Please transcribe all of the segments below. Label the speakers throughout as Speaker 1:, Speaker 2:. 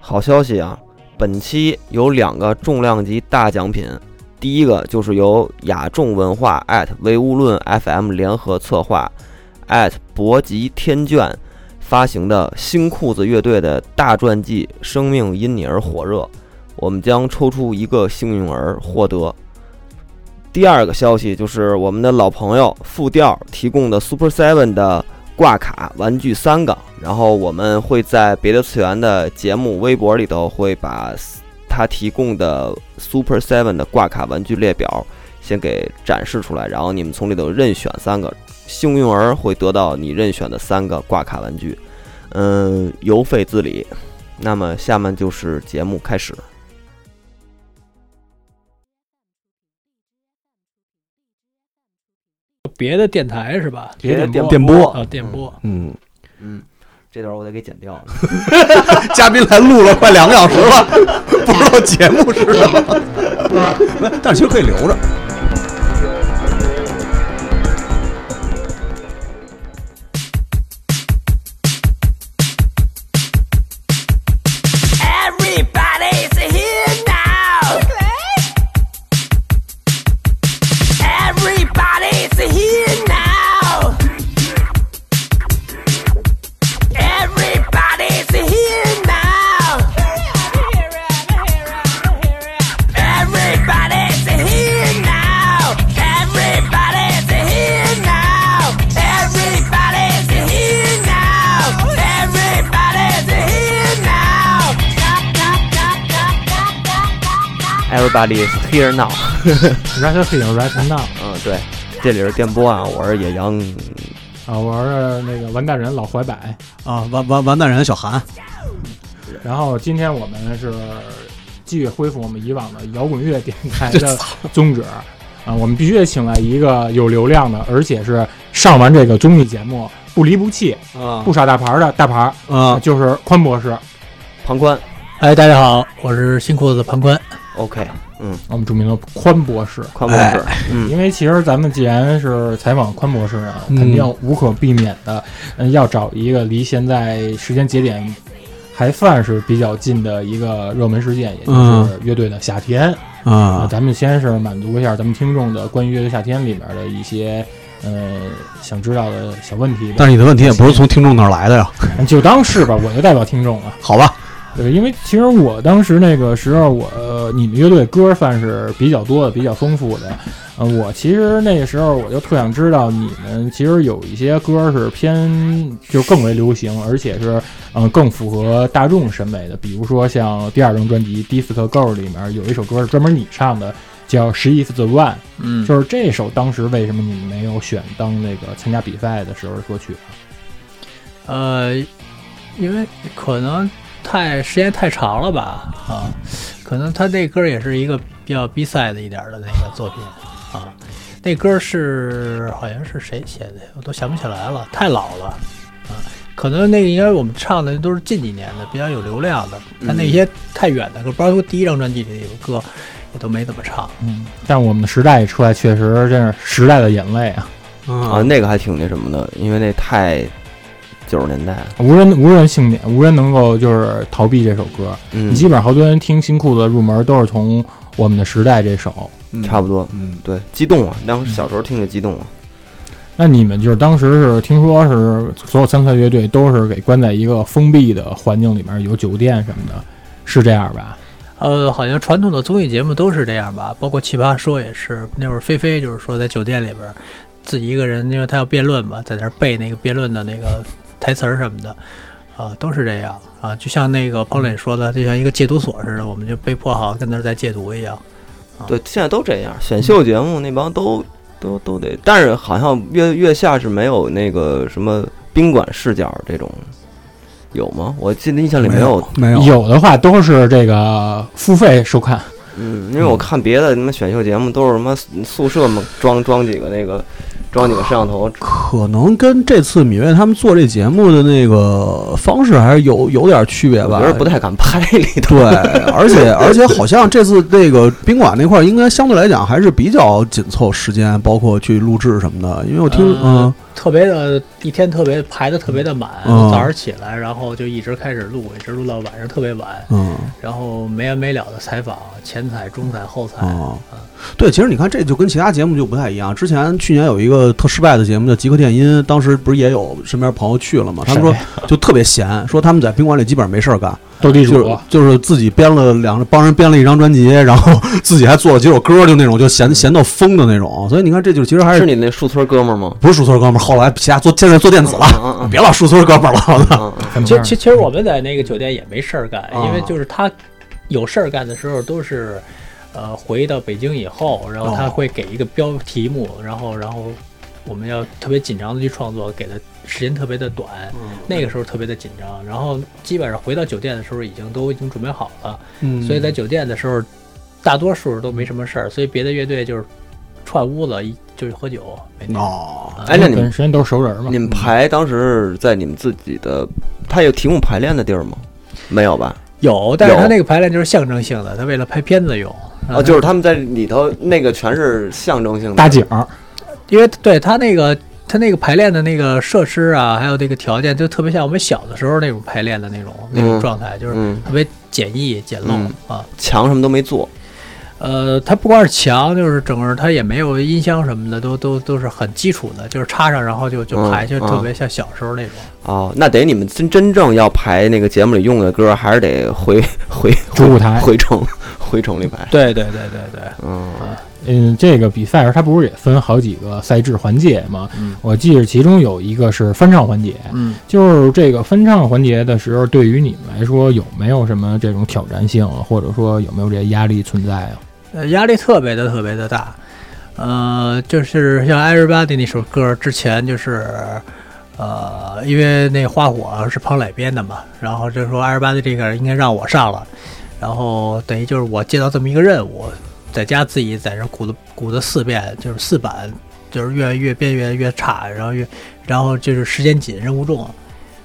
Speaker 1: 好消息啊！本期有两个重量级大奖品，第一个就是由雅众文化唯物论 FM 联合策划博集天卷发行的新裤子乐队的大传记《生命因你而火热》，我们将抽出一个幸运儿获得。第二个消息就是我们的老朋友复调提供的 Super Seven 的挂卡玩具三个，然后我们会在别的次元的节目微博里头会把他提供的 Super Seven 的挂卡玩具列表先给展示出来，然后你们从里头任选三个，幸运儿会得到你任选的三个挂卡玩具，嗯，邮费自理。那么下面就是节目开始。
Speaker 2: 别的电台是吧？
Speaker 1: 别的电
Speaker 2: 电
Speaker 3: 电波
Speaker 2: 啊，电波。
Speaker 3: 嗯，
Speaker 1: 嗯，这段我得给剪掉了。
Speaker 3: 嘉宾来录了快两个小时了， 不知道节目是什 么，但是其实可以留着。
Speaker 4: Everybody's here now. Everybody's here now. Everybody's here now. Everybody's here now. Everybody's here now. Everybody's here now. Everybody's here now.
Speaker 1: Everybody is here now。
Speaker 5: Right here, right now
Speaker 1: 嗯，对，这里是电波啊，我是野羊。
Speaker 5: 啊，我是那个完蛋人老怀柏。
Speaker 3: 啊，完完完蛋人小韩，
Speaker 5: 然后今天我们是继续恢复我们以往的摇滚乐电台的宗旨啊、我们必须得请来一个有流量的，而且是上完这个综艺节目不离不弃、
Speaker 1: 啊，
Speaker 5: 不耍大牌的大牌儿，
Speaker 3: 啊，
Speaker 5: 就是宽博士。
Speaker 1: 庞宽
Speaker 2: 哎，大家好，我是新裤子庞宽。
Speaker 1: ，OK，
Speaker 5: 我们著名的宽博士，
Speaker 1: 宽博士，嗯
Speaker 5: 因为其实咱们既然是采访宽博士啊，
Speaker 2: 嗯
Speaker 5: 肯定无可避免的，嗯，要找一个离现在时间节点还算是比较近的一个热门事件，也就是乐队的夏天。啊，
Speaker 3: 嗯啊，
Speaker 5: 咱们先是满足一下咱们听众的关于乐队夏天里面的一些呃想知道的小问题吧，
Speaker 3: 但是你的问题也不是从听众那儿来的呀，
Speaker 5: 就当是吧，我就代表听众了。
Speaker 3: 好吧？
Speaker 5: 对，因为其实我当时那个时候我，呃你们乐队歌算是比较多的、比较丰富的。呃，我其实那个时候我就特想知道，你们其实有一些歌是偏就更为流行，而且是嗯、呃更符合大众审美的。比如说像第二张专辑《Disco Girl》里面有一首歌是专门你唱的，叫《She Is the One》，
Speaker 2: 嗯
Speaker 5: 就是这首当时为什么你们没有选当那个参加比赛的时候的歌曲？
Speaker 2: 呃，因为可能太时间太长了吧，啊，可能他那歌也是一个比较逼赛的一点儿的那个作品啊。那歌是好像是谁写的，我都想不起来了，太老了啊。可能那个应该我们唱的都是近几年的，比较有流量的。他那些太远的歌，包括第一张专辑里的歌，也都没怎么唱。
Speaker 5: 嗯，但我们的时代一出来，确实真是时代的眼泪啊。
Speaker 1: 啊，
Speaker 3: 啊，
Speaker 1: 那个还挺那什么的，因为那太九十年代了。
Speaker 5: 无人无人幸免，无人能够就是逃避这首歌。
Speaker 1: 嗯
Speaker 5: 你，基本上好多人听新裤子入门都是从《我们的时代》这首。
Speaker 1: 差不多。
Speaker 3: 嗯，
Speaker 1: 对，激动啊！当时小时候听着激动啊。
Speaker 5: 那你们就是当时是听说是所有参赛乐队都是给关在一个封闭的环境里面，有酒店什么的，是这样吧？
Speaker 2: 呃，好像传统的综艺节目都是这样吧，包括《奇葩说》也是。那会儿菲菲就是说在酒店里边儿自己一个人，因为她要辩论嘛，在那儿背那个辩论的那个台词儿什么的，啊、都是这样啊。就像那个彭磊说的，就像一个戒毒所似的，我们就被迫好像跟那儿在戒毒一样。
Speaker 1: 对，现在都这样，选秀节目那帮都都都得，但是好像月月下是没有那个什么宾馆视角这种，有吗？我记得印象里
Speaker 3: 没
Speaker 1: 有
Speaker 3: 有没有，
Speaker 5: 有的话都是这个付费收看。
Speaker 1: 嗯，因为我看别的什么选秀节目都是什么宿舍嘛，装装几个那个装几个摄像头，
Speaker 3: 可能跟这次米未他们做这节目的那个方式还是有有点区别
Speaker 1: 我
Speaker 3: 吧
Speaker 1: 觉得。不太敢拍里头。
Speaker 3: 对， 而且而且好像这次那个宾馆那块儿应该相对来讲还是比较紧凑时间，包括去录制什么的。因为我听，嗯
Speaker 2: 呃，特别的一天特别排的特别的满，
Speaker 3: 嗯
Speaker 2: 早上起来然后就一直开始录，一直录到晚上特别晚，
Speaker 3: 嗯
Speaker 2: 然后没完没了的采访，前采、中采、后采，
Speaker 3: 哦，对，其实你看，这就跟其他节目就不太一样。之前去年有一个特失败的节目叫《极客电音》，当时不是也有身边朋友去了嘛？他们说就特别闲，说他们在宾馆里基本上没事儿干，
Speaker 5: 斗地
Speaker 3: 就
Speaker 5: 主啊
Speaker 3: 是就是自己编了两帮人编了一张专辑，然后 自己还做了几首歌，就那种就闲闲到疯的那种。所以你看，这就其实还
Speaker 1: 是
Speaker 3: 是
Speaker 1: 你那树村哥们儿吗？
Speaker 3: 不是树村哥们儿，后来其他做现在做电子了，
Speaker 1: 啊
Speaker 3: 别老树村哥们儿了。我操
Speaker 1: 啊啊！
Speaker 5: 什么
Speaker 2: 其实
Speaker 5: 样
Speaker 2: 嗯
Speaker 5: 的
Speaker 2: 其其实我们在那个酒店也没事儿干，
Speaker 3: 啊
Speaker 2: 因为就是他有事儿干的时候都是，呃，回到北京以后，然后他
Speaker 3: 哦
Speaker 2: 会给一个标题目，然后然后我们要特别紧张的去创作，给的时间特别的短，
Speaker 3: 嗯
Speaker 2: 那个时候特别的紧张，然后基本上回到酒店的时候已经都已经准备好了，
Speaker 3: 嗯
Speaker 2: 所以在酒店的时候大多数都没什么事儿，所以别的乐队就是串屋子一就是喝酒，每天
Speaker 3: 哦，
Speaker 1: 哎，那你
Speaker 5: 嗯跟
Speaker 1: 们
Speaker 5: 时间都是熟人嘛
Speaker 1: 你。们排当时是在你们自己的，他有提供排练的地儿吗？没有吧？
Speaker 2: 有，但是他
Speaker 1: 有
Speaker 2: 那个排练就是象征性的，他为了拍片子用。然
Speaker 1: 啊，
Speaker 3: 哦
Speaker 2: 后
Speaker 1: 就是他们在里头那个全是象征性的
Speaker 5: 呃大景儿，
Speaker 2: 因为对他那个他那个排练的那个设施啊，还有那个条件，就特别像我们小的时候那种排练的那种那种
Speaker 1: 嗯
Speaker 2: 状态，就是
Speaker 1: 嗯
Speaker 2: 特别简易简陋、
Speaker 1: 嗯
Speaker 2: 啊。
Speaker 1: 墙什么都没做，
Speaker 2: 呃，它不光是墙，就是整个它也没有音箱什么的，都都都是很基础的，就是插上然后就就
Speaker 1: 嗯
Speaker 2: 排，就
Speaker 1: 嗯
Speaker 2: 特别像小时候那种。
Speaker 1: 哦，那得你们真真正要排那个节目里用的歌，还是得回 回
Speaker 5: 主舞台
Speaker 1: 回城 回城里排。
Speaker 2: 对对对对对，
Speaker 1: 嗯，
Speaker 5: 嗯，这个比赛时它不是也分好几个赛制环节嘛？
Speaker 2: 嗯
Speaker 5: 我记得其中有一个是翻唱环节，
Speaker 2: 嗯，
Speaker 5: 就是这个翻唱环节的时候，对于你们来说有没有什么这种挑战性，啊或者说有没有这些压力存在啊？
Speaker 2: 呃，压力特别的特别的大。呃，就是像《Everybody》那首歌之前就是，呃，因为那花火是彭磊编的嘛，然后就说《Everybody》这个应该让我上了，然后等于就是我接到这么一个任务，在家自己在这鼓捣鼓捣四遍，就是四版，就是越越变越越差，然后越然后就是时间紧任务重，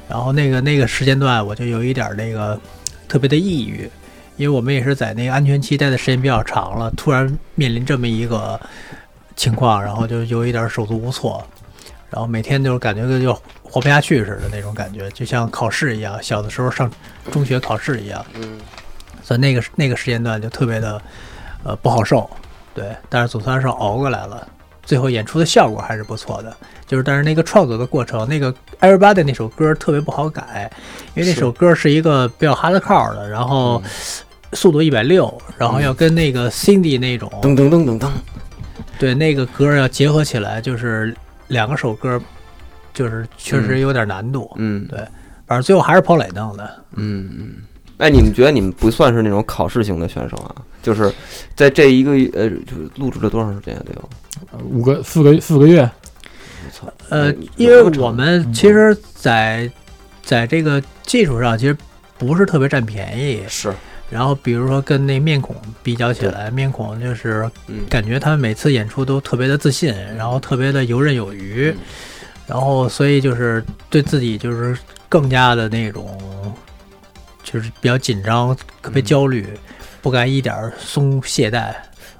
Speaker 2: 然后那个那个时间段我就有一点儿那个特别的抑郁，因为我们也是在那个安全期待的时间比较长了，突然面临这么一个情况，然后就有一点手足无措，然后每天就是感觉跟就活不下去似的那种感觉，就像考试一样，小的时候上中学考试一样，
Speaker 1: 嗯，
Speaker 2: 所以那个那个时间段就特别的呃不好受，对，但是总算是熬过来了。最后演出的效果还是不错的，就是但是那个创作的过程，那个《Everybody》那首歌特别不好改，因为那
Speaker 1: 是
Speaker 2: 首歌是一个比较 hardcore 的，然后速度一百六，然后要跟那个 Cindy 那种、
Speaker 1: 噔噔噔噔噔，
Speaker 2: 对那个歌要结合起来，就是两个首歌，就是确实有点难度。
Speaker 1: 嗯
Speaker 2: 反正最后还是彭磊弄的，
Speaker 1: 嗯嗯。哎，你们觉得你们不算是那种考试型的选手啊？就是在这一个呃，就是录制了多长时间啊？得有，
Speaker 5: 呃五个、四个、四个月，
Speaker 1: 我操！
Speaker 2: 呃
Speaker 1: 有，
Speaker 2: 因为
Speaker 1: 有这么
Speaker 2: 我
Speaker 1: 长
Speaker 2: 们其实在在这个技术上其实不是特别占便宜。
Speaker 1: 是，
Speaker 2: 然后比如说跟那面孔比较起来，面孔就是
Speaker 1: 嗯，
Speaker 2: 感觉他们每次演出都特别的自信，
Speaker 3: 嗯
Speaker 2: 然后特别的游刃有余
Speaker 1: 嗯，
Speaker 2: 然后所以就是对自己就是更加的那种，就是比较紧张，特
Speaker 3: 嗯
Speaker 2: 别焦虑，不敢一点儿松懈怠。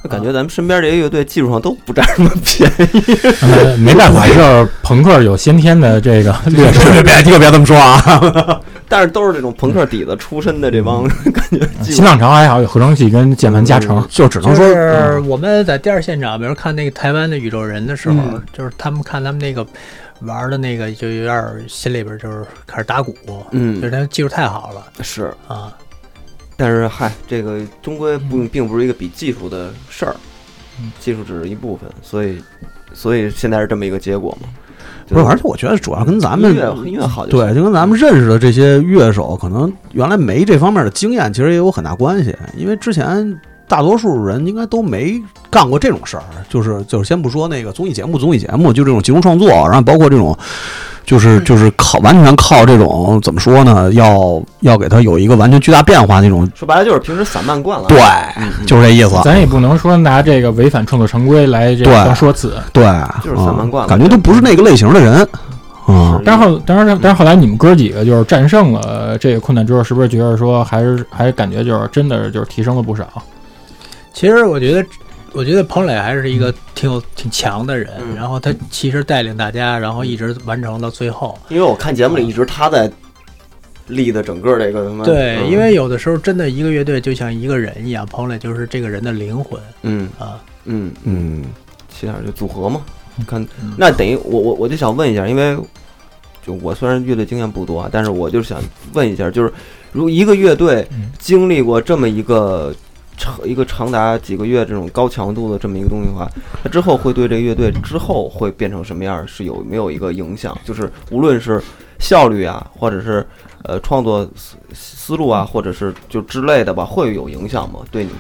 Speaker 1: 就
Speaker 3: 啊
Speaker 1: 感觉咱们身边这些乐队技术上都不占什么便宜。
Speaker 5: 呃没办法，就是朋克有先天的这个劣势。
Speaker 3: 别别别别这么说啊！
Speaker 1: 但是都是这种朋克底子出身的这帮人，
Speaker 3: 嗯
Speaker 1: 感觉技术
Speaker 5: 新浪潮还好有合成器跟键盘加成，
Speaker 3: 就只
Speaker 2: 就
Speaker 3: 能说，
Speaker 2: 是我们在第二现场，比如看那个台湾的宇宙人的时候，
Speaker 3: 嗯
Speaker 2: 就是他们看他们那个玩的那个，就有点儿心里边儿就是开始打鼓，就
Speaker 1: 嗯，
Speaker 2: 是他们技术太好了
Speaker 1: 是。
Speaker 2: 啊。
Speaker 1: 但是嗨，这个终归不
Speaker 3: 嗯
Speaker 1: 并不是一个比技术的事儿，技术只是一部分，所以所以现在是这么一个结果嘛。就
Speaker 3: 不是，而且我觉得主要跟咱们
Speaker 1: 音乐音乐好就行
Speaker 3: 对，就跟咱们认识的这些乐手，可能原来没这方面的经验，其实也有很大关系。因为之前大多数人应该都没干过这啊种事儿，就是就是先不说那个综艺节目，综艺节目就这种集中创作，然后包括这种就是就是靠完全靠这种怎么说呢？要要给它有一个完全巨大变化那种，
Speaker 1: 说白了就是平时散漫惯了。啊嗯
Speaker 3: 对，就是这意思。
Speaker 5: 咱也不能说拿这个违反创作常规来这个
Speaker 3: 对
Speaker 5: 当说辞。
Speaker 3: 对，
Speaker 1: 就是散漫惯
Speaker 3: 嗯
Speaker 1: 了
Speaker 3: 感觉都不是那个类型的人。嗯，
Speaker 5: 但是后，但是，但是后来你们哥几个就是战胜了这个困难之后，是不是觉得说还是还是感觉就是真的就是提升了不少？
Speaker 2: 其实我觉得，我觉得彭磊还是一个挺有挺强的人，
Speaker 1: 嗯
Speaker 2: 然后他其实带领大家，然后一直完成到最后。
Speaker 1: 因为我看节目里一直他在立的整个这个什么。
Speaker 2: 对，
Speaker 1: 嗯
Speaker 2: 因为有的时候真的一个乐队就像一个人一样，彭磊就是这个人的灵魂
Speaker 1: 嗯
Speaker 2: 啊。
Speaker 1: 嗯，
Speaker 3: 嗯，
Speaker 1: 其他就组合嘛。看
Speaker 2: 嗯，
Speaker 1: 那等于我我我就想问一下，因为就我虽然乐队经验不多啊，但是我就是想问一下，就是如一个乐队
Speaker 5: 嗯
Speaker 1: 经历过这么一个长一个长达几个月这种高强度的这么一个东西的话，它之后会对这个乐队之后会变成什么样儿是有没有一个影响？就是无论是效率啊，或者是呃创作思思路啊，或者是就之类的吧，会有影响吗？对你们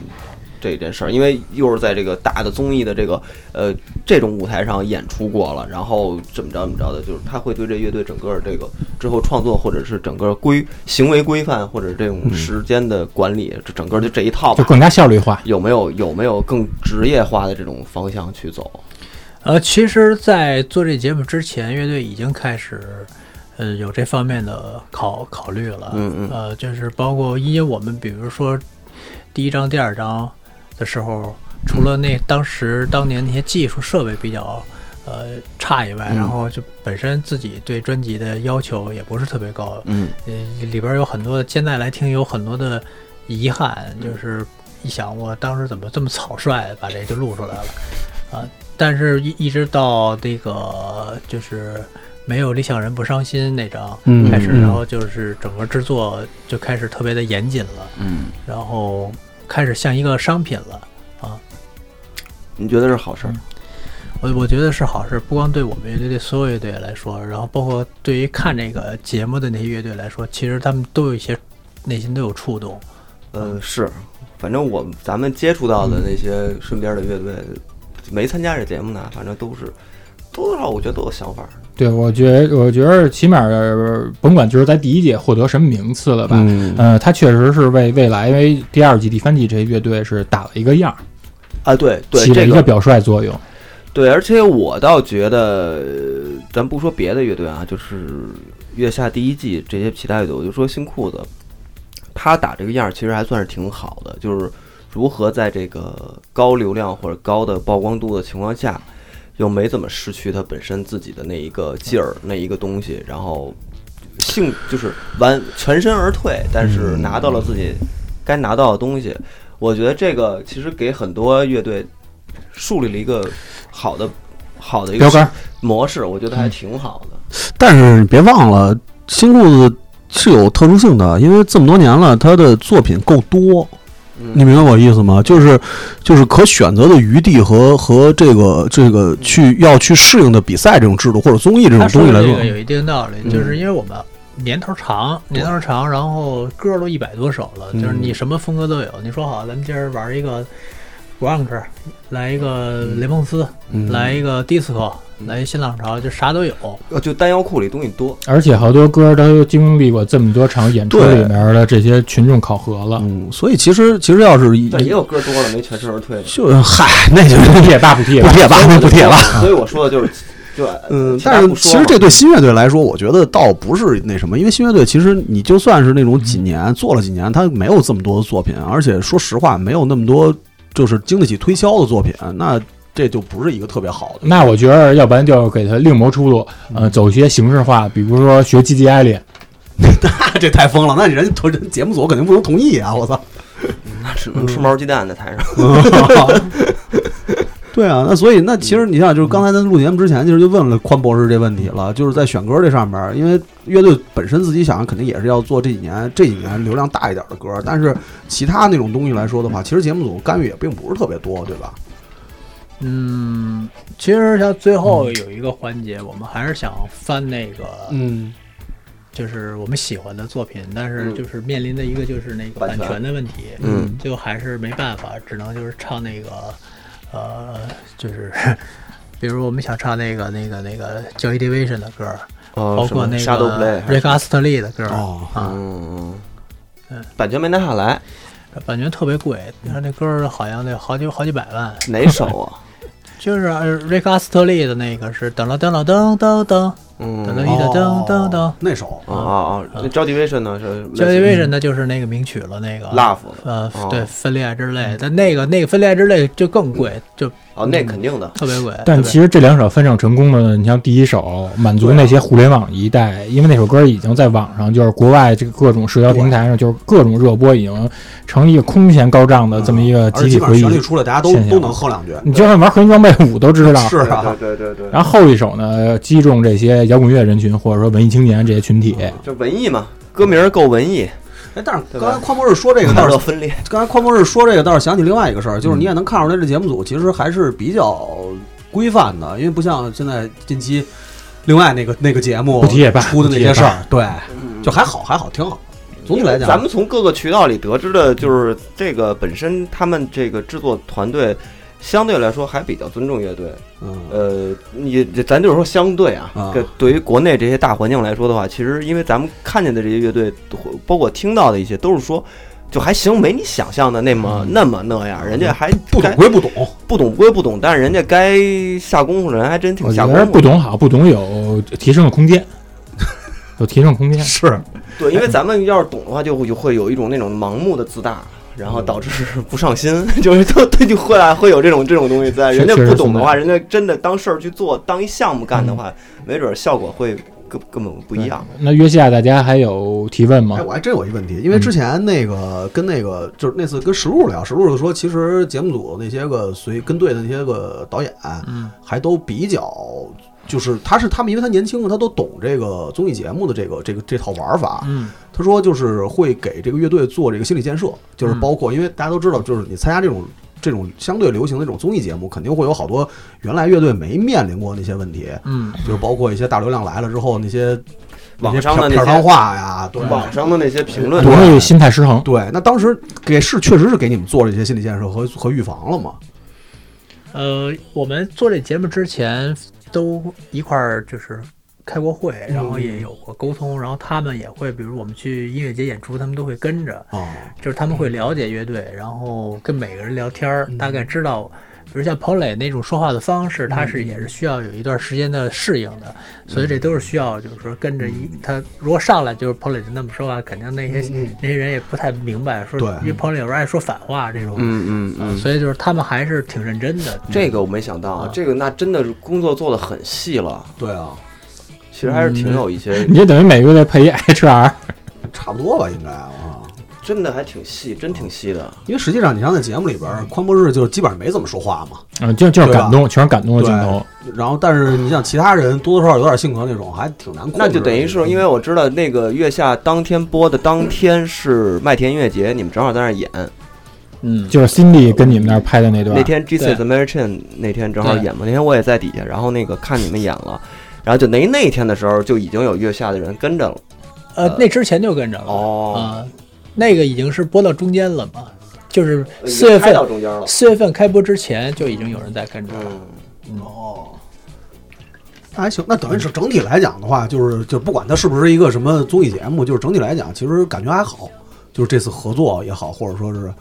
Speaker 1: 这件事儿，因为又是在这个大的综艺的这个呃这种舞台上演出过了，然后怎么着怎么着的，就是他会对这乐队整个这个之后创作，或者是整个规行为规范，或者这种时间的管理，这整个就这一套
Speaker 5: 就
Speaker 1: 吧。
Speaker 5: 更加效率化。
Speaker 1: 有没有有没有更职业化的这种方向去走？
Speaker 2: 呃，其实，在做这节目之前，乐队已经开始，呃，有这方面的考考虑了。
Speaker 1: 嗯嗯
Speaker 2: 呃，就是包括因为我们比如说第一章、第二章的时候，除了那当时当年那些技术设备比较呃差以外，
Speaker 1: 嗯
Speaker 2: 然后就本身自己对专辑的要求也不是特别高，
Speaker 1: 嗯
Speaker 2: 呃，里边有很多现在来听有很多的遗憾，就是一想我当时怎么这么草率把这就录出来了啊！但是一一直到那个就是没有理想人不伤心那张
Speaker 3: 嗯
Speaker 2: 开始，
Speaker 3: 嗯
Speaker 2: 然后就是整个制作就开始特别的严谨了，
Speaker 1: 嗯，
Speaker 2: 然后开始像一个商品了。
Speaker 1: 你觉得是好事儿？
Speaker 2: 我我觉得是好事，不光对我们乐队，对所有乐队来说，然后包括对于看这个节目的那些乐队来说，其实他们都有一些内心都有触动。
Speaker 1: 呃，是，反正我咱们接触到的那些身边的乐队，没参加这节目呢，反正都是多多少少我觉得都有想法儿。
Speaker 5: 对，我觉我觉得起码呃甭管就是在第一届获得什么名次了吧，
Speaker 3: 嗯
Speaker 5: 呃，他确实是为未来，因为第二季、第三季这些乐队是打了一个样儿，
Speaker 1: 啊，对对，
Speaker 5: 起了
Speaker 1: 这
Speaker 5: 一个
Speaker 1: 个
Speaker 5: 表率作用。
Speaker 1: 对，而且我倒觉得，呃咱不说别的乐队啊，就是月下第一季这些其他乐队，我就说新裤子，他打这个样儿其实还算是挺好的，就是如何在这个高流量或者高的曝光度的情况下，又没怎么失去他本身自己的那一个劲儿、那一个东西，然后性就是完全身而退，但是
Speaker 5: 嗯
Speaker 1: 拿到了自己该拿到的东西。我觉得这个其实给很多乐队树立了一个好的好的一
Speaker 5: 标杆
Speaker 1: 个
Speaker 5: 儿
Speaker 1: 模式，我觉得还挺好的。
Speaker 3: 但是别忘了，新裤子是有特殊性的，因为这么多年了，他的作品够多，
Speaker 1: 嗯
Speaker 3: 你明白我意思吗？就是就是可选择的余地和和这个这个去要去适应的比赛这种制度或者综艺这种
Speaker 2: 他
Speaker 3: 东
Speaker 2: 嗯说
Speaker 3: 西来嗯
Speaker 2: 的
Speaker 3: 说
Speaker 2: 这，个有一定道理，就是因为我们年头长，年头长，然后歌都一百多首了，
Speaker 3: 嗯
Speaker 2: 就是你什么风格都有。你说好，咱们今儿玩一个 grunge，来一个
Speaker 3: 嗯
Speaker 2: 雷蒙斯，来一个 disco，来一新浪潮，就啥都有。
Speaker 1: 呃就单腰裤里东西多，
Speaker 5: 而且好多歌都经历过这么多场演出
Speaker 3: 对
Speaker 5: 里面的这些群众考核 了，
Speaker 3: 嗯，所以其实其实要是
Speaker 1: 但也有歌多 了没全身而退的。
Speaker 3: 就嗨，那就
Speaker 5: 不
Speaker 3: 是
Speaker 5: 贴吧不贴
Speaker 3: 不
Speaker 5: 吧。
Speaker 3: 贴吧，不贴吧。
Speaker 1: 所以我说的 就是，就呃
Speaker 3: 嗯，
Speaker 1: 其他
Speaker 3: 但是
Speaker 1: 不说
Speaker 3: 其实
Speaker 1: 嘛
Speaker 3: 这对新乐队来说，我觉得倒不是那什么，因为新乐队其实你就算是那种几年做了几年，他没有这么多的作品，而且说实话，没有那么多就是经得起推销的作品，那这就不是一个特别好的。
Speaker 5: 那我觉得，要不然就给他另谋出路，
Speaker 3: 嗯
Speaker 5: 呃，走一些形式化，比如说学 G G 艾利，
Speaker 3: 这太疯了，那人家人节目组肯定不能同意啊！我操，
Speaker 1: 只能吃毛鸡蛋在台上。
Speaker 3: 对啊，那所以那其
Speaker 5: 嗯
Speaker 3: 实你像就是刚才咱录节目之前，其实就问了宽博士这问题了，就是在选歌这上面，因为乐队本身自己想肯定也是要做这几年这几年流量大一点的
Speaker 5: 嗯
Speaker 3: 歌，但是其他那种东西来说的话，其实节目组干预也并不是特别多，对吧？
Speaker 2: 嗯，其实像最后有一个环节，我们还是想翻那个，
Speaker 3: 嗯，
Speaker 2: 就是我们喜欢的作品，但是
Speaker 1: 嗯
Speaker 2: 就是面临的一个就是那个
Speaker 1: 版
Speaker 2: 版
Speaker 1: 权
Speaker 2: 权的问题。
Speaker 1: 嗯
Speaker 2: 最后还是没办法，只能就是唱那个， 呃，就是比如我们想唱那个那个那个 Joy Division 的歌，
Speaker 1: 包
Speaker 2: 包括那
Speaker 1: 沙都 play，
Speaker 2: 个
Speaker 1: 还
Speaker 2: 瑞
Speaker 1: 是
Speaker 2: 克阿斯特利的歌儿
Speaker 3: 哦
Speaker 2: 啊，
Speaker 1: 嗯嗯
Speaker 2: 嗯，
Speaker 1: 版权没拿下 来，
Speaker 2: 版权特别贵，然后那歌儿好像得好几好几百万。
Speaker 1: 哪首啊？
Speaker 2: 就是呃瑞克阿斯特利的那个是噔了噔了噔噔噔，
Speaker 1: 嗯，
Speaker 2: 等等
Speaker 1: 哦
Speaker 2: 嗯一噔噔噔噔
Speaker 3: 那首
Speaker 1: 哦哦，那 j o d y Vision 呢是
Speaker 2: 《j o y Division》呢就是那个名曲了，那个
Speaker 1: Love
Speaker 2: 呃
Speaker 1: 哦，
Speaker 2: 对，分裂之泪，但那个那个分裂之泪就更贵，就
Speaker 1: 哦，那
Speaker 2: 嗯
Speaker 1: 肯定的，
Speaker 2: 特别贵。
Speaker 5: 但
Speaker 2: 特别
Speaker 5: 其实这两首翻唱成功的，你像第一首满
Speaker 3: 啊
Speaker 5: 足那些互联网一代，因为那首歌已经在网上，就是国外这个各种社交平台上，就是各种热播，已经成一个空前高涨的这么一个
Speaker 3: 啊而
Speaker 5: 集
Speaker 3: 且基
Speaker 5: 体
Speaker 3: 本上
Speaker 5: 回忆
Speaker 3: 旋。律出来，大家都
Speaker 5: 现象
Speaker 3: 都能哼两句。
Speaker 5: 你就算玩合音装备五都知道。
Speaker 3: 是啊，
Speaker 1: 对对对对，
Speaker 5: 然后后一首呢，击中这些摇滚乐人群或者说文艺青年这些群体。
Speaker 3: 啊
Speaker 1: 就文艺嘛，歌名儿够文艺，
Speaker 3: 哎，但是
Speaker 1: 对
Speaker 3: 刚
Speaker 1: 吧
Speaker 3: 才匡博士说这 个
Speaker 1: 快
Speaker 3: 倒
Speaker 1: 乐
Speaker 3: 是，
Speaker 1: 分裂，
Speaker 3: 刚才匡博士说这个倒是想起另外一个事儿，
Speaker 5: 嗯
Speaker 3: 就是你也能看出来，这节目组其实还是比较规范的，因为不像现在近期另外那个那个节目
Speaker 5: 不提也罢
Speaker 3: 出的那
Speaker 5: 不提也
Speaker 3: 些
Speaker 5: 罢
Speaker 3: 事儿，对，就还好，还好，挺好。总体来
Speaker 1: 嗯
Speaker 3: 讲，
Speaker 1: 咱们从各个渠道里得知的就是这个本身他们这个制作团队。相对来说还比较尊重乐队，
Speaker 3: 嗯，
Speaker 1: 呃，你咱就是说相对啊，
Speaker 3: 啊
Speaker 1: 这对于国内这些大环境来说的话，其实因为咱们看见的这些乐队，包括听到的一些，都是说就还行，没你想象的那么、那么那样，人家还
Speaker 3: 嗯不
Speaker 1: 该
Speaker 3: 懂归不懂，
Speaker 1: 不懂归不懂，但是人家该下功夫的人还真挺
Speaker 3: 哦
Speaker 5: 我
Speaker 1: 下
Speaker 5: 觉
Speaker 1: 功
Speaker 5: 得
Speaker 1: 夫。
Speaker 5: 不，懂好，不懂有提升的空间，有提升空间。
Speaker 3: 是
Speaker 1: 对，因为咱们要是懂的话，就会就会有一种那种盲目的自大，然后导致不上心， 就是都他就会啊会有这种这种东西在。
Speaker 5: 确
Speaker 1: 人家
Speaker 5: 确实嗯
Speaker 1: 不懂的
Speaker 5: 存在
Speaker 1: 话，人家真的当事儿去做，当一项目干的话，没准儿效果会根根本不一样。
Speaker 5: 那约西亚大家还有提问吗
Speaker 3: 哎，？我还真有一问题，因
Speaker 2: 嗯
Speaker 3: 为之前那个跟那个就是那次跟石路聊，石路就说其实节目组那些个随跟队的那些个导演，
Speaker 2: 嗯，
Speaker 3: 还都比较。就是他是他们，因为他年轻嘛，他都懂这个综艺节目的这个这个这套玩法。
Speaker 2: 嗯
Speaker 3: 他说就是会给这个乐队做这个心理建设，就是
Speaker 2: 嗯
Speaker 3: 包括因为大家都知道，就是你参加这种这种相对流行的这种综艺节目，肯定会有好多原来乐队没面临过那些问题，
Speaker 2: 嗯，
Speaker 3: 就是包括一些大流量来了之后那些
Speaker 1: 网上的
Speaker 3: 那些
Speaker 1: 那
Speaker 3: 片片儿汤
Speaker 1: 些
Speaker 3: 话呀，对
Speaker 1: 网上的那些评论啊
Speaker 5: 不
Speaker 3: 对
Speaker 5: 会心态失衡。
Speaker 3: 对，那当时给是确实是给你们做了一些心理建设和和预防了嘛？
Speaker 2: 呃，我们做这节目之前都一块儿就是开过会，然后也有过沟通，然后他们也会，比如我们去音乐节演出，他们都会跟着，
Speaker 3: 哦，
Speaker 2: 就是他们
Speaker 1: 嗯
Speaker 2: 会了解乐队，然后跟每个人聊天儿，大概知道，比如像彭磊那种说话的方
Speaker 1: 嗯
Speaker 2: 式，他是也是需要有一段时间的适应的，所以这都是需要，就是说跟着一他如果上来就是彭磊就那么说话，肯定那些
Speaker 1: 嗯
Speaker 2: 那些人也不太明白，说
Speaker 3: 对
Speaker 2: 因为彭磊有时候爱说反话这种，
Speaker 1: 嗯嗯嗯。
Speaker 2: 所以就是他们还是挺认真的。
Speaker 1: 这个我没想到，
Speaker 5: 嗯
Speaker 1: 啊，这个那真的是工作做的很细了，
Speaker 3: 对啊，
Speaker 1: 其实还是
Speaker 5: 嗯
Speaker 1: 挺有一些，
Speaker 5: 你就等于每个月配一 HR，
Speaker 3: 差不多吧，应该啊。
Speaker 1: 真的还挺细，真挺细的。
Speaker 3: 因为实际上，你像在节目里边儿，宽博士就基本上没怎么说话嘛。
Speaker 5: 嗯，就就是
Speaker 3: 对吧
Speaker 5: 感动，全是感动的
Speaker 3: 对
Speaker 5: 镜头。，
Speaker 3: 然后但是你像其他人多多少少有点性格那种，还挺难
Speaker 5: 嗯
Speaker 3: 控制的。
Speaker 1: 那就等于是，因为我知道那个月下当天播的当天是麦田音乐节，你们正好在那儿演。
Speaker 2: 嗯，
Speaker 5: 就是 Cindy 跟你们那儿拍的那段，
Speaker 1: 那天 G
Speaker 2: 对
Speaker 1: C The Merchant 那天正好
Speaker 2: 对
Speaker 1: 演嘛，那天我也在底下，然后那个看你们演了，然后就那那天的时候就已经有月下的人跟着了。
Speaker 2: 呃，那之前就跟着了
Speaker 1: 哦
Speaker 2: 啊、那个已经是播到中间了嘛，就是四月
Speaker 1: 呃开
Speaker 2: 份
Speaker 1: 到中间了。
Speaker 2: 四月份开播之前就已经有人在跟着了。
Speaker 1: 嗯，
Speaker 3: 哦，那还行。那等于是整体来讲的话，就是就不管它是不是一个什么综艺节目，就是整体来讲，其实感觉还好。就是这次合作也好，或者说是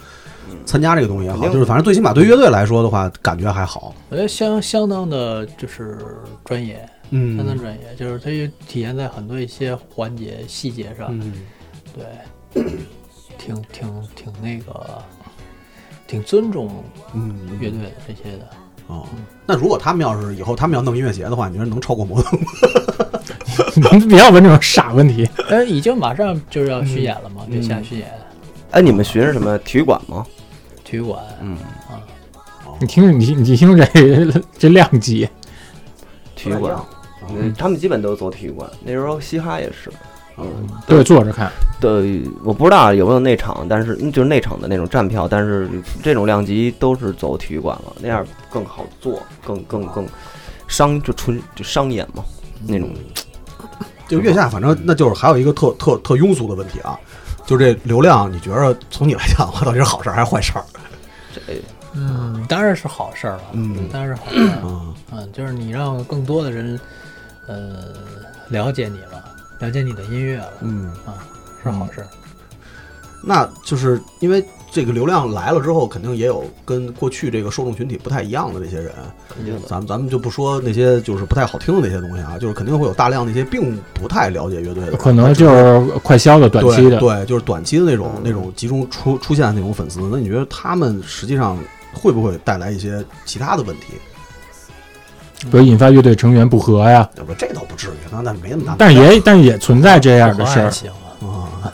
Speaker 3: 参加这个东西也好，
Speaker 1: 肯定
Speaker 3: 就是反正最起码对乐队来说的话，感觉还好。
Speaker 2: 我觉得相相当的就是专业，相当
Speaker 3: 嗯
Speaker 2: 专业，就是它也体现在很多一些环节细节上，
Speaker 3: 嗯。
Speaker 2: 对， 挺挺挺那个，挺尊重
Speaker 3: 嗯
Speaker 2: 乐队的这些的。
Speaker 3: 哦，那如果他们要是以后他们要弄音乐节的话，你觉得能超过摩登吗？
Speaker 5: 你不要问这种傻问题。
Speaker 2: 但是已经马上就是要巡演了嘛，月下巡演，
Speaker 1: 哎，你们巡是什么体育馆吗？
Speaker 2: 体育馆，
Speaker 1: 嗯，
Speaker 5: 你听，你你听这 这量级，
Speaker 1: 体育馆。嗯，他们基本都是走体育馆，那时候嘻哈也是。嗯，
Speaker 5: 都得坐着看。
Speaker 1: 对，我不知道有没有内场，但是嗯就是内场的那种站票，但是这种量级都是走体育馆了，那样更好做，更更更商就纯就商演嘛那种。
Speaker 3: 就月下，反正那就是还有一个特特特庸俗的问题啊，就这流量，你觉得从你来讲的话，到底是好事儿还是坏事儿？
Speaker 1: 这哎
Speaker 2: 嗯，当然是好事儿了，
Speaker 3: 嗯
Speaker 2: 当然是好事儿了，
Speaker 3: 啊，
Speaker 2: 嗯，就是你让更多的人，呃，了解你了，了解你的音乐了，
Speaker 3: 嗯，
Speaker 2: 是好事。
Speaker 3: 那就是因为这个流量来了之后，肯定也有跟过去这个受众群体不太一样的这些人。
Speaker 1: 肯定的。
Speaker 3: 咱们咱们就不说那些就是不太好听的那些东西啊，就是肯定会有大量那些并不太了解乐队的人，
Speaker 5: 可能就是快消的、短期的，
Speaker 3: 对对，就是短期的那种
Speaker 1: 嗯
Speaker 3: 那种集中出出现的那种粉丝。那你觉得他们实际上会不会带来一些其他的问题？
Speaker 5: 比如引发乐队成员不和呀。
Speaker 3: 要不这倒不至于，那那没那么大的。
Speaker 5: 但是也但是也存在这样的
Speaker 2: 不
Speaker 5: 事
Speaker 2: 好也
Speaker 5: 儿，
Speaker 2: 行啊，
Speaker 3: 啊，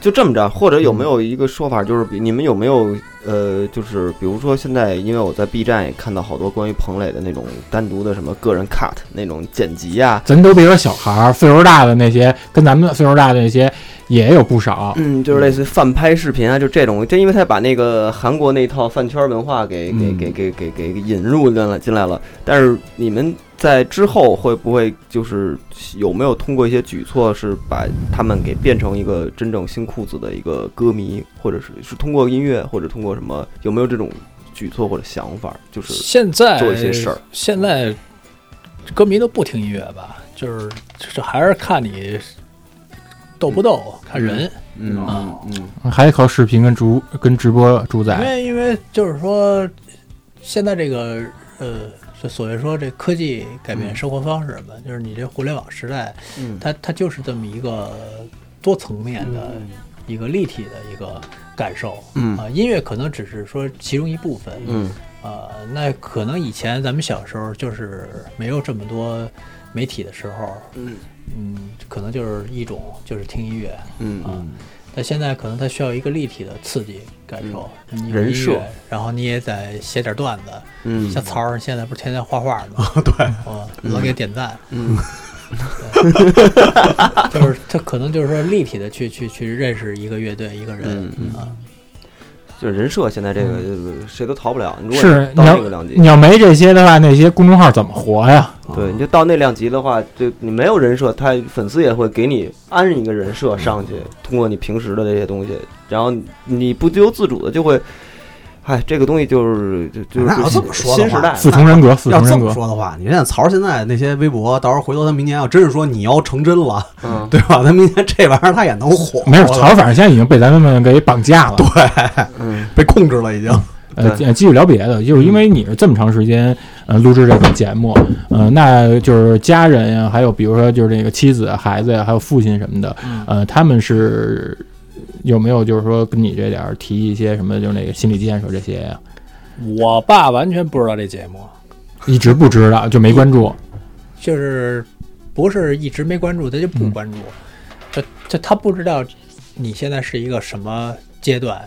Speaker 1: 就这么着，或者有没有一个说法，就是比你们有没有呃，就是比如说现在，因为我在 B 站也看到好多关于彭磊的那种单独的什么个人 cut 那种剪辑啊，
Speaker 5: 咱都别说小孩儿，岁数大的那些跟咱们岁数大的那些也有不少。
Speaker 1: 嗯，就是类似于翻拍视频啊，就这种，就因为他把那个韩国那套饭圈文化给给
Speaker 3: 嗯
Speaker 1: 给给给给引入进来进来了。但是你们在之后会不会就是有没有通过一些举措，是把他们给变成一个真正新裤子的一个歌迷，或者是是通过音乐，或者通过什么，有没有这种举措或者想法？就是
Speaker 2: 现在
Speaker 1: 做一些事儿
Speaker 2: 现在歌迷都不听音乐吧，就是就是还是看你逗不逗，看人。
Speaker 1: 嗯
Speaker 2: 嗯
Speaker 1: 嗯
Speaker 5: 还得靠视频跟主跟直播主
Speaker 2: 因
Speaker 5: 宰，
Speaker 2: 为因为就是说，现在这个呃，就所谓说这科技改变生活方式嘛，就是你这互联网时代，
Speaker 1: 嗯
Speaker 2: 它它就是这么一个多层面的一个立体的一个感受。
Speaker 1: 嗯
Speaker 2: 啊，音乐可能只是说其中一部分。
Speaker 1: 嗯
Speaker 2: 呃，那可能以前咱们小时候就是没有这么多媒体的时候，
Speaker 1: 嗯
Speaker 2: 嗯，可能就是一种就是听音乐，
Speaker 1: 嗯
Speaker 2: 啊，但现在可能它需要一个立体的刺激感受，你有
Speaker 1: 嗯人
Speaker 2: 音
Speaker 1: 设
Speaker 2: 乐，然后你也得写点段子，
Speaker 1: 嗯
Speaker 2: 像曹儿现在不是天天画画 吗？
Speaker 3: 对，
Speaker 2: 啊，老给点赞，
Speaker 1: 嗯
Speaker 2: 就是他可能就是说立体的去去去认识一个乐队一个人
Speaker 1: 嗯嗯
Speaker 2: 啊，
Speaker 1: 就是人设现在这个呃谁都逃不了。如果
Speaker 5: 嗯是
Speaker 1: 到
Speaker 5: 你要
Speaker 1: 那个量级，
Speaker 5: 你要没这些的话，那些公众号怎么活呀？
Speaker 1: 对，你就到那量级的话，就你没有人设，他粉丝也会给你安一个人设上去，通过你平时的这些东西，然后你不由自主的就会，哎，这个东西就是就就是
Speaker 2: 哎
Speaker 3: 那要这么说的
Speaker 1: 新时
Speaker 3: 话
Speaker 1: 代
Speaker 5: 四重人格，四
Speaker 3: 要
Speaker 5: 重
Speaker 3: 这
Speaker 5: 人
Speaker 3: 么
Speaker 5: 格，
Speaker 3: 说的话，你现在曹儿现在那些微博，到时候回头他明年要真是说你要成真了，
Speaker 1: 嗯，
Speaker 3: 对吧？他明年这玩意儿他也能火，
Speaker 5: 没有
Speaker 3: 我
Speaker 5: 曹，反正现在已经被咱们给绑架了。
Speaker 1: 嗯
Speaker 3: 被控制了已经。
Speaker 5: 呃，继续聊别的，就是因为你是这么长时间呃录制这个节目，呃，那就是家人呀，还有比如说就是这个妻子、啊孩子呀，还有父亲什么的，
Speaker 1: 嗯
Speaker 5: 呃，他们是有没有就是说跟你这点儿提一些什么，就是那个心理建设这些呀？
Speaker 2: 我爸完全不知道这节目，
Speaker 5: 一直不知道，就没关
Speaker 1: 嗯
Speaker 5: 注。
Speaker 2: 就是不是一直没关注，他就不关注，就就他不知道你现在是一个什么阶段，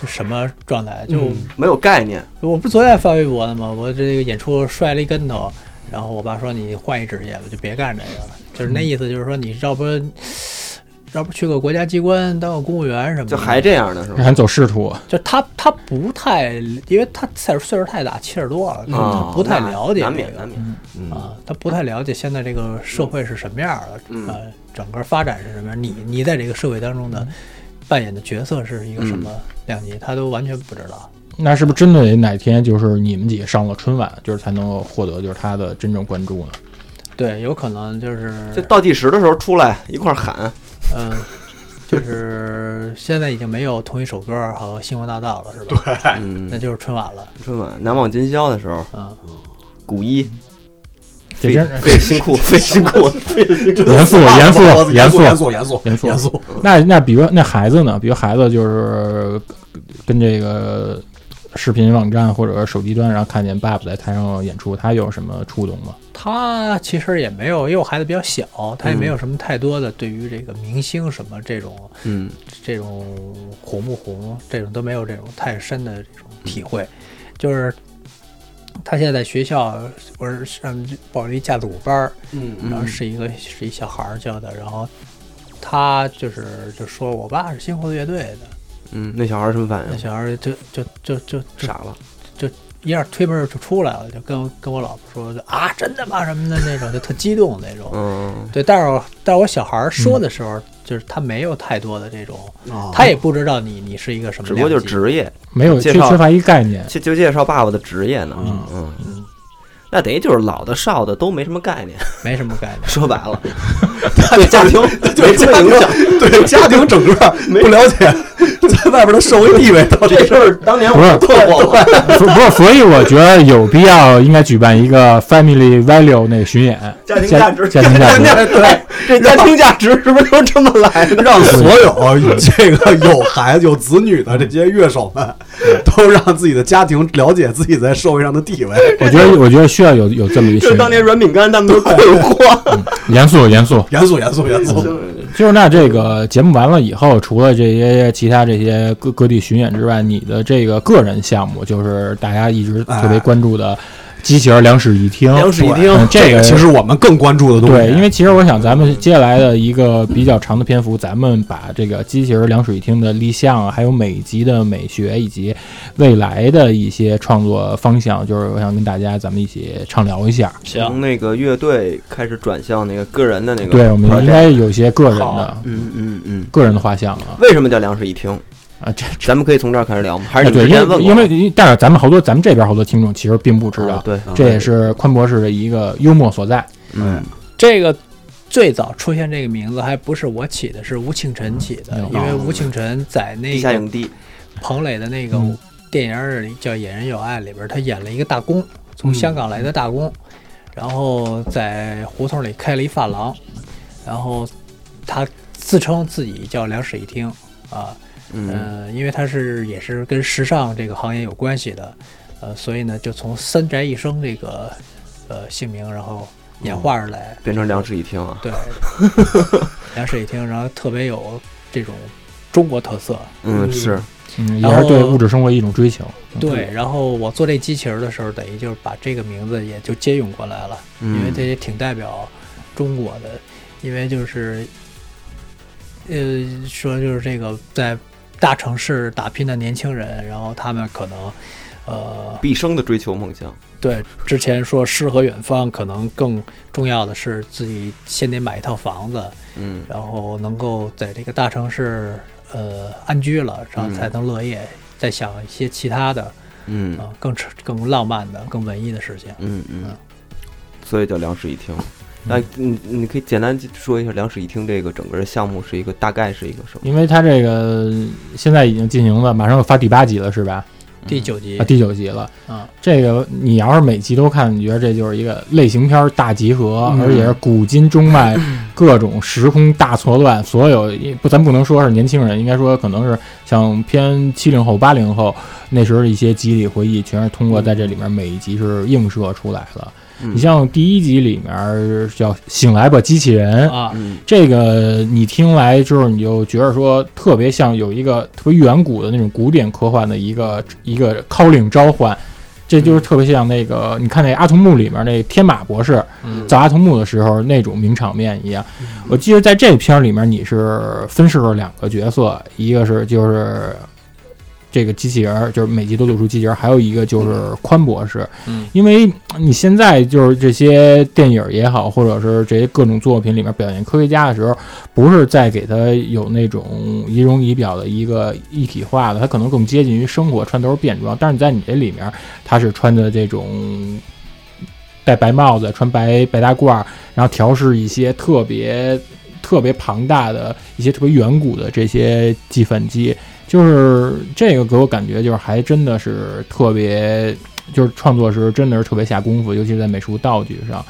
Speaker 2: 就什么状态，就
Speaker 1: 没有概念，
Speaker 2: 我不是昨天发微博了吗？我这个演出摔了一跟头，然后我爸说你换一职业吧，就别干这个了，就是那意思，就是说你要不要不去个国家机关当个公务员什么的，
Speaker 1: 就还这样呢，是吧？
Speaker 5: 还走仕途，
Speaker 2: 就他他不太，因为他岁数岁数太大，七十多了，可能
Speaker 1: 啊
Speaker 2: 嗯 他，不太了解、这个
Speaker 1: 难免难免，
Speaker 2: 啊，他不太了解现在这个社会是什么样的，
Speaker 1: 嗯
Speaker 2: 呃，整个发展是什么样，你你在这个社会当中的扮演的角色是一个什么量级，他都完全不知道。
Speaker 5: 那是不是真的得哪天就是你们几个上了春晚，就是才能够获得就是他的真正关注呢？
Speaker 2: 对，有可能就是
Speaker 1: 就倒计时的时候出来一块儿喊，
Speaker 2: 嗯，就是现在已经没有同一首歌和星光大道了，是吧？对，那
Speaker 1: 嗯，
Speaker 2: 就是春晚了。
Speaker 1: 春晚难忘今宵的时候，
Speaker 2: 嗯，
Speaker 1: 古一。
Speaker 5: 这
Speaker 1: 费
Speaker 5: 真
Speaker 1: 费辛 苦，费辛苦，
Speaker 5: 严肃， 严肃，
Speaker 3: 严
Speaker 5: 严肃，
Speaker 3: 严肃，严肃，
Speaker 5: 严肃
Speaker 3: 严肃。
Speaker 5: 那那比如那孩子呢？比如孩子就是跟这个视频网站或者手机端，然后看见爸爸在台上演出，他有什么触动吗？
Speaker 2: 他其实也没有，因为我孩子比较小，他也没有什么太多的对于这个明星什么这种
Speaker 1: 嗯，
Speaker 2: 这种红不红这种都没有这种太深的这种体会，就是他现在在学校，我是上报了一架子鼓班儿，
Speaker 3: 嗯
Speaker 2: 然后是一个是一小孩儿教的，然后他就是就说我爸是星火乐队的，
Speaker 1: 嗯，那小孩儿什么反
Speaker 2: 那
Speaker 1: 应？
Speaker 2: 小孩儿就就就就就
Speaker 1: 傻了，
Speaker 2: 一下推门就出来了，就跟我跟我老婆说啊，真的吗？什么的那种，就特激动那种。
Speaker 1: 嗯，
Speaker 2: 对，但是我但是我小孩儿说的时候，就是他没有太多的这种，
Speaker 3: 啊
Speaker 2: 他也不知道你你是一个什么
Speaker 1: 只
Speaker 2: 量
Speaker 1: 不
Speaker 2: 级，
Speaker 1: 过就是职业，
Speaker 5: 没有，
Speaker 1: 介
Speaker 5: 缺
Speaker 1: 绍
Speaker 5: 缺乏一个概念。
Speaker 1: 就就介绍爸爸的职业呢，
Speaker 3: 嗯
Speaker 1: 嗯，那等于就是老的少的都没什么概念。
Speaker 2: 没什么概 念。
Speaker 1: 说白 了，对家庭
Speaker 3: 对
Speaker 1: 没
Speaker 3: 家
Speaker 1: 影
Speaker 3: 庭
Speaker 1: 响。，
Speaker 3: 对家庭整个不了解，在外边的社会地位到底
Speaker 1: 这事儿当年
Speaker 5: 不 是
Speaker 1: 我做过，
Speaker 5: 不不是，所以我觉得有必要应该举办一个 family value 那个巡演，
Speaker 1: 家庭价值
Speaker 5: 家庭价值，
Speaker 1: 对，这家庭价值是不是都这么来的？
Speaker 3: 让所有这个有孩子、有子女的这些乐手们，都让自己的家庭了解自己在社会上的地位。
Speaker 5: 我觉得我觉得需要有有这么一个
Speaker 1: 就是
Speaker 5: 巡
Speaker 1: 当年
Speaker 5: 演，
Speaker 1: 软饼干他们的困惑。
Speaker 5: 严肃严肃。
Speaker 3: 严肃，严肃，严肃。
Speaker 5: 就是那这个节目完了以后，除了这些其他这些各各地巡演之外，你的这个个人项目就是大家一直特别关注的机器人两室一厅。
Speaker 1: 两室一厅
Speaker 5: 嗯 这个
Speaker 3: 其实我们更关注的东西，
Speaker 5: 对，因为其实我想，咱们接下来的一个比较长的篇幅，咱们把这个机器人凉水厅的立项啊，还有每集的美学以及未来的一些创作方向，就是我想跟大家咱们一起畅聊一下。
Speaker 1: 从那个乐队开始转向那个个人的那个，
Speaker 5: 对，我们应该，有一些个人的
Speaker 2: 好
Speaker 1: 嗯嗯嗯。
Speaker 5: 个人的画像啊
Speaker 1: 为什么叫两室一厅？
Speaker 5: 啊，这
Speaker 1: 咱们可以从这儿开始聊吗？还
Speaker 5: 啊
Speaker 1: 是你
Speaker 5: 对，
Speaker 1: 之
Speaker 5: 因
Speaker 1: 前问
Speaker 5: 为
Speaker 1: 过？
Speaker 5: 因为但是咱们好多咱们这边好多听众其实并不知
Speaker 1: 啊
Speaker 5: 道，
Speaker 1: 对，
Speaker 5: 这也是宽博士的一个幽默所在。
Speaker 1: 嗯，
Speaker 2: 这个最早出现这个名字还不是我起的，是吴庆辰起的，
Speaker 5: 嗯
Speaker 2: 因为吴庆辰在
Speaker 1: 地
Speaker 2: 那
Speaker 1: 下
Speaker 2: 个
Speaker 1: 影帝，
Speaker 2: 彭磊的那个
Speaker 5: 嗯
Speaker 2: 电影里叫《野人有爱》里边，他演了一个打工，
Speaker 5: 嗯
Speaker 2: 从香港来的打工，然后在胡同里开了一发廊，然后他自称自己叫两室一厅啊，
Speaker 1: 嗯，
Speaker 2: 呃，因为他是也是跟时尚这个行业有关系的，呃，所以呢就从三宅一生这个呃姓名，然后演化而来，
Speaker 1: 变成两室一厅啊。
Speaker 2: 对，两室一厅，然后特别有这种中国特色，
Speaker 1: 嗯，是，
Speaker 5: 嗯，也
Speaker 2: 然
Speaker 5: 是
Speaker 2: 后
Speaker 5: 对物质生活一种追求。嗯，
Speaker 2: 对，然后我做这机器人儿的时候，等于就是把这个名字也就借用过来了，因为
Speaker 1: 嗯
Speaker 2: 这也挺代表中国的，因为就是，呃，说就是这个在大城市打拼的年轻人，然后他们可能，呃，
Speaker 1: 毕生的追求梦想。
Speaker 2: 对之前说诗和远方，可能更重要的是自己先得买一套房子，
Speaker 1: 嗯
Speaker 2: 然后能够在这个大城市呃安居了，然后才
Speaker 1: 嗯
Speaker 2: 能乐业，再想一些其他的。
Speaker 1: 嗯
Speaker 2: 啊，更成更浪漫的、更文艺的事情。
Speaker 1: 嗯嗯
Speaker 5: 啊
Speaker 2: 嗯，
Speaker 1: 所以叫两室一
Speaker 5: 嗯
Speaker 1: 厅。那你你可以简单说一下两室一厅这个整个的项目是一个大概是一个什么？
Speaker 5: 因为他这个现在已经进行了，马上要发第八集了，是吧？
Speaker 2: 第九集
Speaker 5: 啊，第九集了。
Speaker 2: 啊，
Speaker 5: 这个你要是每集都看，你觉得这就是一个类型片儿大集合，
Speaker 2: 嗯
Speaker 5: 而且是古今 中外各种时空大错乱，所有不，咱不能说是年轻人，应该说可能是像偏七零后、八零后那时候的一些集体回忆，全是通过在这里面每一集是映射出来的。
Speaker 1: 嗯
Speaker 5: 你像第一集里面叫《醒来吧，机器人》
Speaker 2: 啊，
Speaker 1: 嗯
Speaker 5: 这个你听来之后，你就觉得说特别像有一个特别远古的那种古典科幻的一个一个 calling 召唤，这就是特别像那个你看那《阿童木》里面那天马博士
Speaker 2: 嗯
Speaker 5: 造阿童木的时候那种名场面一样。我记得在这片儿里面，你是分饰了两个角色，一个是就是这个机器人儿，就是每集都露出机器人儿，还有一个就是宽博士。
Speaker 2: 嗯
Speaker 5: 因为你现在就是这些电影也好，或者是这些各种作品里面表现科学家的时候，不是在给他有那种仪容仪表的一个一体化的，他可能更接近于生活，穿都是便装。但是你在你这里面，他是穿的这种戴白帽子、穿白白大褂，然后调试一些特别特别庞大的一些特别远古的这些计算机。就是这个给我感觉，就是还真的是特别就是创作时真的是特别下功夫，尤其是在美术道具上。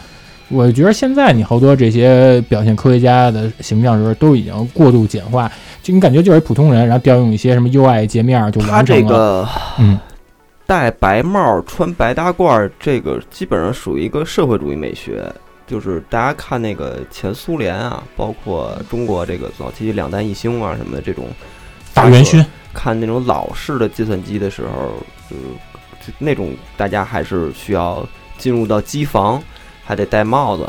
Speaker 5: 我觉得现在你好多这些表现科学家的形象时候都已经过度简化，就你感觉就是普通人，然后调用一些什么 UI 界面就
Speaker 1: 他
Speaker 5: 完
Speaker 1: 这
Speaker 5: 成了。
Speaker 1: 个
Speaker 5: 嗯，
Speaker 1: 戴白帽、穿白大褂儿，这个基本上属于一个社会主义美学。就是大家看那个前苏联啊，包括中国这个早期两弹一星啊什么的这种
Speaker 5: 大元勋，
Speaker 1: 看那种老式的计算机的时候，就是就那种大家还是需要进入到机房，还得戴帽子，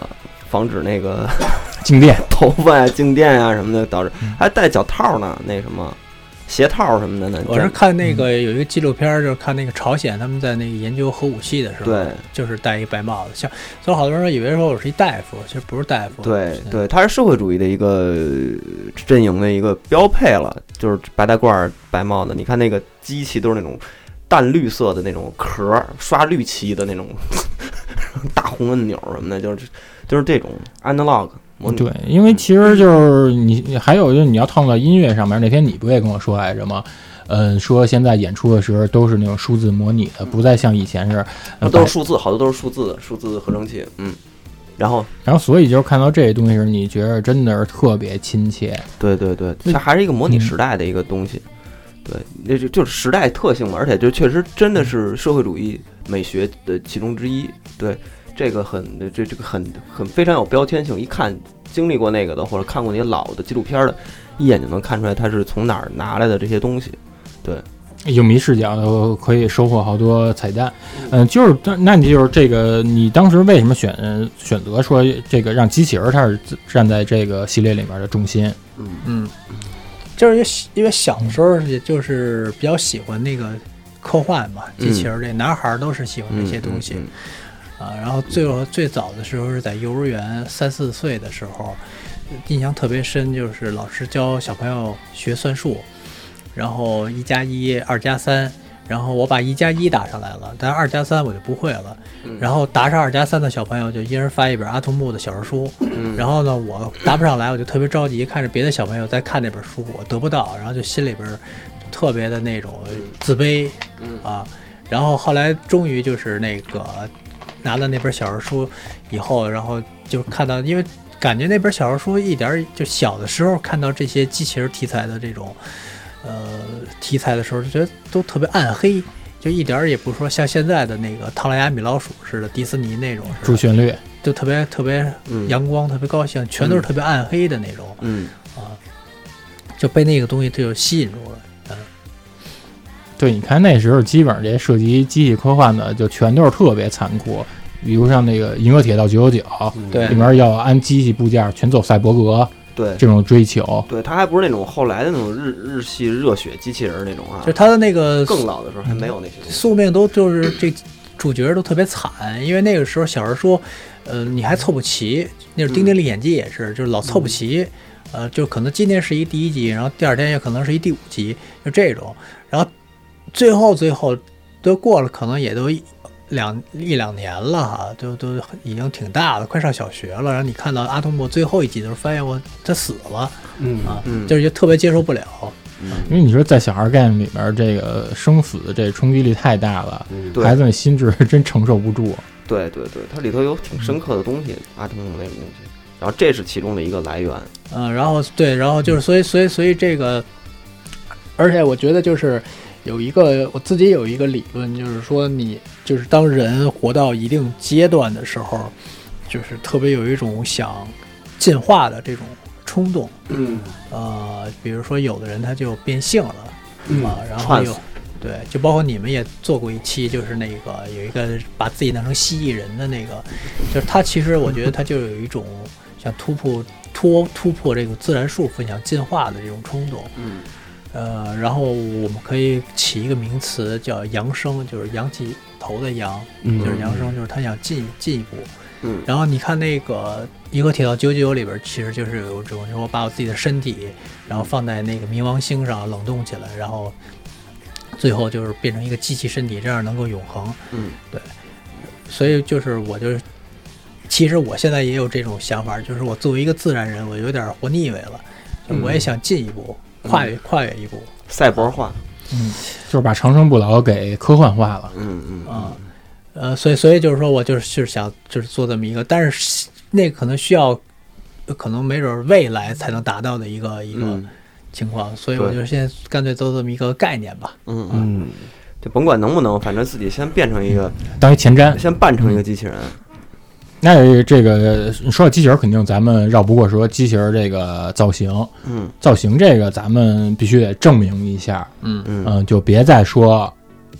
Speaker 1: 防止那个
Speaker 5: 静电，
Speaker 1: 头发呀、静电啊呀、什么的导致
Speaker 5: 嗯，
Speaker 1: 还戴脚套呢，那什么鞋套什么的呢。
Speaker 2: 我是看那个有一个纪录片儿，就是看那个朝鲜他们在那个研究核武器的时候，
Speaker 1: 对，
Speaker 2: 就是戴一白帽子，像所以好多人以为说我是一大夫，其实不是大夫，
Speaker 1: 对
Speaker 2: 是，
Speaker 1: 对，它是社会主义的一个呃阵营的一个标配了，就是白大褂儿、白帽子。你看那个机器都是那种淡绿色的那种壳儿，刷绿漆的那种， 大红按钮什么的，就是就是这种 analog 模拟。
Speaker 5: 对，因为其实就是你，你还有就是你要套到音乐上面，那天你不也跟我说来着吗？嗯，说现在演出的时候都是那种数字模拟的，不再像以前是，呃
Speaker 1: 都是数字，好多都是数字的，数字合成器，嗯。然后，
Speaker 5: 然后所以就是看到这些东西时，你觉得真的是特别亲切。
Speaker 1: 对对对，它还是一个模拟时代的一个东西，对，那就就是时代特性嘛，而且就确实真的是社会主义美学的其中之一，对，这个很这这个很很非常有标签性，一看经历过那个的或者看过那些老的纪录片的，一眼就能看出来它是从哪儿拿来的这些东西，
Speaker 5: 影迷视角的可以收获好多彩蛋，嗯、就是那那你就是这个，你当时为什么选选择说这个让机器人它是站在这个系列里面的重心？
Speaker 1: 嗯，
Speaker 2: 嗯，就是因为小的时候，也就是比较喜欢那个科幻嘛，
Speaker 1: 嗯
Speaker 2: 机器人儿这男孩儿都是喜欢这些东西
Speaker 1: 嗯嗯
Speaker 2: 啊。然后最后最早的时候是在幼儿园三四岁的时候，印象特别深，就是老师教小朋友学算术，然后一加一、二加三。然后我把一加一答上来了，但是二加三我就不会了。
Speaker 1: 嗯
Speaker 2: 然后答上二加三的小朋友就一人发一本阿童木的小人书，
Speaker 1: 嗯
Speaker 2: 然后呢，我答不上来，我就特别着急，看着别的小朋友在看那本书，我得不到，然后就心里边儿特别的那种自卑
Speaker 1: 嗯
Speaker 2: 啊。然后后来终于就是那个拿了那本小人书以后，然后就看到，因为感觉那本小人书一点儿就小的时候看到这些机器人题材的这种呃题材的时候，就觉得都特别暗黑。就一点儿也不说像现在的那个《唐老鸭米老鼠》似的，迪士尼那种似
Speaker 5: 主
Speaker 2: 的，
Speaker 5: 旋律，
Speaker 2: 就特别特别
Speaker 1: 嗯
Speaker 2: 阳光特别高兴，全都是特别暗黑的那种，
Speaker 1: 嗯
Speaker 2: 就被那个东西就吸引住了。
Speaker 5: 对，你看那时候基本上这些涉及机器科幻的，就全都是特别残酷，比如像那个《银河铁道九九九》，
Speaker 2: 嗯对
Speaker 5: 里面要按机器部件全走赛博格
Speaker 1: 对
Speaker 5: 这种追求，
Speaker 1: 对，它还不是那种后来的那种日日系热血机器人儿那种啊
Speaker 2: 就是，他的那个
Speaker 1: 更老的时候还没有那些东西。
Speaker 2: 宿命都就是这主角都特别惨，因为那个时候小人说，呃，你还凑不齐，那是《丁丁历险记》也是，就是老凑不齐，呃，就可能今天是一第一集，然后第二天也可能是一第五集，就这种，然后最后最后都过了，可能也都一两一两年了哈，都都已经挺大了，快上小学了，然后你看到阿童木最后一集的时候，发现我他死了
Speaker 3: 嗯
Speaker 2: 啊，
Speaker 1: 嗯
Speaker 2: 就是就特别接受不了，
Speaker 5: 因为你说在小孩概念里面，这个生死这冲击力太大了，
Speaker 3: 嗯
Speaker 1: 对
Speaker 5: 孩子们心智 真承受不住。
Speaker 1: 对对对，它里头有挺深刻的东西，
Speaker 3: 嗯
Speaker 1: 阿童木那种东西。然后这是其中的一个来源，
Speaker 2: 嗯，然后对，然后就是所以所以所以这个，而且我觉得就是有一个我自己有一个理论，就是说你就是当人活到一定阶段的时候，就是特别有一种想进化的这种冲动。
Speaker 3: 嗯
Speaker 2: 呃，比如说有的人他就变性了。啊
Speaker 3: 嗯，
Speaker 2: 然后
Speaker 1: 串
Speaker 2: 有
Speaker 1: 死
Speaker 2: 对，就包括你们也做过一期，就是那个有一个把自己当成蜥蜴人的那个，就是他其实我觉得他就有一种想突破突突破这个自然束缚、想进化的这种冲动。
Speaker 1: 嗯，
Speaker 2: 呃，然后我们可以起一个名词叫“扬升”，就是扬起头的扬，
Speaker 5: 嗯
Speaker 2: 就是扬升，就是他想进进一步。
Speaker 1: 嗯
Speaker 2: 然后你看那个《银河铁道九九九》里边，其实就是有这种，就是我把我自己的身体，然后放在那个冥王星上冷冻起来，然后最后就是变成一个机器身体，这样能够永恒。
Speaker 1: 嗯，
Speaker 2: 对。所以就是我就是，其实我现在也有这种想法，就是我作为一个自然人，我有点活腻味了，就
Speaker 1: 嗯
Speaker 2: 我也想进一步，跨越跨越一步
Speaker 1: 赛博化，
Speaker 5: 嗯，就是把长生不老给科幻化了。
Speaker 1: 嗯嗯
Speaker 2: 啊。呃，所以所以就是说我就是就是想就是做这么一个，但是那可能需要。可能没准儿未来才能达到的一个一个、
Speaker 1: 嗯
Speaker 2: 情况，所以
Speaker 1: 对
Speaker 2: 我就现在干脆都这么一个概念吧。
Speaker 1: 嗯嗯，
Speaker 3: 嗯，
Speaker 1: 就甭管能不能，反正自己先变成一个，
Speaker 5: 当一前瞻，
Speaker 1: 先扮成一个机器人，
Speaker 5: 那这个你说到机器人，肯定咱们绕不过说机器人这个造型，
Speaker 1: 嗯
Speaker 5: 造型这个咱们必须得证明一下，
Speaker 2: 嗯
Speaker 1: 嗯，
Speaker 5: 嗯，就别再说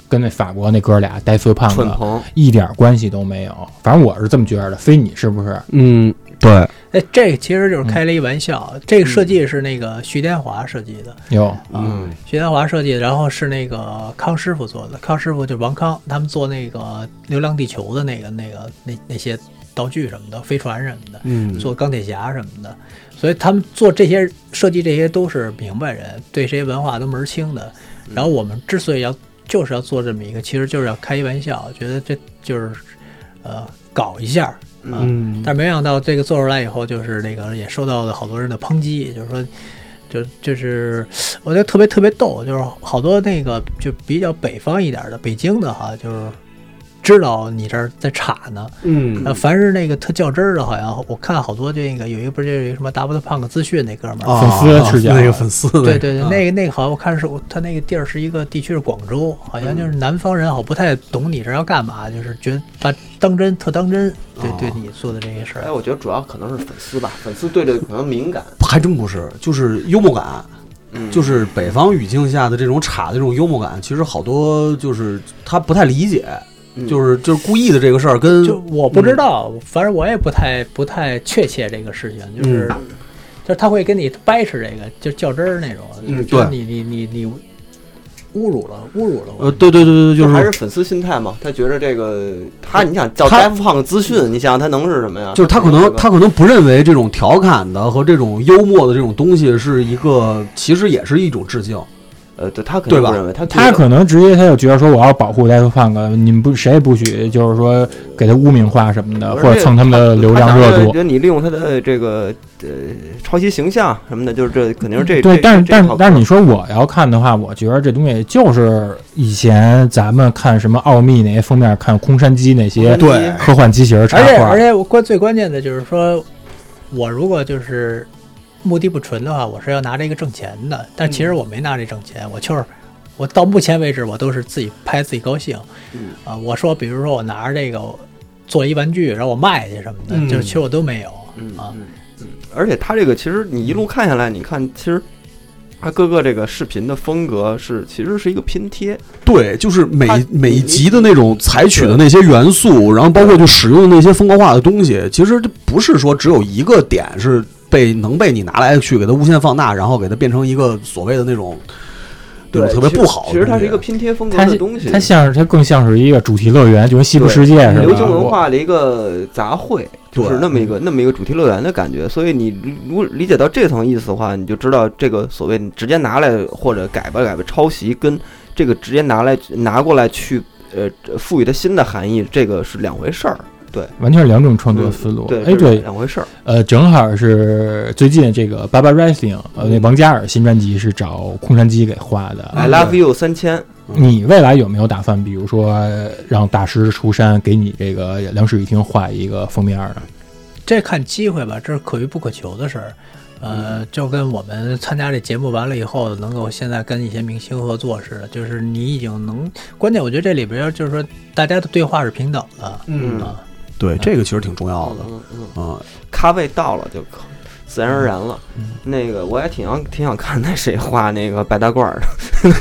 Speaker 5: 跟那法国那哥俩呆碎胖
Speaker 1: 蠢
Speaker 5: 子
Speaker 1: 鹏，
Speaker 5: 一点关系都没有，反正我是这么觉着的，非你是不是？
Speaker 3: 嗯，对，
Speaker 2: 哎，这其实就是开了一玩笑。这个设计是那个徐天华设计的，
Speaker 5: 哟，
Speaker 1: 嗯
Speaker 2: 啊徐天华设计的，然后是那个康师傅做的。康师傅就是王康，他们做那个《流浪地球》的那个、那个、那那些道具什么的，飞船什么的，
Speaker 3: 嗯，
Speaker 2: 做钢铁侠什么的。所以他们做这些设计，这些都是明白人，对这些文化都门儿清的。然后我们之所以要就是要做这么一个，其实就是要开一玩笑，觉得这就是呃搞一下儿，
Speaker 3: 嗯，
Speaker 2: 但没想到这个做出来以后，就是那个也受到了好多人的抨击，就是说，就就是我觉得特别特别逗，就是好多那个就比较北方一点的北京的哈，就是知道你这儿在插呢，
Speaker 3: 嗯
Speaker 2: 呃，凡是那个特较真儿的，好像我看好多这个有一个不是有一个什么 W Punk 资讯那哥们儿。
Speaker 3: 啊
Speaker 5: 粉丝吃饺子
Speaker 3: 那个粉丝，
Speaker 2: 对对对，
Speaker 3: 啊
Speaker 2: 那个那个好像我看是我他那个地儿是一个地区是广州，好像
Speaker 3: 嗯
Speaker 2: 就是南方人好像不太懂你这要干嘛，就是觉得把当真特当真，对对
Speaker 3: 哦
Speaker 2: 你做的这些事儿
Speaker 1: 哎，。我觉得主要可能是粉丝吧，粉丝对这个可能敏感。
Speaker 3: 还真不是，就是幽默感，
Speaker 1: 嗯，
Speaker 3: 就是北方语境下的这种插的这种幽默感，其实好多就是他不太理解，
Speaker 1: 嗯
Speaker 3: 就是就是故意的这个事儿跟
Speaker 2: 就我不知道，反正我也不太不太确切这个事情，
Speaker 3: 嗯
Speaker 2: 就是、就是他会跟你掰扯这个，就较真儿那种，
Speaker 3: 嗯
Speaker 2: 就是
Speaker 3: 对
Speaker 2: 你你你你侮辱了侮辱了我，
Speaker 3: 呃，对对对对，对就
Speaker 1: 还
Speaker 3: 是
Speaker 1: 是粉丝心态嘛，他觉得这个他，你想叫
Speaker 3: 他
Speaker 1: Def Punk 资讯，你想想他能是什么呀？
Speaker 3: 就是他可
Speaker 1: 对
Speaker 3: 能
Speaker 1: 吧
Speaker 3: 他可能不认为这种调侃的和这种幽默的这种东西是一个，其实也是一种致敬。
Speaker 1: 呃，对他肯定
Speaker 3: 对吧
Speaker 1: 不认为他
Speaker 5: 他
Speaker 1: 觉得
Speaker 5: 可能直接他就觉得说我要保护 d a f p u n 你们不谁也不许，就是说给他污名化什么的，
Speaker 1: 不是
Speaker 5: 呃或者
Speaker 1: 这
Speaker 5: 蹭他们的流量
Speaker 1: 他想
Speaker 5: 热
Speaker 1: 着
Speaker 5: 度
Speaker 1: 觉。得你利用他的这个呃抄袭形象什么的，就是这肯定是这
Speaker 5: 对，
Speaker 1: 这
Speaker 5: 但是
Speaker 1: 这
Speaker 5: 但是
Speaker 1: 套
Speaker 5: 但是你说我要看的话，我觉得这东西就是以前咱们看什么奥秘那些封面看空山鸡那些
Speaker 1: 对
Speaker 5: 科幻机器人插
Speaker 2: 而且
Speaker 5: 画
Speaker 2: 而，且我关最关键的就是说，我如果就是目的不纯的话，我是要拿这个挣钱的，但其实我没拿这挣
Speaker 3: 嗯
Speaker 2: 钱，我就是我到目前为止我都是自己拍自己高兴，
Speaker 1: 嗯
Speaker 2: 啊，我说比如说我拿着这个做一玩具，然后我卖去什么的，
Speaker 3: 嗯
Speaker 2: 就是其实我都没有
Speaker 1: 嗯
Speaker 2: 啊。
Speaker 1: 嗯嗯，而且他这个其实你一路看下来，你看其实他各个这个视频的风格是其实是一个拼贴，
Speaker 3: 对，就是每
Speaker 1: 他
Speaker 3: 每一集的那种采取的那些元素，然后包括就使用那些风格化的东西，其实这不是说只有一个点是被能被你拿来去给它无限放大，然后给它变成一个所谓的那种那种特别
Speaker 1: 其实
Speaker 3: 不好的
Speaker 1: 其实它是
Speaker 3: 东西啊
Speaker 1: 一个拼贴风格
Speaker 5: 它
Speaker 1: 的
Speaker 5: 是
Speaker 1: 东西，
Speaker 5: 它像是它更像是一个主题乐园，就跟西部
Speaker 1: 对
Speaker 5: 世界似的。
Speaker 1: 流行文
Speaker 5: 我
Speaker 1: 化的一个杂烩，就是
Speaker 3: 对
Speaker 1: 那么一
Speaker 5: 嗯
Speaker 1: 个那么一个主题乐园的感觉。所以你如果理解到这层意思的话，你就知道这个所谓你直接拿来或者改吧改吧抄袭，跟这个直接拿来拿过来去呃赋予它新的含义，这个是两回事儿。
Speaker 5: 完全是两种创作思路。
Speaker 1: 嗯对，
Speaker 5: 哎，
Speaker 1: 这是
Speaker 5: 对，
Speaker 1: 两回事儿。
Speaker 5: 呃，正好是最近这个《Baba Rising》呃，那王嘉尔新专辑是找空山鸡给画的。
Speaker 1: 嗯 I love you 三
Speaker 5: 嗯
Speaker 1: 千，
Speaker 5: 你未来有没有打算，比如说呃让大师出山给你这个《梁氏雨厅》画一个封面呢？
Speaker 2: 这看机会吧，这是可遇不可求的事儿。呃，
Speaker 1: 嗯
Speaker 2: 就跟我们参加这节目完了以后，能够现在跟一些明星合作似的，就是你已经能，关键我觉得这里边儿就是说大家的对话是平等的，
Speaker 1: 嗯
Speaker 2: 啊，
Speaker 3: 对这个其实挺重要
Speaker 1: 好的，
Speaker 3: 的
Speaker 1: 嗯嗯，
Speaker 3: 啊。
Speaker 1: 咖位到了就
Speaker 5: 嗯
Speaker 1: 可自然而然了。那个我也挺想挺想看那谁画那个白大褂儿的，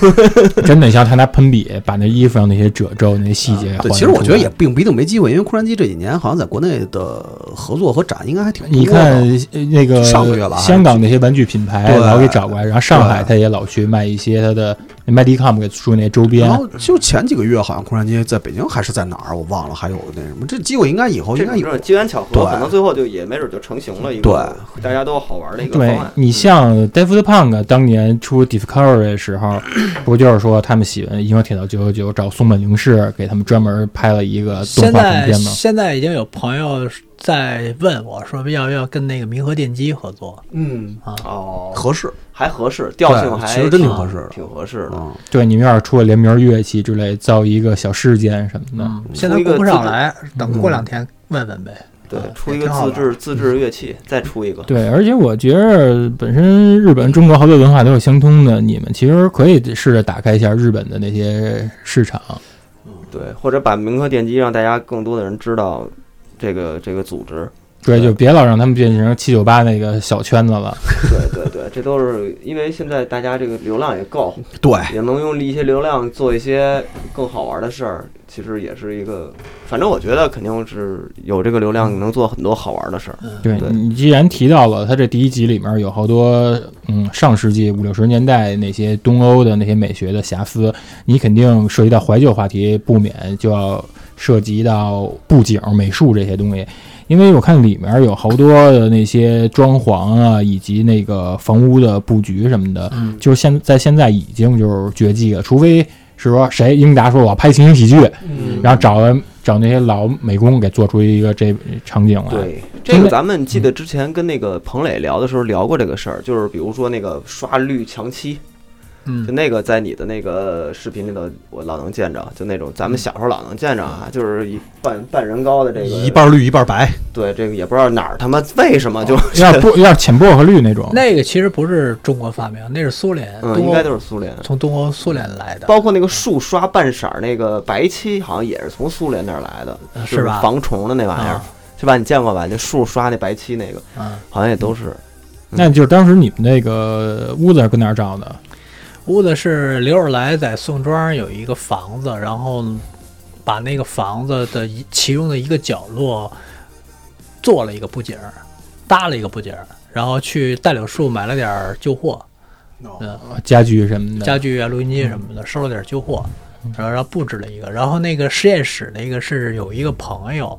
Speaker 5: 真的像他拿喷笔把那衣服上那些褶皱、那些细
Speaker 1: 嗯啊
Speaker 5: 节还原出
Speaker 3: 对，
Speaker 5: 来。
Speaker 3: 其实我觉得也并不一定没机会，因为空山鸡这几年好像在国内的合作和展应该还挺多的。
Speaker 5: 你看呃那个
Speaker 3: 上个月吧
Speaker 5: 香港那些玩具品牌
Speaker 3: 对
Speaker 5: 老给找过来，然后上海他也老去卖一些他的那 Medicom 给出那些周边
Speaker 3: 然。后就前几个月，好像空山鸡在北京还是在哪儿，我忘了，还有那什么，这机会应该以后
Speaker 1: 这
Speaker 3: 哦应该
Speaker 1: 种这
Speaker 3: 有。
Speaker 1: 种机缘巧合，
Speaker 3: 对
Speaker 1: 可能最后就也没准就成型了一个
Speaker 3: 对
Speaker 1: 大家都好玩的一个方
Speaker 5: 对
Speaker 1: 案。
Speaker 5: 你像 Daft Punk 当年出 Discovery 的时 候，不就是说他们喜欢《银河铁道九九九》找松本零士给他们专门拍了一个动
Speaker 2: 现
Speaker 5: 画短
Speaker 2: 在
Speaker 5: 片吗？
Speaker 2: 现在已经有朋友在问我说要不要跟那个明和电机合作，
Speaker 3: 嗯，
Speaker 1: 哦，
Speaker 3: 合适。
Speaker 1: 还合适，调性还
Speaker 3: 其实真挺合适的
Speaker 1: 挺合适的。
Speaker 3: 嗯，
Speaker 5: 对，你们要是出了联名乐器之类，造一个小事件什么的，
Speaker 3: 嗯
Speaker 2: 现在
Speaker 1: 出一个
Speaker 2: 顾不
Speaker 1: 自
Speaker 2: 上
Speaker 1: 制
Speaker 2: 来，等过两
Speaker 1: 嗯
Speaker 2: 天问问呗。
Speaker 1: 对
Speaker 2: 嗯，
Speaker 1: 出一
Speaker 2: 也
Speaker 1: 个
Speaker 2: 挺好
Speaker 1: 自
Speaker 2: 玩
Speaker 1: 制自制乐器，再出一个。
Speaker 5: 对，而且我觉着本身日本、中国好多文化都是相通的，你们其实可以试着打开一下日本的那些市场。
Speaker 1: 对，或者把民科电机让大家更多的人知道这个这个组织。
Speaker 5: 对，就别老让他们变成七九八那个小圈子了。
Speaker 1: 对对对，这都是因为现在大家这个流量也够，
Speaker 3: 对，
Speaker 1: 也能用一些流量做一些更好玩的事儿，其实也是一个，反正我觉得肯定是有这个流量能做很多好玩的事儿。
Speaker 5: 对
Speaker 1: 对
Speaker 5: 你既然提到了，它这第一集里面有好多嗯上世纪五六十年代那些东欧的那些美学的瑕疵，你肯定涉及到怀旧话题，不免就要涉及到布景、美术这些东西。因为我看里面有好多的那些装潢啊，以及那个房屋的布局什么的，就是现在现在已经就是绝迹了，除非是说谁英达说我要拍情景喜剧，然后找了找那些老美工给做出一个这场景来。
Speaker 1: 对，这个咱们记得之前跟那个彭磊聊的时候聊过这个事儿，就是比如说那个刷绿墙漆，就
Speaker 2: 嗯，
Speaker 1: 那个在你的那个视频里头我老能见着，就那种咱们小时候老能见着啊，就是一半半人高的这个，
Speaker 3: 一半绿一半白，
Speaker 1: 对这个也不知道哪儿他妈为什么就
Speaker 5: 有点薄，有点浅薄荷绿那种。
Speaker 2: 那个其实不是中国发明，那是苏联，
Speaker 1: 嗯，
Speaker 2: 东
Speaker 1: 应
Speaker 2: 欧
Speaker 1: 该都是苏联。
Speaker 2: 从东欧苏联来的，
Speaker 1: 包括那个树刷半色儿，那个白漆好像也是从苏联那儿来的，
Speaker 2: 嗯
Speaker 1: 就是
Speaker 2: 吧
Speaker 1: 防虫的那玩意儿
Speaker 2: 啊，
Speaker 1: 是吧？你见过吧？那树刷那白漆那个，
Speaker 2: 嗯，
Speaker 1: 好像也都是。
Speaker 5: 那就是当时你们那个屋子是跟哪儿找的？
Speaker 2: 屋子是刘尔来在宋庄有一个房子，然后把那个房子的一其中的一个角落做了一个布景儿，搭了一个布景儿，然后去大柳树买了点儿旧货，嗯，
Speaker 5: 家具什么的？
Speaker 2: 家具啊、录音机什么的，收了点旧货，然后然后布置了一个。然后那个实验室那个是有一个朋友，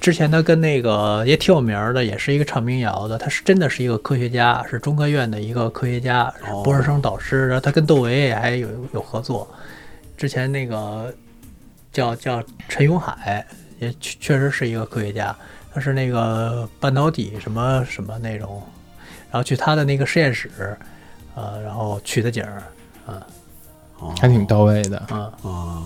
Speaker 2: 之前他跟那个也挺有名儿的，也是一个唱民谣的，他是真的是一个科学家，是中科院的一个科学家，是博士生导师。然后他跟窦唯也还有有合作。之前那个叫叫陈永海，也确确实是一个科学家，他是那个半导体什么什么那种，然后去他的那个实验室，呃，然后取的景儿，
Speaker 5: 还挺到位的。
Speaker 2: 嗯，
Speaker 3: 啊，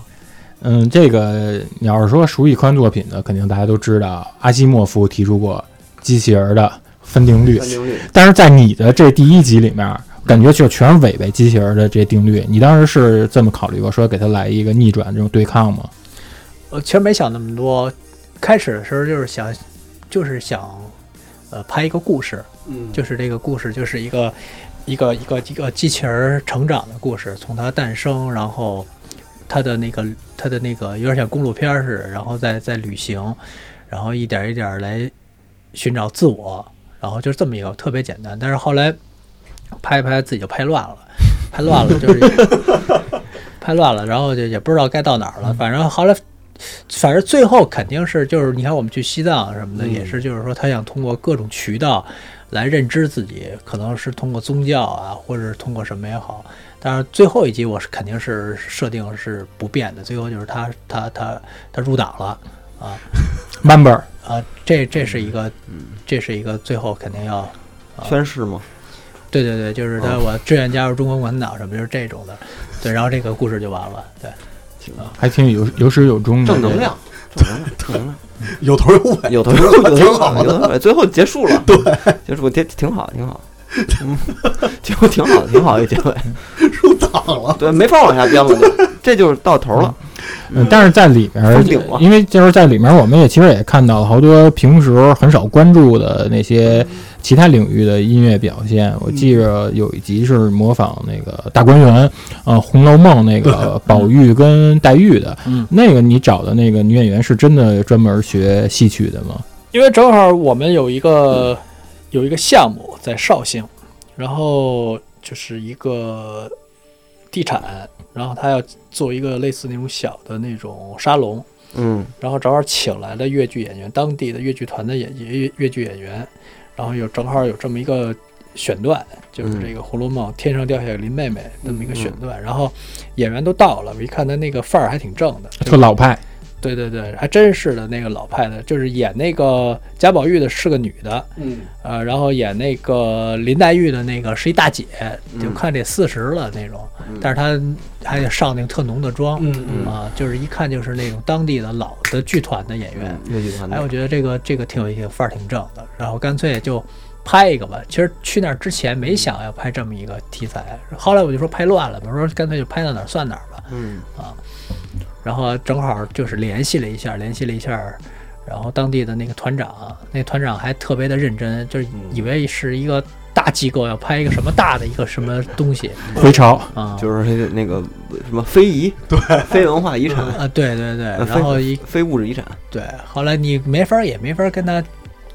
Speaker 5: 嗯，这个你要是说熟悉科幻作品的，肯定大家都知道，阿西莫夫提出过机器人的分定律
Speaker 1: 三，定律，
Speaker 5: 但是在你的这第一集里面，感觉就全是违背机器人的这定律。你当时是这么考虑过，说给他来一个逆转这种对抗吗？
Speaker 2: 我呃其实没想那么多，开始的时候就是想，就是想，呃，拍一个故事，
Speaker 3: 嗯
Speaker 2: 就是这个故事就是一个一个一个一个机器人儿成长的故事，从它诞生，然后它的那个它的那个有点像公路片儿似的，然后再再旅行，然后一点一点来寻找自我，然后就是这么一个特别简单。但是后来拍一拍自己就拍乱了，拍乱了就是拍乱了，然后就也不知道该到哪儿了，反正后来。反正最后肯定是就是你看我们去西藏什么的，也是就是说他想通过各种渠道来认知自己，可能是通过宗教啊，或者是通过什么也好。但是最后一集我是肯定是设定是不变的，最后就是他他他他入党了啊
Speaker 5: 曼贝尔，
Speaker 2: 啊，这这是一个这是一个最后肯定要
Speaker 1: 宣誓吗？
Speaker 2: 对对对，就是他我志愿加入中国共产党什么就是这种的，对，然后这个故事就完了，对。
Speaker 5: 还挺有有始有终的，
Speaker 1: 正能量，正能量，正能量。
Speaker 3: 有头有 尾，
Speaker 1: 有头有尾，
Speaker 3: 挺好的
Speaker 1: 有头有尾，最后结束了，对，结束挺挺好，挺好，嗯，结果挺好，挺好一结尾，
Speaker 3: 入党了，
Speaker 1: 对，没法往下编了，就这就是到头了，
Speaker 5: 嗯，但是在里面
Speaker 1: 封顶了，
Speaker 5: 因为就是在里面，我们也其实也看到了好多平时很少关注的那些其他领域的音乐表现。我记着有一集是模仿那个大观园，呃，《红楼梦》那个宝玉跟黛玉的，
Speaker 2: 嗯
Speaker 5: 那个你找的那个女演员是真的专门学戏曲的吗？
Speaker 2: 因为正好我们有一个、有一个项目在绍兴，然后就是一个地产，然后他要做一个类似那种小的那种沙龙，
Speaker 1: 嗯，
Speaker 2: 然后正好请来了越剧演员，当地的越剧团的演越越剧演员，然后有正好有这么一个选段，就是这个《红楼梦》天上掉下个林妹妹这么一个选段，然后演员都到了，我一看他那个范儿还挺正的，
Speaker 5: 特老派，
Speaker 2: 对对对，还真是的，那个老派的，就是演那个贾宝玉的是个女的，
Speaker 3: 嗯，
Speaker 2: 呃，然后演那个林黛玉的那个是一大姐，就
Speaker 1: 嗯
Speaker 2: 看这四十了那种，但是她还得上那个特浓的妆，
Speaker 3: 嗯
Speaker 2: 啊，就是一看就是那种当地的老的剧团的演员，
Speaker 1: 越嗯剧团
Speaker 2: 哎，我
Speaker 1: 的，
Speaker 2: 觉得这个这个挺有意思，范儿挺正的，然后干脆就拍一个吧。其实去那儿之前没想要拍这么一个题材，后来我就说拍乱了吧，我说干脆就拍到哪儿算哪儿吧，
Speaker 1: 嗯，
Speaker 2: 然后正好就是联系了一下，联系了一下，然后当地的那个团长，啊那团长还特别的认真，就是以为是一个大机构要拍一个什么大的一个什么东西
Speaker 5: 回潮。
Speaker 2: 啊，
Speaker 1: 就是那个那个什么非遗，对，非文化遗产，
Speaker 2: 啊，对对对，
Speaker 1: 呃非
Speaker 2: 然后一
Speaker 1: 非物质遗产，
Speaker 2: 对，后来你没法儿也没法儿跟他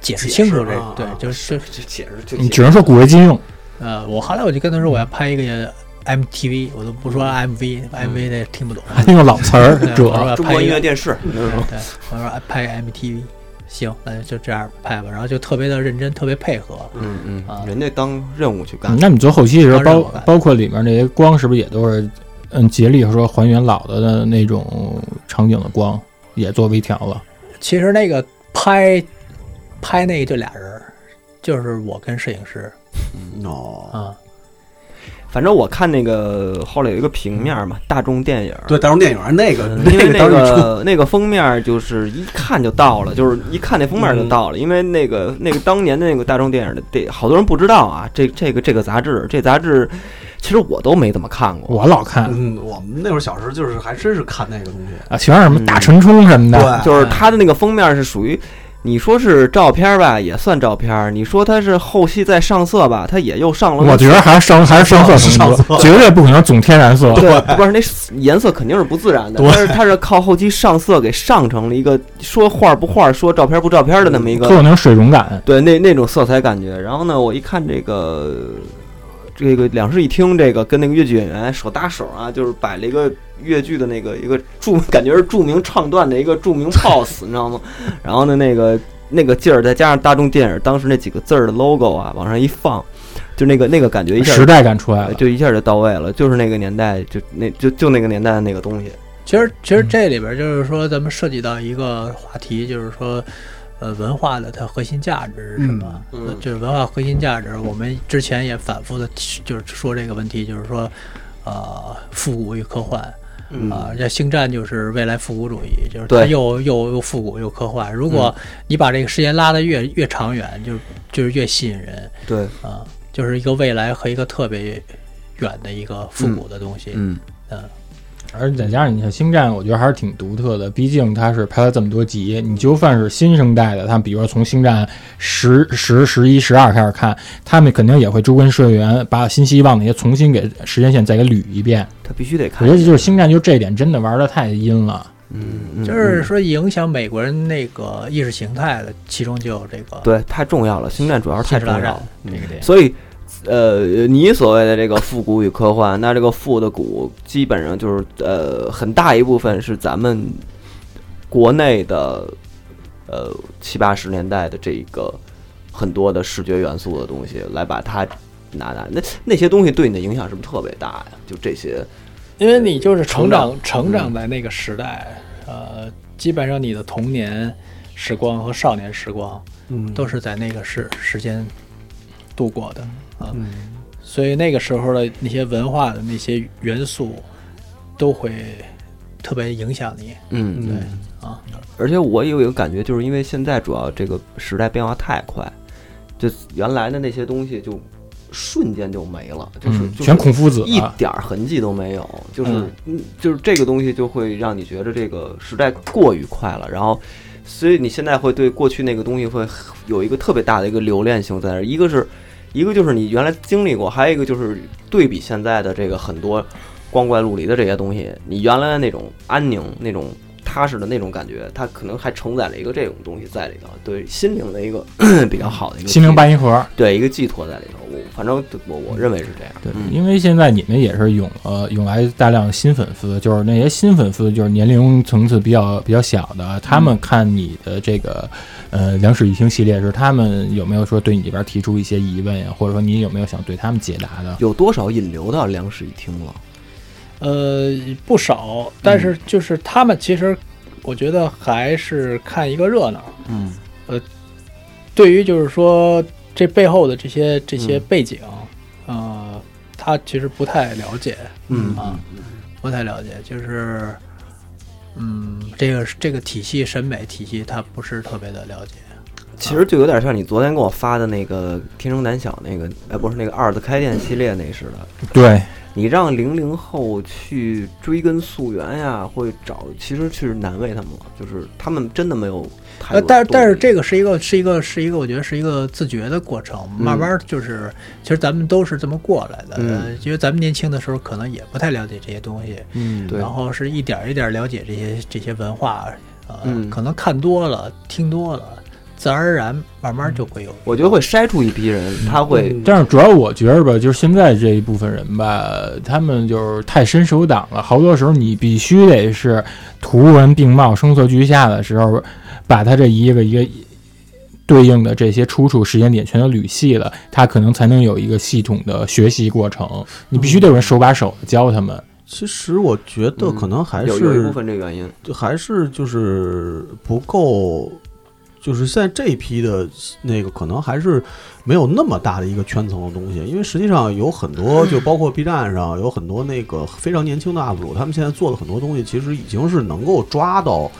Speaker 2: 解释清楚这，对，就是
Speaker 1: 这解释就
Speaker 3: 嗯
Speaker 5: 你只能说古为今用，
Speaker 2: 呃，我后来我就跟他说我要拍一个 MTV，我都不说 MV，MV 他也听不懂，
Speaker 5: 还用老词 儿
Speaker 2: 对，我
Speaker 5: 主
Speaker 2: 说我
Speaker 5: 要
Speaker 2: 要
Speaker 1: 中
Speaker 2: 拍
Speaker 1: 国
Speaker 2: 一
Speaker 1: 音
Speaker 2: 个嗯
Speaker 1: 乐电视，
Speaker 2: 对，我说呃拍 MTV，行，那就这样拍吧。然后就特别的认真，特别配合。
Speaker 1: 嗯嗯
Speaker 2: 啊，
Speaker 1: 人家当任务去干
Speaker 5: 嗯，那你做后期的时候，
Speaker 2: 当然
Speaker 5: 包
Speaker 2: 我干
Speaker 5: 包括里面那些光，是不是也都是嗯竭力说还原老的那种场景的光？也做微调了。
Speaker 2: 其实那个拍拍那个就俩人儿，就是我跟摄影师
Speaker 3: 哦，
Speaker 2: 啊，
Speaker 1: 反正我看那个后来有一个平面嘛，大众电影。
Speaker 3: 对，大众电影那个
Speaker 1: 嗯因为那
Speaker 3: 当时出
Speaker 1: 个 那个封面就是一看就到了，就是一看那封面就到了，因为那个那个当年的那个大众电影的电，好多人不知道啊，这这个这个杂志，这杂志其实我都没怎么看过，
Speaker 5: 我老看
Speaker 3: 嗯，我们那会儿小时候就是还真是看那个东西，
Speaker 5: 啊，全是什么大陈冲什么的，
Speaker 3: 对，
Speaker 1: 就是它的那个封面是属于。你说是照片吧，也算照片；你说它是后期再上色吧，它也又上了。
Speaker 5: 我觉得还是上还是上色
Speaker 3: 是上
Speaker 5: 风
Speaker 3: 色
Speaker 5: 格，绝对不可能总天然色。
Speaker 1: 对，不是那颜色肯定是不自然的，
Speaker 3: 对
Speaker 1: 但是它是靠后期上色给上成了一个说画不画、说照片不照片的那么一个
Speaker 5: 特有那种水溶感，
Speaker 1: 对，那那种色彩感觉。然后呢，我一看这个，这个两室一厅，这个跟那个越剧演员手搭手啊，就是摆了一个越剧的那个一个著，感觉是著名唱段的一个著名 pose，你知道吗？然后呢，那个那个劲儿，再加上大众电影当时那几个字儿的 logo 啊，往上一放，就那个那个感觉一下
Speaker 5: 时代感出来了。
Speaker 1: 就一下就到位了，就是那个年代，就那就就那个年代的那个东西。
Speaker 2: 其实其实这里边就是说咱们涉及到一个话题，就是说。呃，文化的它核心价值是什么？
Speaker 1: 嗯
Speaker 2: 那
Speaker 1: 嗯
Speaker 2: 就是文化核心价值。我们之前也反复的，就是说这个问题，就是说，呃，复古与科幻，
Speaker 1: 嗯
Speaker 2: 啊，这星战就是未来复古主义，就是它
Speaker 1: 对嗯
Speaker 2: 又又又复古又科幻。如果你把这个时间拉得越越长远，就就是越吸引人
Speaker 1: 对，
Speaker 2: 啊，就是一个未来和一个特别远的一个复古的东西。
Speaker 1: 嗯，
Speaker 5: 而且再加上你看《星战》，我觉得还是挺独特的，毕竟它是拍了这么多集。你就算是新生代的，他们比如说从《星战》十、十、十一、十二开始看，他们肯定也会追根溯源，把新希望那些重新给时间线再给捋一遍。
Speaker 1: 他必须得
Speaker 5: 嗯我
Speaker 1: 看
Speaker 5: 觉得。就是《星战》就这一点真的玩的太阴了。
Speaker 1: 嗯，
Speaker 2: 就是说，影响美国人那个意识形态的，其中就有这个
Speaker 1: 对，太重要了，星战主要是
Speaker 2: 太
Speaker 1: 太
Speaker 2: 子
Speaker 1: 重要
Speaker 2: 大战
Speaker 1: 了。
Speaker 2: 这个点。
Speaker 1: 所以，呃，你所谓的这个复古与科幻，那这个复的古基本上就是呃，很大一部分是咱们国内的呃七八十年代的这一个很多的视觉元素的东西，来把它拿拿那那些东西对你的影响是不是特别大呀？就这些，
Speaker 2: 因为你就是成长
Speaker 1: 成长
Speaker 2: 成长在那个时代，呃，基本上你的童年时光和少年时光
Speaker 3: 嗯
Speaker 2: 都是在那个时时间度过的啊，
Speaker 3: 嗯
Speaker 2: 所以那个时候的那些文化的那些元素都会特别影响你
Speaker 1: 嗯
Speaker 3: 对
Speaker 2: 啊。
Speaker 1: 而且我有一个感觉，就是因为现在主要这个时代变化太快，就原来的那些东西就瞬间就没了，就是、
Speaker 5: 嗯，
Speaker 1: 就是
Speaker 5: 全孔夫子
Speaker 1: 一
Speaker 5: 了。
Speaker 1: 点儿痕迹都没有，就是
Speaker 2: 嗯
Speaker 1: 嗯就是这个东西就会让你觉得这个时代过于快了，然后所以你现在会对过去那个东西会有一个特别大的一个留恋性在那儿，一个是一个就是你原来经历过，还有一个就是对比现在的这个很多光怪陆离的这些东西，你原来的那种安宁那种。踏实的那种感觉，它可能还承载了一个这种东西在里头，对心灵的一个 比较好的一个
Speaker 5: 心灵
Speaker 1: 寄
Speaker 5: 半一盒，
Speaker 1: 对一个寄托在里头。我反正我我认为是这样。
Speaker 5: 对
Speaker 1: 嗯，
Speaker 5: 因为现在你们也是涌呃涌来大量新粉丝，就是那些新粉丝，就是年龄层次比较比较小的，他们看你的这个呃两室一厅系列时，他们有没有说对你这边提出一些疑问呀？或者说你有没有想对他们解答的？
Speaker 1: 有多少引流到两室一厅了？
Speaker 2: 呃，不少，但
Speaker 1: 嗯
Speaker 2: 是就是他们其实，我觉得还是看一个热闹。呃
Speaker 1: 嗯，
Speaker 2: 对于就是说这背后的这些这些
Speaker 1: 嗯
Speaker 2: 背景，呃，他其实不太了解
Speaker 1: 嗯
Speaker 2: 啊，不太了解，就是嗯，这个这个体系审美体系，他不是特别的了解。
Speaker 1: 其实就有点像你昨天给我发的那个《天生胆小》那个，哎，不是那个二次开店系列那似的。
Speaker 5: 对，
Speaker 1: 你让零零后去追根溯源呀，会找，其实是难为他们了，就是他们真的没有太多
Speaker 2: 呃，
Speaker 1: 的动力。
Speaker 2: 但但是这个是一个是一个是一个，我觉得是一个自觉的过程，
Speaker 1: 嗯
Speaker 2: 慢慢就是，其实咱们都是这么过来的，
Speaker 1: 嗯
Speaker 2: 呃因为咱们年轻的时候可能也不太了解这些东西，
Speaker 5: 嗯
Speaker 1: 对
Speaker 2: 然后是一点儿一点儿了解这些这些文化，呃，
Speaker 1: 嗯
Speaker 2: 可能看多了、听多了，自然而然慢慢就会有。
Speaker 1: 我觉得会筛出一批人，他会，
Speaker 3: 嗯
Speaker 5: 但是主要我觉着吧，就是现在这一部分人吧，他们就是太伸手党了。好多时候你必须得是图文并茂、声色俱下的时候，把他这一个一个对应的这些出处、时间点全都捋细了，他可能才能有一个系统的学习过程。你必须得有人手把手的教他们，
Speaker 3: 其实我觉得可能还
Speaker 1: 嗯有有一部
Speaker 3: 是
Speaker 1: 分这个原因，
Speaker 3: 就还是就是不够，就是现在这一批的那个可能还是没有那么大的一个圈层的东西，因为实际上有很多，就包括 B 站上有很多那个非常年轻的 UP 主，他们现在做的很多东西其实已经是能够抓到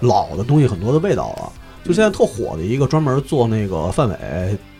Speaker 3: 老的东西很多的味道了。就现在特火的一个专门做那个范伟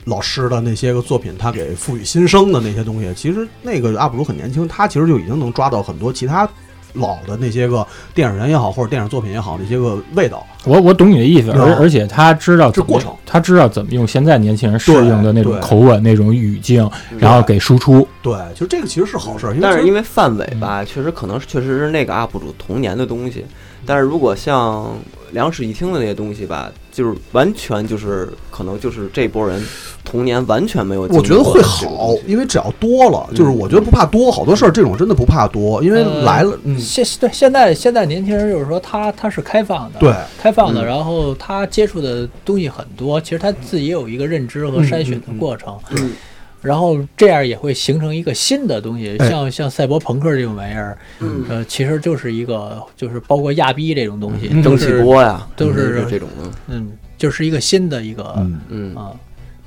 Speaker 3: 老师的那些个作品，他给赋予新生的那些东西，其实那个 UP 主很年轻，他其实就已经能抓到很多其他老的那些个电影人也好，或者电影作品也好，那些个味道。
Speaker 5: 我我懂你的意思，
Speaker 3: 对
Speaker 5: 而而且他知道怎
Speaker 3: 这
Speaker 5: 么
Speaker 3: 过程
Speaker 5: 他知道怎么用现在年轻人适应的那种
Speaker 3: 对
Speaker 5: 口吻、那种语境，
Speaker 1: 嗯
Speaker 5: 然后给输出。
Speaker 3: 对，其实这个其实是好事儿，因为
Speaker 1: 但
Speaker 3: 其
Speaker 1: 是
Speaker 3: 实
Speaker 1: 因为范伟吧，确实可能是确实是那个 UP 主童年的东西，但是如果像两室一厅的那些东西吧，就是完全就是可能就是这波人童年完全没有经
Speaker 3: 我
Speaker 1: 历
Speaker 3: 觉
Speaker 1: 过的
Speaker 3: 得
Speaker 1: 这个东
Speaker 3: 会
Speaker 1: 西。
Speaker 3: 好，因为只要多了，就是
Speaker 1: 嗯
Speaker 3: 我觉得不怕多，好多事儿这种真的不怕多，因为
Speaker 2: 呃
Speaker 3: 来了，嗯，
Speaker 2: 现对现在现在年轻人就是说他他是开放的，
Speaker 3: 对，
Speaker 2: 开放的，
Speaker 1: 嗯
Speaker 2: 然后他接触的东西很多，其实他自己也有一个认知
Speaker 3: 嗯
Speaker 2: 和筛选的过程，
Speaker 1: 嗯嗯嗯
Speaker 2: 然后这样也会形成一个新的东西，
Speaker 3: 哎
Speaker 2: 像像赛博朋克这种玩意儿，
Speaker 1: 嗯
Speaker 2: 呃，其实就是一个就是包括亚逼这种东
Speaker 3: 嗯
Speaker 2: 西，都
Speaker 1: 蒸汽
Speaker 2: 是
Speaker 1: 波呀，
Speaker 2: 都
Speaker 1: 就是这种的。
Speaker 2: 嗯，就是一个新的一个
Speaker 3: 嗯，
Speaker 1: 嗯，
Speaker 2: 啊，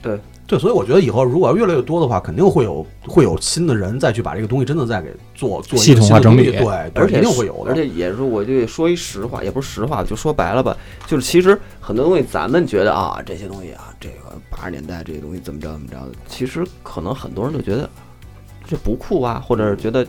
Speaker 1: 对，
Speaker 3: 对，所以我觉得以后如果要越来越多的话，肯定会有会有新的人再去把这个东西真的再给做做一个
Speaker 5: 系统化
Speaker 3: 新的东西
Speaker 5: 整理
Speaker 3: 对，对
Speaker 1: 而且
Speaker 3: 一定
Speaker 1: 是
Speaker 3: 会有的，
Speaker 1: 而且也是，我就说一实话，也不是实话，就说白了吧，就是其实很多东西咱们觉得啊，这些东西啊，这个八十年代这些东西怎么着怎么着的，其实可能很多人就觉得这不酷啊，或者是觉得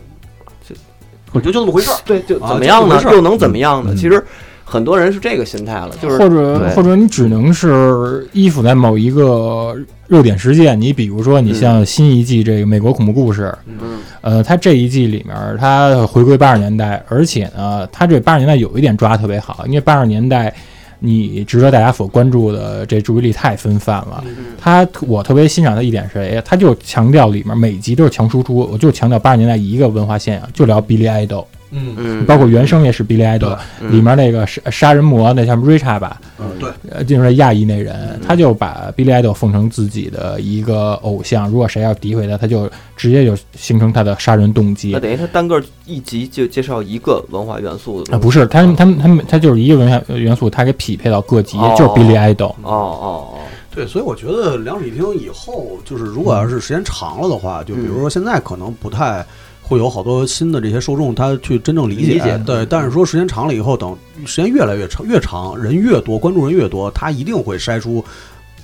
Speaker 3: 我觉得就那么回事儿。
Speaker 1: 对，就
Speaker 3: 啊
Speaker 1: 怎么样
Speaker 3: 就
Speaker 1: 呢
Speaker 3: 没？事儿
Speaker 1: 又能怎么样呢？
Speaker 5: 嗯
Speaker 1: 其实很多人是这个心态了，就是
Speaker 5: 或者
Speaker 1: 对
Speaker 5: 或者你只能是依附在某一个热点事件，你比如说你像新一季这个美国恐怖故事，
Speaker 1: 嗯
Speaker 5: 呃，它这一季里面儿它回归八十年代，而且呢，它这八十年代有一点抓得特别好，因为八十年代你值得大家所关注的这注意力太分散了。
Speaker 1: 嗯
Speaker 5: 它我特别欣赏的一点是谁？它就强调里面每集都是强输出，我就强调八十年代一个文化现象，就聊 Billy Idol，
Speaker 3: 嗯，
Speaker 1: 嗯，
Speaker 5: 包括原声也是 Billy Idol，、
Speaker 1: 嗯
Speaker 5: 里面那个杀杀人魔那叫什么 Richa 吧，
Speaker 3: 嗯对，
Speaker 5: 呃，就是亚裔那
Speaker 1: 嗯
Speaker 5: 人，他就把 Billy Idol 奉成自己的一个偶像，如果谁要诋毁他，他就直接就形成他的杀人动机
Speaker 1: 那。等于他单个一集就介绍一个文化元素的
Speaker 5: 啊，
Speaker 1: 东西
Speaker 5: 不是，他们他们他们他就是一个文化元素，他给匹配到各级，
Speaker 1: 哦
Speaker 5: 就是 Billy Idol。
Speaker 1: 哦哦哦，
Speaker 3: 对，所以我觉得两室一厅以后，就是如果要是时间长了的话，就比如说现在可能不太会有好多新的这些受众，他去真正理解。嗯
Speaker 1: 理解
Speaker 3: 对，但是说时间长了以后，等时间越来越长，越长人越多，关注人越多，他一定会筛出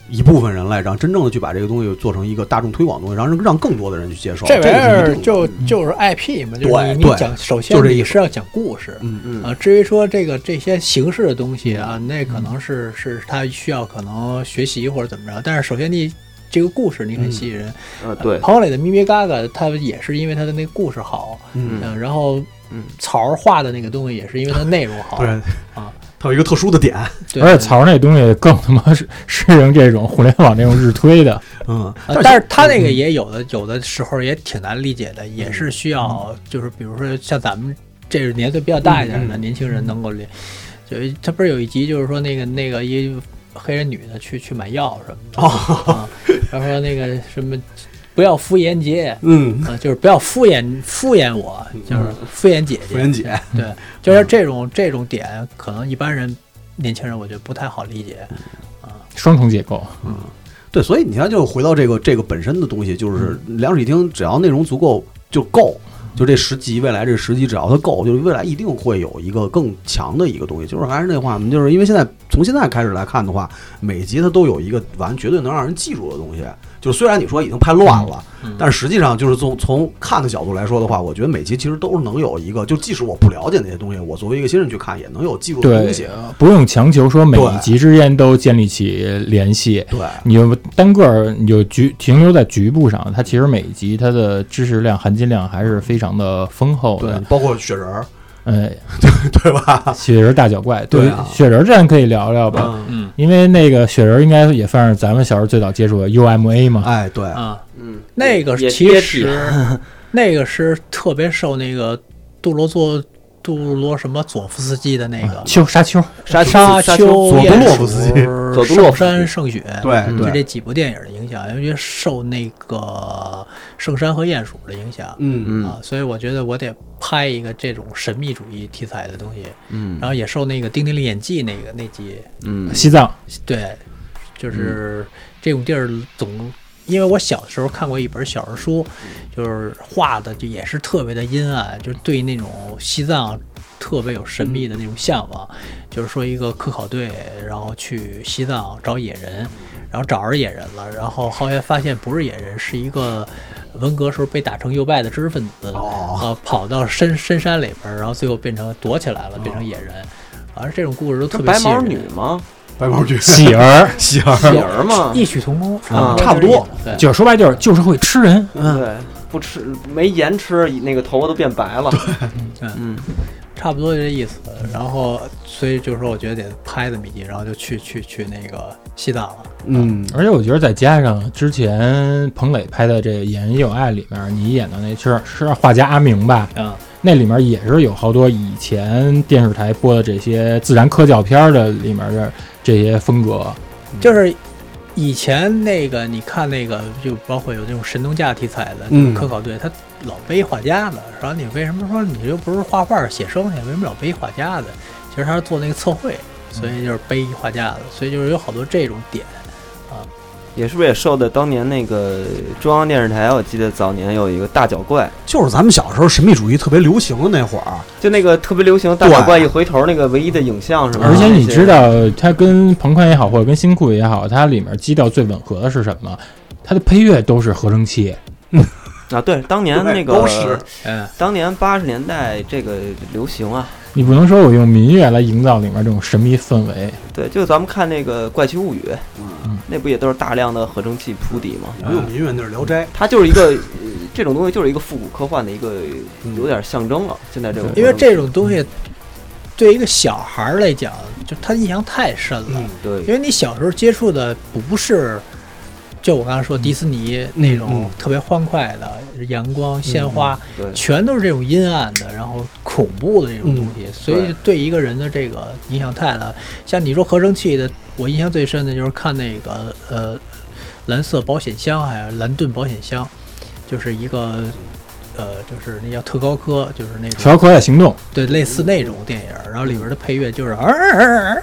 Speaker 3: 一部分人来，然后真正的去把这个东西做成一个大众推广的东西，然后让更多的人去接受。这
Speaker 2: 这玩意
Speaker 3: 个是
Speaker 2: 儿
Speaker 3: 一定的
Speaker 2: 就就是 IP 嘛，就是
Speaker 3: 嗯对
Speaker 2: 你
Speaker 3: 对
Speaker 2: 你讲，首
Speaker 3: 就
Speaker 2: 先
Speaker 3: 这意
Speaker 2: 你
Speaker 3: 思
Speaker 2: 是要讲故事，
Speaker 3: 嗯嗯
Speaker 2: 啊，至于说这个这些形式的东西啊，那可能是是他需要可能学习或者怎么着，但是首先你这个故事你很吸引人。
Speaker 1: 呃对，
Speaker 2: 彭磊的咪咪嘎嘎，他也是因为他的那个故事好，
Speaker 3: 嗯
Speaker 2: 嗯，然后
Speaker 1: 嗯
Speaker 2: 曹儿画的那个东西也是因为它内容 好，
Speaker 3: 对
Speaker 2: 啊，
Speaker 3: 它有一个特殊的点。
Speaker 2: 对，
Speaker 5: 而且曹儿那东西更他妈是适应这种互联网这种日推的，
Speaker 3: 嗯，
Speaker 2: 啊但是他那个也有的有的时候也挺难理解的，也是需要就是比如说像咱们这是年岁比较大一点的
Speaker 3: 嗯嗯
Speaker 2: 年轻人能够理，就他不是有一集就是说那个那个一黑人女的去去买药什么
Speaker 3: 哦
Speaker 2: 的，啊，然后说那个什么不要敷衍姐。
Speaker 3: 嗯，
Speaker 2: 啊，就是不要敷衍敷衍我，就是敷衍姐
Speaker 3: 傅
Speaker 2: 姐。
Speaker 3: 园嗯姐，
Speaker 2: 对，就是这种这种点，可能一般人年轻人我觉得不太好理
Speaker 3: 嗯
Speaker 2: 解。
Speaker 5: 双重解构。
Speaker 3: 对，所以你看，就回到这个这个本身的东西，就是两室一厅，只要内容足够就够，就这十集，未来这十集只要它够，就是未来一定会有一个更强的一个东西。就是还是那话，我们就是因为现在从现在开始来看的话，每集它都有一个完绝对能让人记住的东西。就虽然你说已经拍乱了，但是实际上就是从从看的角度来说的话，我觉得每集其实都是能有一个，就即使我不了解那些东西，我作为一个新人去看，也能有记住的东
Speaker 5: 对
Speaker 3: 西。，
Speaker 5: 不用强求说每
Speaker 3: 对
Speaker 5: 一集之间都建立起联系，
Speaker 3: 对，
Speaker 5: 你就单个儿你就局停留在局部上，它其实每一集它的知识量、含金量还是非常的丰厚
Speaker 3: 对
Speaker 5: 的。，
Speaker 3: 包括雪人儿，
Speaker 5: 呃，
Speaker 3: 对吧？
Speaker 5: 雪人大脚怪，
Speaker 3: 对
Speaker 5: 于
Speaker 3: 啊
Speaker 5: 雪人这咱可以聊聊吧，
Speaker 3: 嗯，
Speaker 2: 嗯
Speaker 5: 因为那个雪人应该也算是咱们小时候最早接触的 UMA 嘛。
Speaker 3: 哎，对，
Speaker 2: 啊，
Speaker 1: 嗯，
Speaker 2: 那个
Speaker 1: 也
Speaker 2: 其
Speaker 1: 也挺
Speaker 2: 实那个是特别受那个杜罗作。杜罗什么佐夫斯基的那个
Speaker 5: 秋沙丘，
Speaker 1: 沙
Speaker 2: 沙
Speaker 1: 丘
Speaker 2: 丘、
Speaker 3: 嗯佐
Speaker 2: 鼹
Speaker 3: 杜洛
Speaker 2: 鼠
Speaker 3: 夫斯基
Speaker 1: 佐杜洛
Speaker 2: 圣
Speaker 1: 夫斯基
Speaker 2: 山、圣雪，
Speaker 3: 对
Speaker 1: 嗯
Speaker 2: 就
Speaker 3: 对，
Speaker 2: 这几部电影的影响，尤其受那个圣山和鼹鼠的影响。
Speaker 3: 嗯
Speaker 1: 嗯
Speaker 2: 啊，所以我觉得我得拍一个这种神秘主义题材的东西，
Speaker 1: 嗯
Speaker 2: 然后也受那个《丁丁历险记》那个那集，
Speaker 1: 嗯
Speaker 5: 西藏，
Speaker 2: 对，就是这种地儿总，因为我小的时候看过一本小人书，就是画的就也是特别的阴暗，就是对那种西藏特别有神秘的那种向往，就是说一个科考队，然后去西藏找野人，然后找着野人了，然后后来发现不是野人，是一个。文革时候被打成右派的知识分子，
Speaker 3: 哦
Speaker 2: 呃，跑到深深山里边儿，然后最后变成躲起来了，变成野人。反正这种故事都特别
Speaker 1: 哦白
Speaker 2: 吸引
Speaker 1: 毛
Speaker 2: 人
Speaker 1: 女吗？
Speaker 3: 白毛女，
Speaker 5: 喜 儿，
Speaker 3: 喜儿，
Speaker 1: 喜儿嘛，
Speaker 2: 异曲同工
Speaker 1: 啊
Speaker 3: 差不多。
Speaker 2: 对，
Speaker 5: 就是说白就是就是会吃人，
Speaker 1: 对，不吃没盐吃，那个头发都变白了。
Speaker 2: 嗯
Speaker 1: 嗯
Speaker 2: 差不多就这意思。然后，所以就是说，我觉得得拍这么一集，然后就去去去那个西藏了。
Speaker 3: 嗯，
Speaker 5: 而且我觉得再加上之前彭磊拍的这个《演人有爱》里面，你演的那是是画家阿明吧？
Speaker 2: 嗯，
Speaker 5: 那里面也是有好多以前电视台播的这些自然科教片儿的里面的这些风格。
Speaker 2: 就是以前那个你看那个，就包括有这种神农架题材的
Speaker 3: 嗯
Speaker 2: 科考队，他老背画家的。然后你为什么说你又不是画画写生去，为什么老背画家的？其实他是做那个测绘，所以就是背一画家的，所以就是有好多这种点。
Speaker 1: 也是不是也受的当年那个中央电视台，我记得早年有一个大脚怪，
Speaker 3: 就是咱们小时候神秘主义特别流行的那会儿，
Speaker 1: 就那个特别流行大脚怪一回头那个唯一的影像是吧？
Speaker 5: 而且你知道，它跟彭宽也好，或者跟新裤也好，它里面基调最吻合的是什么？它的配乐都是合成器，
Speaker 1: 啊，对，当年那
Speaker 3: 对都是
Speaker 1: 个
Speaker 2: 嗯，
Speaker 1: 当年八十年代这个流行啊，
Speaker 5: 你不能说我用民乐来营造里面这种神秘氛围。
Speaker 1: 对，就咱们看那个《怪奇物语》，
Speaker 5: 嗯
Speaker 1: 那不也都是大量的合成器铺底吗？
Speaker 3: 没有民乐那是《聊斋》，
Speaker 1: 它就是一个、呃这种东西，就是一个复古科幻的一个
Speaker 3: 嗯
Speaker 1: 有点象征了。现在这种
Speaker 2: 因为这种东西对一个小孩儿来讲，就他印象太深了。
Speaker 1: 对
Speaker 2: 因为你小时候接触的不是，就我刚才说迪士尼那种
Speaker 3: 嗯
Speaker 2: 特别欢快的阳光、鲜花，
Speaker 1: 对
Speaker 2: 全都是这种阴暗的，然后恐怖的这种东西，所以对一个人的这个影响太大。像你说合成器的，我印象最深的就是看那个呃，蓝色保险箱还是蓝盾保险箱，就是一个。呃，就是那叫特高科，就是那种
Speaker 5: 小可爱行动，
Speaker 2: 对，类似那种电影儿，然后里边儿的配乐就是，呃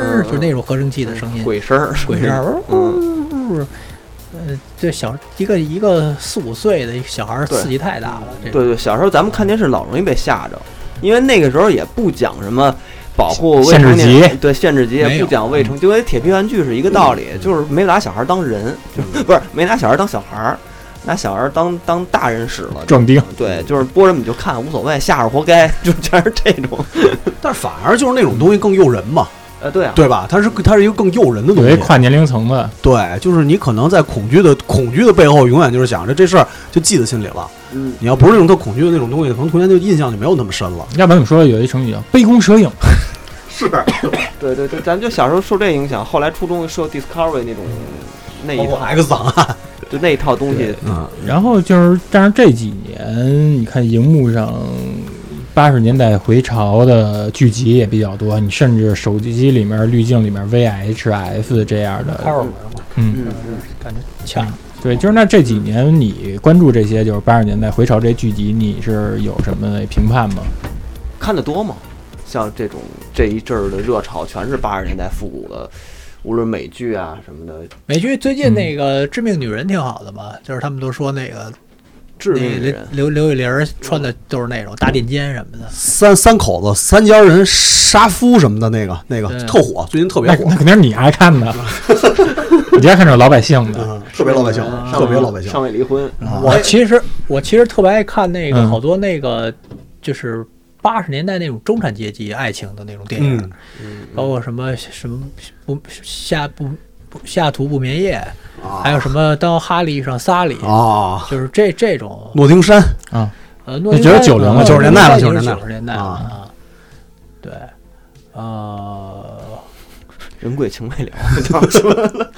Speaker 1: 嗯
Speaker 2: 就是那种合成器的声音，
Speaker 1: 鬼声儿，
Speaker 2: 鬼声儿，
Speaker 1: 嗯
Speaker 2: 呜呃，这小一个一个四五岁的一个小孩儿
Speaker 1: 对
Speaker 2: 刺激太大了，这
Speaker 1: 对对，小时候咱们看电视老容易被吓着，因为那个时候也不讲什么保护未
Speaker 5: 限制
Speaker 1: 成年
Speaker 5: 级
Speaker 1: 对限制级
Speaker 2: 没
Speaker 1: 也
Speaker 2: 有嗯
Speaker 1: 不讲未成，就跟铁皮玩具是一个道理，嗯就是没拿小孩当人，就是不是没拿小孩当小孩儿，拿小孩当当大人使了。
Speaker 5: 壮丁。
Speaker 1: 对，就是播什么你就看，无所谓，吓着活该，就全是这种。
Speaker 3: 但是反而就是那种东西更诱人嘛，
Speaker 1: 呃，对啊，
Speaker 3: 对吧？它是它是一个更诱人的
Speaker 5: 有
Speaker 3: 东
Speaker 5: 一
Speaker 3: 西，
Speaker 5: 跨年龄层的，
Speaker 3: 对，就是你可能在恐惧的恐惧的背后，永远就是想着这事儿就记在心里了。
Speaker 1: 嗯，
Speaker 3: 你要不是那种特恐惧的那种东西，可能童年就印象就没有那么深了。
Speaker 5: 要不然我们说有一成语叫杯弓蛇影，
Speaker 1: 对对对，咱就小时候受这影响，后来初中受 Discovery 那种那
Speaker 3: 包
Speaker 1: 一
Speaker 3: 括
Speaker 2: 哦
Speaker 1: 套，
Speaker 3: X 档案，
Speaker 1: 就那一套东西，
Speaker 3: 嗯，
Speaker 5: 然后就是，但是这几年你看荧幕上八十年代回潮的剧集也比较多，你甚至手机里面滤镜里面 VHS 这样
Speaker 2: 开
Speaker 5: 的，
Speaker 2: 玩嘛，
Speaker 5: 嗯，
Speaker 1: 嗯
Speaker 2: 感觉强。
Speaker 5: 对，就是那这几年你关注这些就是八十年代回潮这些剧集，你是有什么评判吗？
Speaker 1: 看得多吗？像这种这一阵儿的热潮，全是八十年代复古的，无论美剧啊什么的，
Speaker 2: 美剧最
Speaker 1: 嗯
Speaker 2: 近那个《致命女人》挺好的嘛，就是他们都说那个
Speaker 1: 致
Speaker 2: 那
Speaker 1: 命的
Speaker 2: 个
Speaker 1: 人。
Speaker 2: 刘刘玉玲儿穿的都是那种大垫肩什么的，
Speaker 3: 三三口子三家人杀夫什么的那个那个
Speaker 2: 对
Speaker 3: 特火，最近特别
Speaker 5: 那
Speaker 3: 火
Speaker 5: 那，肯定是你爱看 的，你爱看这种老百姓的。
Speaker 3: 嗯，特别老百姓，特别老百姓啊
Speaker 1: 尚。未离婚，啊
Speaker 2: 我其实我其实特别爱看那个
Speaker 5: 嗯
Speaker 2: 好多那个就是八十年代那种中产阶级爱情的那种电影，
Speaker 3: 嗯
Speaker 2: 包括什么什么不下不不下图不眠夜，还
Speaker 3: 啊
Speaker 2: 有什么当哈利遇上萨里，
Speaker 3: 啊，
Speaker 2: 就是这这种
Speaker 3: 诺丁山
Speaker 2: 呃，诺
Speaker 5: 那
Speaker 2: 丁
Speaker 5: 觉得
Speaker 2: 汉
Speaker 5: 90了
Speaker 2: 呃
Speaker 3: 90年代
Speaker 2: 90
Speaker 3: 了90
Speaker 2: 年
Speaker 3: 年代
Speaker 2: 九十年代了
Speaker 3: 啊
Speaker 2: 啊，对，呃，
Speaker 1: 人贵情未了。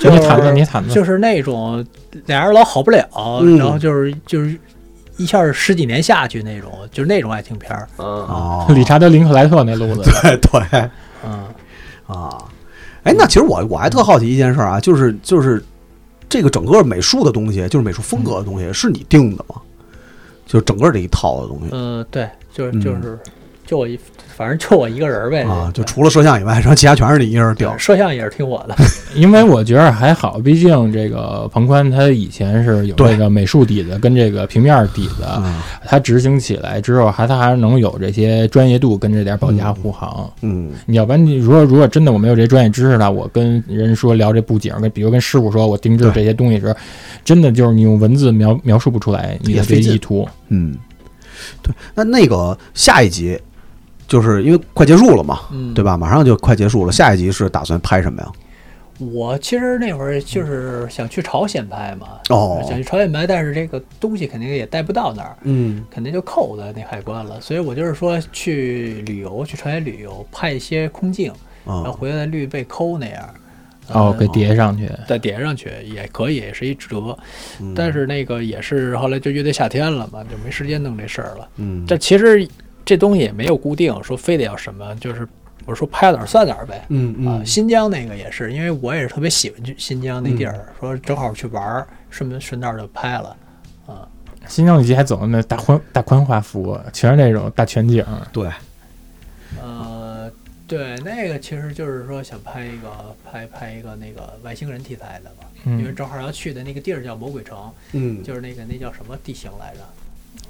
Speaker 5: 你谈谈，你谈谈。
Speaker 2: 就是那种俩人老好不了，
Speaker 3: 嗯
Speaker 2: 然后就是就是。一下儿十几年下去那种，就是那种爱情片儿。
Speaker 1: 嗯，
Speaker 3: 哦，
Speaker 5: 理查德·林克莱特那路子，
Speaker 3: 对对
Speaker 2: 嗯，
Speaker 3: 啊，哎，那其实我我还特好奇一件事儿啊，就是就是这个整个美术的东西，就是美术风格的东西，是你定的吗？就是整个这一套的东西
Speaker 2: 呃，对，就是
Speaker 3: 嗯
Speaker 2: 就是，就我一，反正就我一个人儿呗。
Speaker 3: 啊，就
Speaker 2: 对
Speaker 3: 除了摄像以外，然后其他全是你一人定
Speaker 2: 对。摄像也是听我的。
Speaker 5: 因为我觉得还好，毕竟这个庞宽他以前是有
Speaker 3: 对
Speaker 5: 这个美术底子跟这个平面底子，
Speaker 3: 嗯
Speaker 5: 他执行起来之后还他还能有这些专业度跟这点保驾护航。
Speaker 3: 嗯
Speaker 5: 你要不然你如果如果真的我没有这专业知识呢，我跟人说聊这布景，跟比如跟师傅说我定制
Speaker 3: 对
Speaker 5: 这些东西时，候，真的就是你用文字描描述不出来你
Speaker 3: 也
Speaker 5: 的这
Speaker 3: 费劲
Speaker 5: 意图。
Speaker 3: 嗯，对。那那个下一集，就是因为快结束了嘛，
Speaker 2: 嗯，
Speaker 3: 对吧？马上就快结束了，下一集是打算拍什么呀？
Speaker 2: 我其实那会儿就是想去朝鲜拍嘛，
Speaker 3: 哦
Speaker 2: 想去朝鲜拍，但是这个东西肯定也带不到那儿，
Speaker 3: 嗯
Speaker 2: 肯定就扣在那海关了。所以我就是说去旅游，去朝鲜旅游，拍一些空镜，然后
Speaker 3: 啊
Speaker 2: 回来率被抠那样。
Speaker 5: 哦，给
Speaker 2: 呃
Speaker 5: 叠上去，
Speaker 2: 再叠上去也可以，也是一折。但是那个也是后来就乐队夏天了嘛，就没时间弄这事儿了。
Speaker 3: 嗯，
Speaker 2: 但其实这东西也没有固定，说非得要什么，就是我说拍到哪儿算哪儿呗。
Speaker 3: 嗯
Speaker 2: 啊，
Speaker 3: 嗯
Speaker 2: 新疆那个也是，因为我也是特别喜欢去新疆那地儿，说正好去玩儿，顺便顺道就拍了。
Speaker 5: 新疆一集还走那大宽大宽画幅，全是那种大全景。
Speaker 3: 对，
Speaker 2: 呃，对，那个其实就是说想拍一个拍拍一个那个外星人题材的嘛，因为
Speaker 5: 嗯，
Speaker 2: 正好要去的那个地儿叫魔鬼城，
Speaker 3: 嗯，
Speaker 2: 就是那个那叫什么地形来着？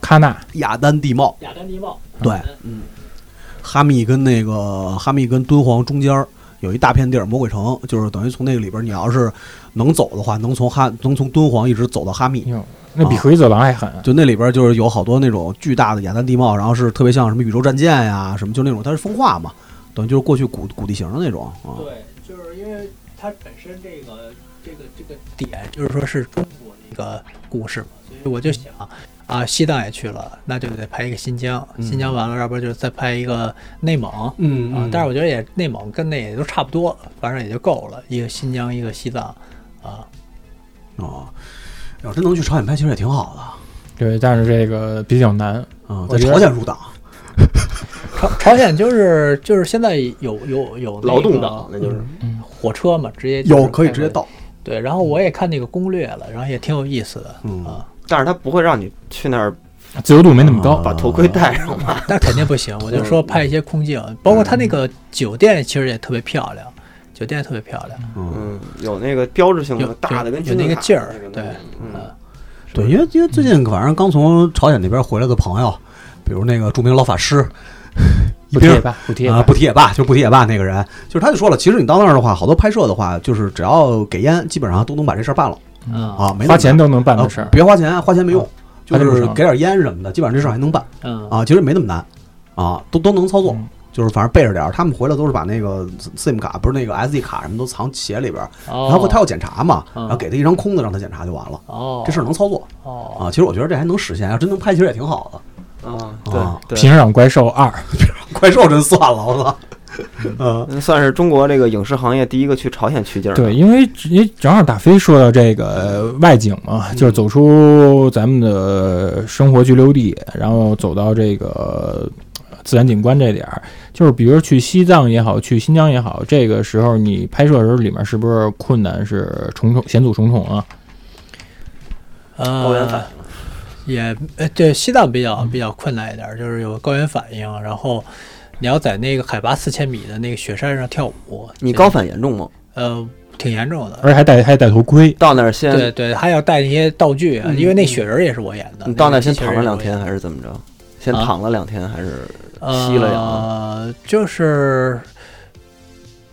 Speaker 5: 喀纳
Speaker 3: 雅丹地貌，
Speaker 2: 雅丹地貌。
Speaker 3: 对，嗯，哈密跟那个哈密跟敦煌中间儿有一大片地儿，魔鬼城，就是等于从那个里边儿，你要是能走的话，能从哈能从敦煌一直走到哈密。
Speaker 5: 哟，那比回走廊还狠。
Speaker 3: 就那里边儿就是有好多那种巨大的雅丹地貌，然后是特别像什么宇宙战舰呀、什么就那种，它是风化嘛，等于就是过去古古地形的那种啊。
Speaker 2: 对，就是因为它本身这个这个这个点，就是说是中国的一个故事嘛，所以我就想啊，西藏也去了，那就得拍一个新疆，新疆完了，要不然就再拍一个内蒙。
Speaker 3: 嗯
Speaker 2: 啊，但是我觉得也内蒙跟那也都差不多，反正也就够了，一个新疆，一个西藏，啊，
Speaker 3: 哦，要真能去朝鲜拍，其实也挺好的
Speaker 5: 对，但是这个比较难。
Speaker 3: 啊，在
Speaker 5: 我觉得
Speaker 3: 朝鲜入党。
Speaker 2: 朝朝鲜就是就是现在有有有那
Speaker 1: 劳动
Speaker 2: 个嗯
Speaker 1: 党那就是
Speaker 2: 火车嘛，直接就是
Speaker 3: 有可以
Speaker 2: 开
Speaker 3: 直接
Speaker 2: 回
Speaker 3: 到，
Speaker 2: 对，然后我也看那个攻略了，然后也挺有意思的，
Speaker 3: 嗯
Speaker 2: 啊，
Speaker 1: 但是他不会让你去那儿
Speaker 5: 自由度没那么高
Speaker 3: 啊，
Speaker 1: 把头盔戴上吧？
Speaker 2: 那肯定不行。我就说拍一些空镜，包括它那个酒店其实也特别漂亮，酒店特别漂亮。
Speaker 3: 嗯，
Speaker 1: 嗯，有那个标志性
Speaker 2: 有
Speaker 1: 的大的跟
Speaker 2: 有
Speaker 1: 军
Speaker 2: 那个
Speaker 1: 队
Speaker 2: 劲儿
Speaker 1: 那个
Speaker 2: 对
Speaker 1: 嗯
Speaker 2: 嗯，
Speaker 3: 对，因为因为最近反正刚从朝鲜那边回来的朋友，比如那个著名老法师，一
Speaker 5: 补
Speaker 3: 边
Speaker 5: 贴
Speaker 3: 儿
Speaker 5: 吧，补贴
Speaker 3: 啊，
Speaker 5: 吧
Speaker 3: 不。提也罢，就是不提也罢那个人，就是他就说了，其实你到那儿的话，好多拍摄的话，就是只要给烟，基本上都能把这事儿办了
Speaker 2: 嗯
Speaker 3: 啊，没那么
Speaker 5: 花钱
Speaker 3: 难
Speaker 5: 都能办
Speaker 3: 啊
Speaker 5: 的事儿。
Speaker 3: 别花钱，花钱没用，就
Speaker 5: 花钱不
Speaker 3: 是
Speaker 5: 成
Speaker 3: 给点烟什么的，基本上这事儿还能办
Speaker 2: 嗯
Speaker 3: 啊，其实没那么难啊，都都能操作
Speaker 5: 嗯。
Speaker 3: 就是反正备着点儿，他们回来都是把那个 SIM 卡，不是那个 SD 卡什么都藏鞋里边儿，然后
Speaker 2: 哦
Speaker 3: 他要检查嘛，
Speaker 2: 嗯
Speaker 3: 然后给他一张空的让他检查就完了，
Speaker 2: 哦，
Speaker 3: 这事儿能操作
Speaker 2: 哦，
Speaker 3: 啊。其实我觉得这还能实现，要真能拍，其实也挺好的。
Speaker 2: 嗯
Speaker 1: 啊，
Speaker 3: 啊
Speaker 1: 对
Speaker 5: 平
Speaker 1: 对，
Speaker 5: 壤怪兽二，
Speaker 3: 怪兽真算了，我操！嗯
Speaker 1: 那算是中国这个影视行业第一个去朝鲜取景儿的。
Speaker 5: 对，因为因为正好大飞说到这个呃外景嘛，
Speaker 3: 嗯
Speaker 5: 就是走出咱们的生活居留地，然后走到这个呃自然景观这点儿，就是比如去西藏也好，去新疆也好，这个时候你拍摄的时候，里面是不是困难是重重险阻重重啊？
Speaker 1: 高原
Speaker 2: 呃
Speaker 1: 反，
Speaker 2: 也呃，对，西藏比较比较困难一点儿，就是有高原反应，然后你要在那个海拔四千米的那个雪山上跳舞，
Speaker 1: 你
Speaker 2: 这
Speaker 1: 高反严重吗？
Speaker 2: 呃挺严重的。
Speaker 5: 而且还戴还戴头盔，
Speaker 1: 到那儿
Speaker 2: 对
Speaker 1: 先，
Speaker 2: 对，还要带那些道具啊，因为那雪人儿也是我演的。
Speaker 1: 嗯你到那儿先
Speaker 2: 个机器人
Speaker 1: 躺了两
Speaker 2: 也是我演
Speaker 1: 天
Speaker 2: 的
Speaker 1: 还是怎么着？先
Speaker 2: 啊
Speaker 1: 躺了两天还是吸了氧？
Speaker 2: 呃，就是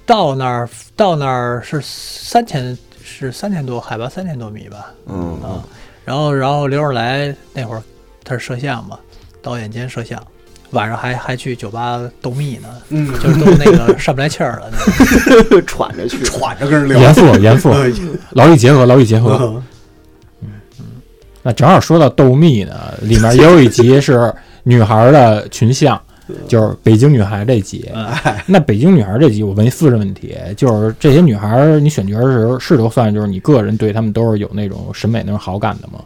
Speaker 2: 到那儿到那儿是三千是三千多海拔三千多米吧
Speaker 1: 嗯，
Speaker 2: 啊，然后然后刘若来那会儿他是摄像嘛，导演兼摄像，晚上还还去酒吧斗蜜呢，
Speaker 3: 嗯，
Speaker 2: 就是都那个上不来气 儿了那种。
Speaker 1: 喘着去。
Speaker 3: 喘着跟人聊。
Speaker 5: 严肃严肃，劳逸结合，劳逸结合。
Speaker 3: 嗯
Speaker 5: 那正好说到斗蜜呢，里面也有一集是女孩的群像，就是北京女孩这集。那北京女孩这集，我问私人问题，就是这些女孩你选角的时候，是就算就是你个人对她们都是有那种审美那种好感的吗？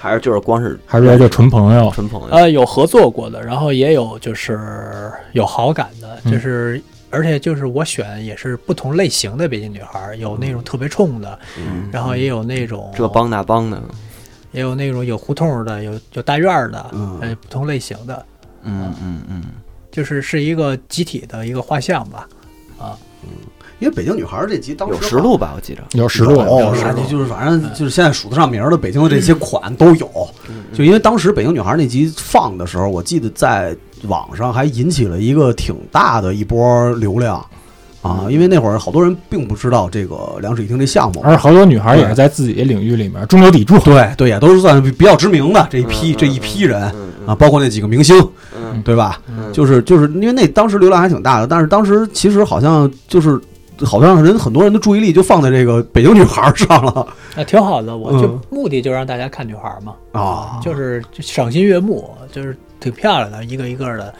Speaker 1: 还是就是光是
Speaker 5: 还是说就纯朋友？
Speaker 1: 纯朋友？
Speaker 2: 呃，有合作过的，然后也有就是有好感的，
Speaker 5: 嗯
Speaker 2: 就是、而且就是我选也是不同类型的北京女孩儿，有那种特别冲的，
Speaker 1: 嗯，
Speaker 2: 然后也有那种
Speaker 1: 这帮那帮的，
Speaker 2: 也有那种有胡同儿的，有有大院儿的，
Speaker 3: 嗯
Speaker 2: 呃，不同类型的，
Speaker 1: 嗯嗯嗯，
Speaker 2: 就是是一个集体的一个画像吧。
Speaker 3: 因为北京女孩儿这集当时
Speaker 1: 有实录吧？我记着，
Speaker 5: 有实录，哦
Speaker 3: 有
Speaker 5: 实
Speaker 3: 啥
Speaker 5: 录
Speaker 3: 就。就是反正啊就是现在数得上名儿的北京的这些款都有。啊就
Speaker 5: 嗯
Speaker 1: 就
Speaker 3: 因为当时北京女孩那集放的时候，我记得在网上还引起了一个挺大的一波流量啊，
Speaker 5: 嗯
Speaker 3: 因为那会儿好多人并不知道这个两室一厅这项目。
Speaker 5: 而好多女孩也是在自己的领域里面中流砥啊柱。嗯
Speaker 3: 对对，也都是算比较知名的这一批、这一批
Speaker 1: 哎
Speaker 3: 人啊，包括那几个明星，
Speaker 1: 嗯
Speaker 3: 对吧？
Speaker 1: 嗯，
Speaker 3: 就是就是因为那当时流量还挺大的，但是当时其实好像就是好像人很多人的注意力就放在这个北京女孩上了啊
Speaker 2: 那挺好的，我就
Speaker 3: 嗯
Speaker 2: 目的就让大家看女孩儿嘛，
Speaker 3: 啊，
Speaker 2: 就是就赏心悦目，就是挺漂亮的，一个一个的。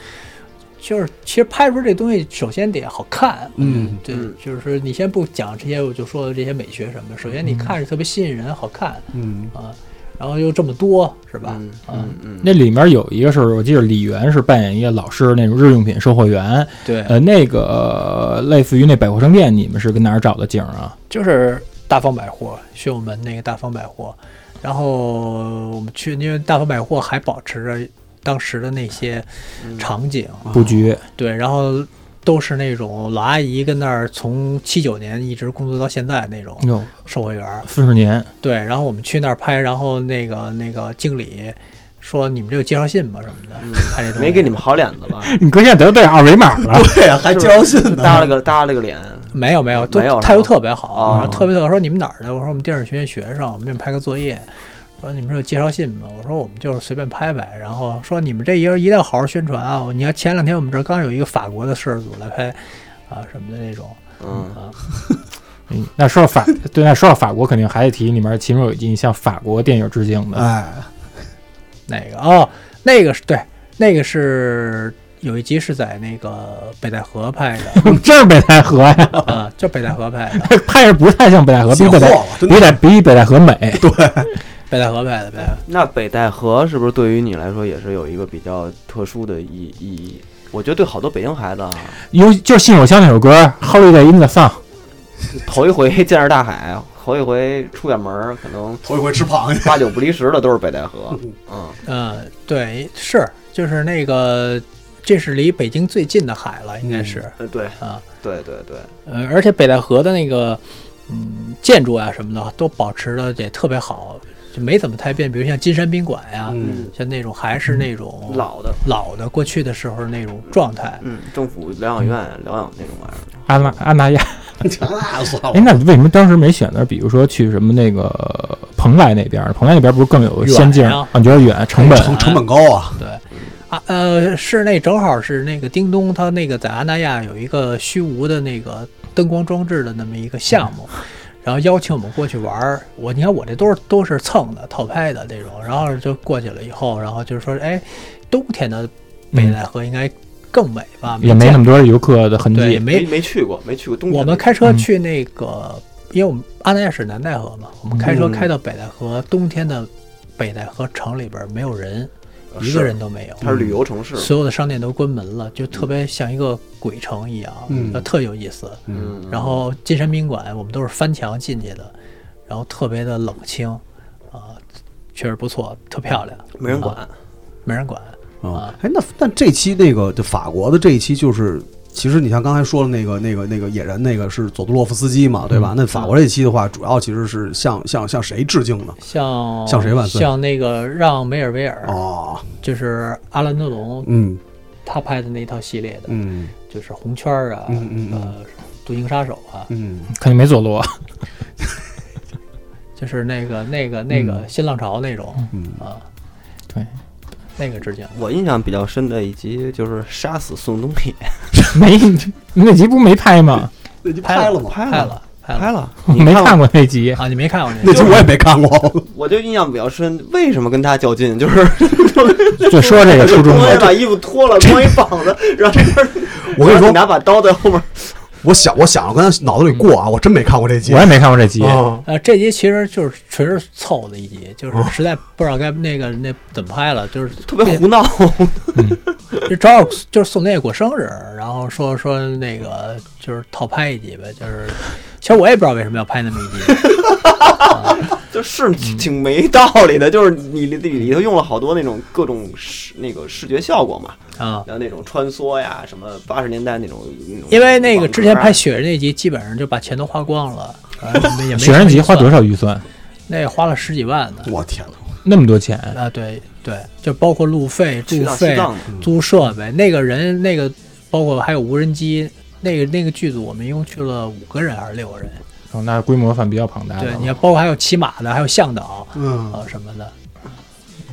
Speaker 2: 就是其实拍出这东西，首先得好看，
Speaker 3: 嗯
Speaker 2: 对
Speaker 1: 嗯，
Speaker 2: 就是你先不讲这些，我就说这些美学什么的。首先你
Speaker 1: 嗯
Speaker 2: 看着特别吸引人，好看
Speaker 3: 嗯
Speaker 2: 啊，然后又这么多，是吧？
Speaker 1: 嗯
Speaker 2: 啊，
Speaker 1: 嗯
Speaker 5: 那里面有一个是我记得李媛是扮演一个老式那种日用品售货员，
Speaker 2: 对，
Speaker 5: 呃，那个呃类似于那百货商店，你们是跟哪儿找的景儿啊？
Speaker 2: 就是大方百货，宣武门那个大方百货。然后我们去，因为大方百货还保持着当时的那些
Speaker 1: 嗯
Speaker 2: 场景，
Speaker 5: 布局
Speaker 2: 对，然后都是那种老阿姨跟那儿从七九年一直工作到现在那种
Speaker 1: 嗯
Speaker 5: 哟，
Speaker 2: 售货员儿。
Speaker 5: 四十年，
Speaker 2: 对，然后我们去那儿拍，然后那个那个经理说：“你们这有介绍信吗？什么的，拍这东
Speaker 1: 嗯
Speaker 2: 西
Speaker 1: 没给你们好脸子吧？
Speaker 5: 你哥现在得对二维码了，
Speaker 3: 对，哎
Speaker 1: 哎
Speaker 3: 还介绍信呢，
Speaker 1: 搭了个搭了个脸，
Speaker 2: 没有没有，都
Speaker 1: 没有是吧
Speaker 2: 态度特别好，
Speaker 1: 哦
Speaker 2: 然后特别特别说你们哪儿的？我说我们电影学院学生，我们给你们拍个作业。说你们是有介绍信吗？我说我们就是随便拍拍。然后说你们这一人一定要好好宣传啊！你要前两天我们这儿刚有一个法国的摄制组来拍啊什么的那种
Speaker 1: 嗯，
Speaker 2: 啊，
Speaker 5: 嗯那说到法，对，那说到法国，肯定还得提里面其中有一集向法国电影致敬的，
Speaker 3: 哎，
Speaker 2: 那个哦，那个是对，那个是有一集是在那个北戴河拍的
Speaker 5: 这是北戴河呀，
Speaker 2: 啊，就北戴河拍的，
Speaker 5: 拍着不太像北戴河，比
Speaker 3: 解惑
Speaker 5: 北戴
Speaker 3: 了，真的
Speaker 5: 比。戴比北戴河美，
Speaker 2: 北戴河拍的，北戴河
Speaker 1: 那北戴河是不是对于你来说也是有一个比较特殊的意意义？我觉得对好多北京孩子啊，
Speaker 5: 尤就是信手枪那首歌《Holiday in the Sun》，
Speaker 1: 头一回见着大海，头一回出远门儿，可能
Speaker 3: 头一回吃螃蟹，
Speaker 1: 八九不离十的都是北戴河。嗯
Speaker 2: 嗯，对，是就是那个，这是离北京最近的海了，应该是、，
Speaker 1: 呃 对
Speaker 2: 啊，
Speaker 1: 对对对，
Speaker 2: 呃，而且北戴河的那个嗯建筑啊什么的都保持的也特别好，就没怎么太变，比如像金山宾馆呀、
Speaker 3: 嗯，
Speaker 2: 像那种还是那种
Speaker 1: 老的，
Speaker 2: 老的过去的时候那种状态。
Speaker 1: 嗯，政府疗养院疗养那种玩意儿，
Speaker 5: 安娜安娜亚，
Speaker 3: 那算
Speaker 5: 哎，那为什么当时没选择，比如说去什么那个蓬莱那边儿？蓬莱那边不是更有仙境
Speaker 2: 远呀
Speaker 5: 啊？你觉得远，成本？
Speaker 3: 成成本高啊，
Speaker 2: 对，啊呃，是那正好是那个叮咚，它那个在阿那亚有一个虚无的那个灯光装置的那么一个项目，
Speaker 5: 嗯
Speaker 2: 然后邀请我们过去玩儿。我你看我这都是都是蹭的套拍的这种，然后就过去了以后，然后就是说，哎，冬天的北戴河应该更美吧？
Speaker 5: 嗯也没那
Speaker 2: 么
Speaker 5: 么多游客的痕
Speaker 2: 对，也
Speaker 5: 迹。
Speaker 1: 没
Speaker 2: 没
Speaker 1: 没去过，没去过东
Speaker 2: 我
Speaker 1: 边
Speaker 2: 们
Speaker 1: 那
Speaker 2: 开车
Speaker 5: 嗯
Speaker 2: 去那个，因为我们阿那亚是南戴河嘛，我们开
Speaker 5: 嗯
Speaker 2: 车开到北戴河，冬天的北戴河城里边儿没有人，
Speaker 1: 呃
Speaker 2: 一
Speaker 1: 是
Speaker 2: 个人嗯都没有。
Speaker 5: 嗯
Speaker 1: 它是旅游城市，
Speaker 2: 所有的商店都关门了，就特别像一个鬼城一样，
Speaker 3: 嗯
Speaker 2: 呃特有意思。
Speaker 1: 嗯，
Speaker 2: 然后金山宾馆我们都是翻墙进去的，然后特别的冷清，啊、确实不错，特漂亮，
Speaker 1: 没人
Speaker 2: 啊
Speaker 1: 管，
Speaker 2: 没人管。
Speaker 3: 啊
Speaker 2: 啊，
Speaker 3: 哎，那但这期那个就法国的这一期就是，其实你像刚才说的那个、那个、那个野人，那个是佐多洛夫斯基嘛，对吧？那法国这期的话，主要其实是向向向谁致敬呢？
Speaker 2: 像
Speaker 3: 向谁万岁
Speaker 2: 像那个让梅尔维尔，
Speaker 3: 哦，
Speaker 2: 就是阿兰德龙
Speaker 3: 嗯
Speaker 2: 他拍的那套系列的，
Speaker 3: 嗯
Speaker 2: 就是红圈儿啊，
Speaker 3: 嗯嗯嗯
Speaker 2: 呃，独行杀手啊，
Speaker 3: 嗯，
Speaker 5: 肯定没佐罗，
Speaker 2: 就是那个那个那个新浪潮那种，
Speaker 3: 嗯
Speaker 2: 啊，
Speaker 5: 对，
Speaker 2: 那个致敬。
Speaker 1: 我印象比较深的一集就是杀死宋冬野，
Speaker 5: 没那集不没拍吗？
Speaker 3: 那就
Speaker 2: 拍
Speaker 3: 了吗？
Speaker 1: 拍
Speaker 2: 拍
Speaker 1: 了
Speaker 2: 了，拍了
Speaker 1: 拍了，你
Speaker 5: 嗯没
Speaker 1: 看
Speaker 5: 看过那集，
Speaker 2: 啊！你没看过那
Speaker 3: 那
Speaker 2: 个？
Speaker 3: 期我也没看过，
Speaker 1: 我就印象比较深，为什么跟他较劲？就是
Speaker 5: 就说这个初中
Speaker 1: 我也
Speaker 5: 的，
Speaker 1: 把衣服脱了，光一膀子，然后这边儿
Speaker 3: 我跟你
Speaker 1: 然后
Speaker 3: 说
Speaker 1: 拿把刀在后面儿，
Speaker 3: 我想，我想，我刚才脑子里过啊，我真没看过 这集。
Speaker 5: 我也没看过这集，
Speaker 1: 哦
Speaker 3: 啊，
Speaker 2: 呃，这集其实就是纯是凑的一集，
Speaker 5: 哦
Speaker 2: 就是实在不知道该那个那怎么拍了，就是
Speaker 1: 特别胡闹。
Speaker 2: 就正好就是宋烈过生日，然后说说那个就是套拍一集呗，就是其实我也不知道为什么要拍那么一集，
Speaker 1: 就是挺没道理的，就是你里里头用了好多那种各种视那个视觉效果嘛，
Speaker 2: 啊，
Speaker 1: 然后那种穿梭呀，什么八十年代那种，那种
Speaker 2: 因为那个之前拍
Speaker 1: 网格啊
Speaker 2: 雪人那集基本上就把钱都花光了，啊，也没
Speaker 5: 雪人
Speaker 2: 什么
Speaker 5: 集
Speaker 2: 预
Speaker 5: 花
Speaker 2: 算
Speaker 5: 多？少预算？
Speaker 2: 那也花了十几万呢，
Speaker 3: 我天哪！
Speaker 5: 那么多钱，
Speaker 2: 啊，对对，就包括路费、
Speaker 1: 去
Speaker 2: 住
Speaker 1: 趟西
Speaker 2: 费、
Speaker 1: 藏嘛，
Speaker 2: 租设备，那个人那个包括还有无人机，那个那个剧组我们一共去了五个人还是六个人？
Speaker 5: 哦，那规模算比较庞
Speaker 1: 啊
Speaker 5: 大的
Speaker 2: 对，
Speaker 5: 了。
Speaker 2: 你看包括还有骑马的，还有向导
Speaker 3: 嗯，
Speaker 2: 啊什么的，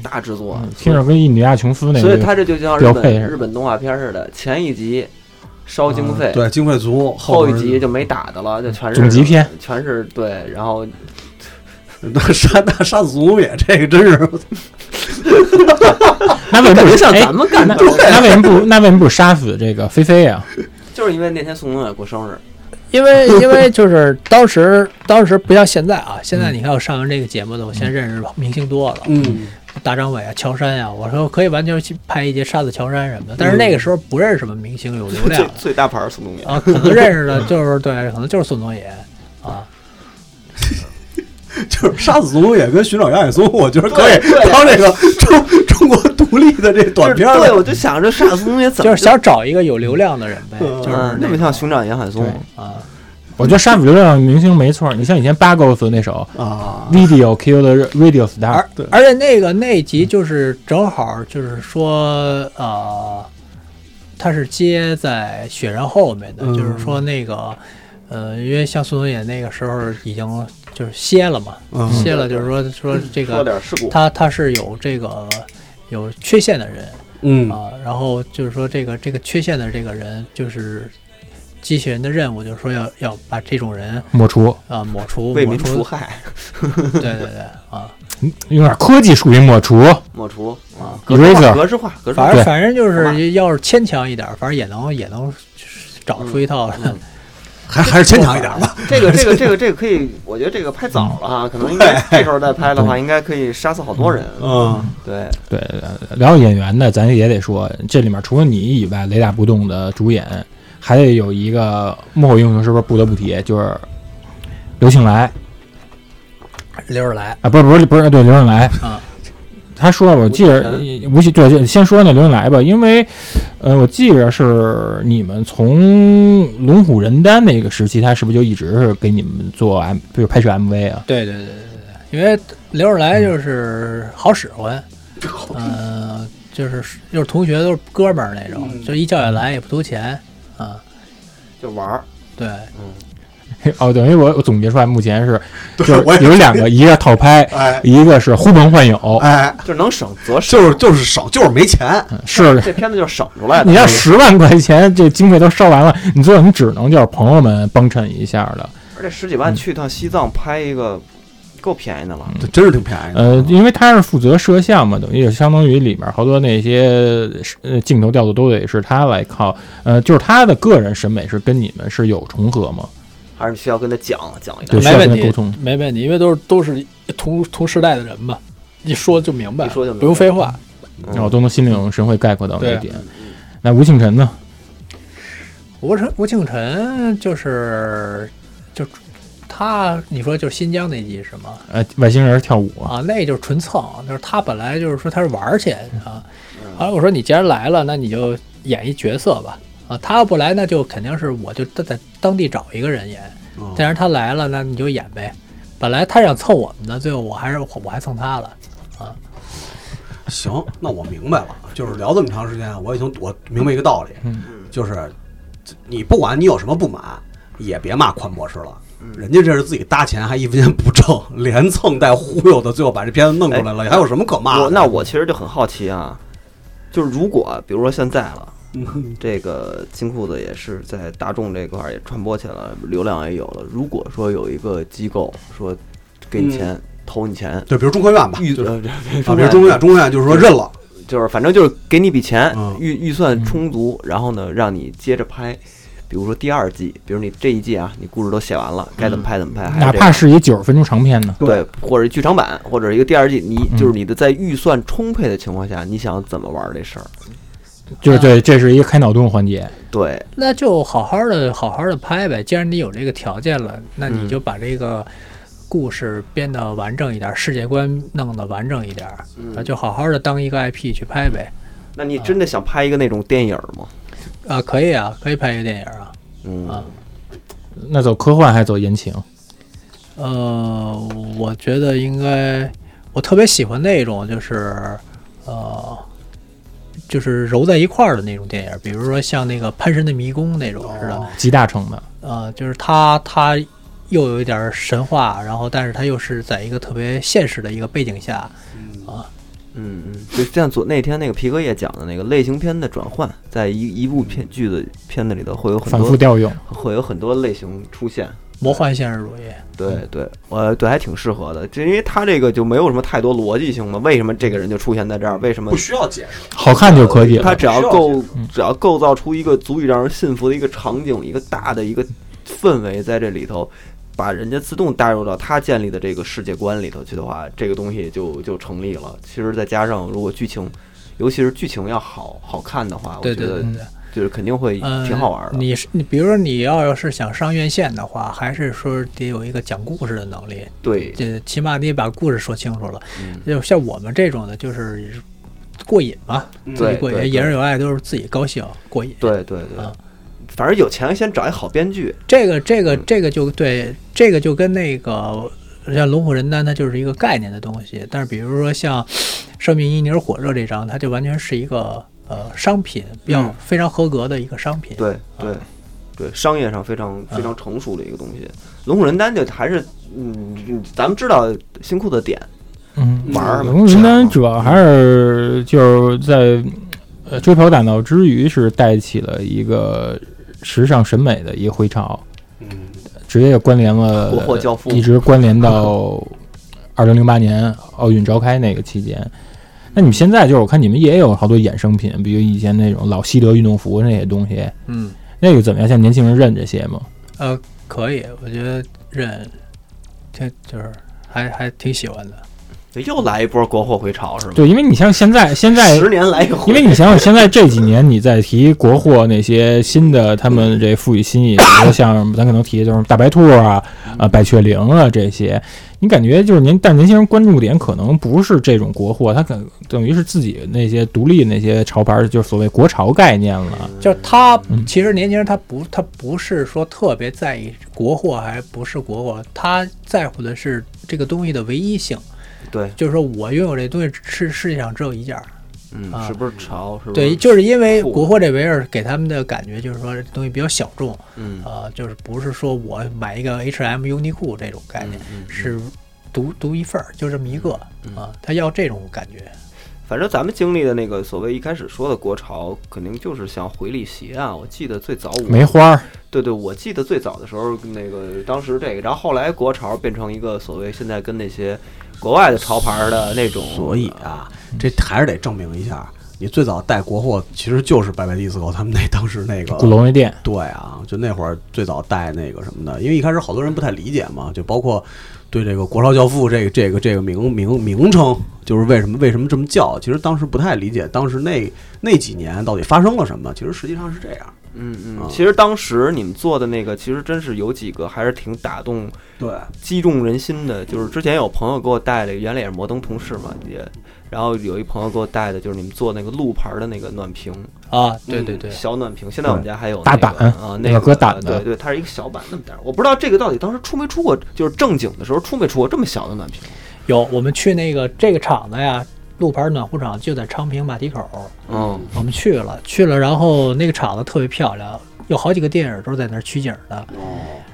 Speaker 1: 大制作啊
Speaker 5: 嗯，听着跟印第安琼斯那个，
Speaker 1: 所以它这就像日
Speaker 5: 标配
Speaker 1: 本
Speaker 5: 是
Speaker 1: 日本动画片似的，前一集烧经费，
Speaker 3: 对，经费足，
Speaker 1: 后
Speaker 3: 后
Speaker 1: 一集就没打的了，就全是
Speaker 5: 嗯总集篇，
Speaker 1: 全是对，然后
Speaker 3: 那杀那杀死祖母也这个真是
Speaker 5: 那为什
Speaker 1: 感
Speaker 5: 么
Speaker 1: 觉
Speaker 5: 不
Speaker 1: 像
Speaker 5: 哎
Speaker 1: 咱们干的
Speaker 5: 那，那为什么不那为什么不杀死这个菲菲啊呀？
Speaker 1: 就是因为那天宋冬野过生日，
Speaker 2: 因为因为就是当时当时不像现在啊，现在你看我上完这个节目的，我
Speaker 1: 嗯
Speaker 2: 现在认识明星多了，
Speaker 3: 嗯，
Speaker 2: 大张伟啊、乔杉呀、我说可以完全去拍一集杀死乔杉什么的，
Speaker 1: 嗯
Speaker 2: 但是那个时候不认识什么明星有 流量
Speaker 1: 最最大牌儿宋冬野，
Speaker 2: 啊，可能认识的就是对，可能就是宋冬野啊，
Speaker 3: 就是杀死祖母也跟寻找杨海松，我觉得可以
Speaker 1: 对对
Speaker 3: 当这个中中国独立的这短片
Speaker 1: 就是对，
Speaker 3: 了。
Speaker 1: 我就想 着杀死宋冬野怎么
Speaker 2: 就是想找一个有流量的人呗，
Speaker 3: 嗯
Speaker 2: 就是
Speaker 1: 嗯那
Speaker 2: 那
Speaker 1: 么像熊掌杨海松
Speaker 5: 对，
Speaker 2: 个啊。
Speaker 5: 我觉得杀死流量明星没错儿，你像以前八 Ghost 那首
Speaker 3: 啊，
Speaker 5: Video Kill the Radio
Speaker 3: 嗯
Speaker 5: Star，
Speaker 2: 而而且那个那一集就是正好就是说呃，他是接在雪人后面的，
Speaker 3: 嗯
Speaker 2: 就是说那个呃，因为像宋冬野那个时候已经就是歇了嘛，
Speaker 3: 嗯
Speaker 2: 歇了就是说说这
Speaker 1: 说
Speaker 2: 个
Speaker 1: 点事故，
Speaker 2: 他他是有这个有缺陷的人
Speaker 3: 嗯
Speaker 2: 啊，然后就是说这个这个缺陷的这个人就是。机器人的任务就是说要要把这种人
Speaker 5: 抹除，
Speaker 2: 啊、抹除，
Speaker 1: 为
Speaker 2: 抹
Speaker 1: 民除
Speaker 2: 除，
Speaker 1: 害，
Speaker 2: 对对对啊，
Speaker 5: 嗯有点科技属于抹除
Speaker 1: 抹除啊，格式化，
Speaker 5: ，Eraser
Speaker 1: 格式化，格式
Speaker 2: 反
Speaker 1: 化，
Speaker 2: 正
Speaker 5: 对
Speaker 2: 反正就
Speaker 1: 好吧
Speaker 2: 是要是牵强一点，反正也能也能找出一套。
Speaker 1: 嗯
Speaker 3: 还还是牵强一点吧。
Speaker 1: 这个这个 这个这个可以，我觉得这个拍
Speaker 3: 嗯
Speaker 1: 早了啊哈，可能应该这时候再拍的话，应该可以杀死好多人。
Speaker 3: 嗯，
Speaker 1: 对，
Speaker 5: 对，呃聊演员的，咱也得说，这里面除了你以外，雷打不动的主演，还得有一个幕后英雄，是不是不得不提？就是刘庆来
Speaker 2: 刘着来
Speaker 5: 啊，不是不是不是，对刘庆来
Speaker 2: 啊。
Speaker 5: 他说，我记着
Speaker 1: 吴
Speaker 5: 吴奇对，就先说那刘庆来吧，因为，呃，我记着是你们从龙虎人丹那个时期，他是不是就一直是给你们做 M，就是拍摄 MV 啊？
Speaker 2: 对对对对对，因为刘着来就是好使唤，嗯，就是就是同学都是哥们儿那种，
Speaker 1: 嗯
Speaker 2: 就一叫起来也不图钱啊。
Speaker 1: 就玩儿，
Speaker 2: 对，
Speaker 5: 哦，等于我我总结出来，目前是就
Speaker 3: 对，我也
Speaker 5: 是有两个，一个套拍，
Speaker 3: 哎
Speaker 5: 一个是呼朋唤友，
Speaker 3: 哎，
Speaker 1: 就是能省则省。
Speaker 3: 就是就是省，就是没钱。
Speaker 5: 是
Speaker 1: 这片子就是省出来的。
Speaker 5: 你要十万块钱，这经费都烧完了，你最后你只能就是朋友们帮衬一下了。
Speaker 1: 而且十几
Speaker 3: 嗯
Speaker 1: 万去一趟西藏拍一个，够便宜的了。
Speaker 3: 这真是挺便宜的。啊
Speaker 5: 呃，
Speaker 1: 嗯
Speaker 5: 因为他是负责摄像嘛，等于也相当于里面好多那些呃镜头调度都得是他来靠。呃，就是他的个人审美是跟你们是有重合吗？
Speaker 1: 还是需要跟他讲讲一讲。
Speaker 5: 对需
Speaker 2: 没
Speaker 5: 要
Speaker 2: 问
Speaker 5: 跟他
Speaker 2: 题
Speaker 5: 沟通，
Speaker 2: 没问题，因为都是都是同同时代的人嘛，一说就明白，
Speaker 1: 一说就明白
Speaker 2: 不用废话。
Speaker 1: 嗯
Speaker 5: 然后都能心领神会概括到那一
Speaker 2: 对。
Speaker 5: 点那吴庆辰呢？
Speaker 2: 吴成吴庆辰就是就他，你说就是新疆那集是吗？
Speaker 5: 呃，外星人跳舞，
Speaker 2: 啊，那就是纯蹭，就是他本来就是说他是玩儿去啊，后来我说你既然来了，那你就演一角色吧，啊，他要不来，那就肯定是我就在在当地找一个人演，但是他来了，那你就演呗。本来他想蹭我们的，最后我还是我还蹭他了，
Speaker 3: 行，那我明白了，就是聊这么长时间，我已经我明白一个道理，
Speaker 1: 嗯
Speaker 3: 就是你不管你有什么不满，也别骂宽博士了。
Speaker 1: 嗯
Speaker 3: 人家这是自己搭钱，还一分钱不挣，连蹭带忽悠的，最后把这片子弄出来了，还有什么可骂
Speaker 1: 哎我
Speaker 3: 的？
Speaker 1: 那我其实就很好奇啊，就是如果比如说现在了。这个金裤子也是在大众这块儿也传播起来了，流量也有了。如果说有一个机构说给你钱、投你钱，
Speaker 3: 嗯对，比如中科院吧，
Speaker 1: 预
Speaker 3: 就是
Speaker 1: 呃别
Speaker 3: 啊，
Speaker 1: 说
Speaker 3: 比如中科院，中科院就是说认了，
Speaker 1: 就是反正就是给你笔钱
Speaker 3: 嗯，
Speaker 1: 预预算充足，然后呢让你接着拍。比如说第二季，比如你这一季啊，你故事都写完了，该怎么拍怎么啊拍，还
Speaker 5: 嗯哪
Speaker 1: 这
Speaker 5: 怕
Speaker 1: 样
Speaker 5: 是一九十分钟长片呢，
Speaker 1: 对，或者剧场版，或者一个第二季，你
Speaker 5: 嗯
Speaker 1: 就是你的在预算充沛的情况下，你想怎么玩这事儿？
Speaker 5: 就是对，这是一个开脑洞环节。
Speaker 1: 对，
Speaker 2: 那就好好的好好的拍呗。既然你有这个条件了，那
Speaker 1: 嗯
Speaker 2: 你就把这个故事编得完整一点，世界观弄得完整一点，那就好好的当一个 IP 去拍呗。
Speaker 1: 那你真
Speaker 5: 啊
Speaker 1: 的想拍一个那种电影吗？
Speaker 2: 啊，可以啊，可以拍一个电影啊。
Speaker 1: 嗯
Speaker 2: 啊，
Speaker 5: 那走科幻还是走言情？
Speaker 2: 呃，我觉得应该，我特别喜欢那种就是呃，就是揉在一块儿的那种电影，比如说像那个《潘神的迷宫》那种似
Speaker 1: 哦啊
Speaker 2: 的。
Speaker 5: 集大成的，
Speaker 2: 呃，就是它它又有一点儿神话，然后但是它又是在一个特别现实的一个背景下，
Speaker 1: 嗯嗯，就像昨那天那个皮哥也讲的那个类型片的转换，在一一部片剧的片子里头会有很
Speaker 5: 反复
Speaker 1: 多
Speaker 5: 调用。
Speaker 1: 会有很多类型出现。
Speaker 2: 魔幻现实主义。
Speaker 5: 嗯
Speaker 1: 对对，呃，对，还挺适合的，这因为他这个就没有什么太多逻辑性嘛。为什么这个人就出现在这儿？为什么
Speaker 3: 不需要解释。
Speaker 5: 好看就可以
Speaker 1: 他
Speaker 5: 了。
Speaker 1: 只要
Speaker 3: 需要
Speaker 1: 构
Speaker 5: 这
Speaker 2: 嗯
Speaker 5: 样
Speaker 1: 只要构造出一个足以让人信服的一个场景，一个大的一个氛围在这里头，把人家自动带入到他建立的这个世界观里头去的话，这个东西就就成立了。其实再加上如果剧情，尤其是剧情要好好看的话，我
Speaker 2: 对
Speaker 1: 觉
Speaker 2: 对
Speaker 1: 得
Speaker 2: 对对，
Speaker 1: 就是肯定会
Speaker 2: 呃，
Speaker 1: 挺好玩的。
Speaker 2: 你是你，比如说你要是想上院线的话，还是说得有一个讲故事的能力，
Speaker 1: 对，
Speaker 2: 这呃起码得把故事说清楚了。
Speaker 1: 嗯
Speaker 2: 就像我们这种的，就是过瘾嘛，
Speaker 3: 嗯
Speaker 2: 自己
Speaker 1: 对
Speaker 2: 过
Speaker 1: 对
Speaker 2: 瘾，也是有爱，都是自己高兴过瘾。
Speaker 1: 对对对
Speaker 2: 啊，
Speaker 1: 反正有钱先找一好编剧，
Speaker 2: 这个这
Speaker 1: 嗯
Speaker 2: 个这个就对，这个就跟那个像《龙虎人丹》，它就是一个概念的东西。但是比如说像《生命因泥而火热》这张，它就完全是一个呃商品，比较
Speaker 1: 嗯
Speaker 2: 非常合格的一个商品。
Speaker 1: 对对对，商业上非常非常成熟的一个东西。龙虎人丹就还是嗯，咱们知道辛苦的点，
Speaker 5: 嗯，
Speaker 1: 玩儿嘛
Speaker 5: 龙云丹主要还是就是在呃追跑打闹之余，是带起了一个时尚审美的一个回潮，
Speaker 3: 嗯，
Speaker 5: 直接就关联了
Speaker 1: 国货教父
Speaker 5: 一直关联到二零零八年奥运召开那个期间。那你们现在就是我看你们也有好多衍生品，比如以前那种老西德运动服那些东西，
Speaker 2: 嗯，
Speaker 5: 那个怎么样？像年轻人认这些吗？
Speaker 2: 呃，可以，我觉得认，这就是还还挺喜欢的。
Speaker 1: 又来一波国货回潮是吗？
Speaker 5: 对，因为你像现在现在
Speaker 1: 十年来一回，
Speaker 5: 因为你想想，现在这几年你在提国货那些新的，他们这赋予新意，比如说像咱可能提的就是大白兔啊、啊百雀羚啊这些，你感觉就是年，但是年轻人关注点可能不是这种国货，他可等于是自己那些独立那些潮牌，就是所谓国潮概念了。
Speaker 2: 就是他
Speaker 5: 嗯
Speaker 2: 其实年轻人他不他不是说特别在意国货还不是国货，他在乎的是这个东西的唯一性，
Speaker 1: 对，
Speaker 2: 就是说我拥有这东西是世界上只有一件儿。
Speaker 1: 嗯，
Speaker 2: 啊
Speaker 1: 是不是潮？是不是
Speaker 2: 对，就是因为
Speaker 1: 酷
Speaker 2: 国货这围儿给他们的感觉就是说这东西比较小众，
Speaker 1: 嗯
Speaker 2: 呃，就是不是说我买一个 H&M、优衣库这种概
Speaker 1: 嗯
Speaker 2: 念，
Speaker 1: 嗯，
Speaker 2: 是独独一份儿，就这么一个啊、他要这种感觉。
Speaker 1: 反正咱们经历的那个所谓一开始说的国潮，肯定就是像回力鞋啊。我记得最早我
Speaker 5: 梅花儿，
Speaker 1: 对对，我记得最早的时候，那个当时这个，然后后来国潮变成一个所谓现在跟那些国外的潮牌的那种，
Speaker 3: 所以啊，这还是得证明一下，你最早带国货其实就是白白迪斯科他们那当时那个
Speaker 5: 鼓楼那店，
Speaker 3: 对啊，就那会儿最早带那个什么的，因为一开始好多人不太理解嘛，就包括对这个“国潮教父”这个这个这个名名名称，就是为什么为什么这么叫，其实当时不太理解，当时那那几年到底发生了什么，其实实际上是这样。
Speaker 1: 嗯嗯
Speaker 3: 啊，
Speaker 1: 其实当时你们做的那个，其实真是有几个还是挺打动、
Speaker 3: 对，
Speaker 1: 击中人心的。就是之前有朋友给我带了，原来也是摩登同事嘛，也，然后有一朋友给我带的，就是你们做那个鹿牌的那个暖瓶，嗯
Speaker 2: 啊，对对对，
Speaker 1: 小暖瓶。现在我们家还有
Speaker 5: 大
Speaker 1: 那个
Speaker 5: 胆
Speaker 1: 啊，
Speaker 5: 那
Speaker 1: 那
Speaker 5: 个
Speaker 1: 个
Speaker 5: 搁胆的
Speaker 1: 对
Speaker 2: 嗯
Speaker 1: 对，它是一个小版那么点儿。我不知道这个到底当时出没出过，就是正经的时候出没出过这么小的暖瓶。
Speaker 2: 有我们去那个这个厂子呀，路牌暖壶厂就在昌平马蹄口，
Speaker 1: 嗯，
Speaker 2: 我们去了去了，然后那个厂子特别漂亮，有好几个电影都是在那儿取景的。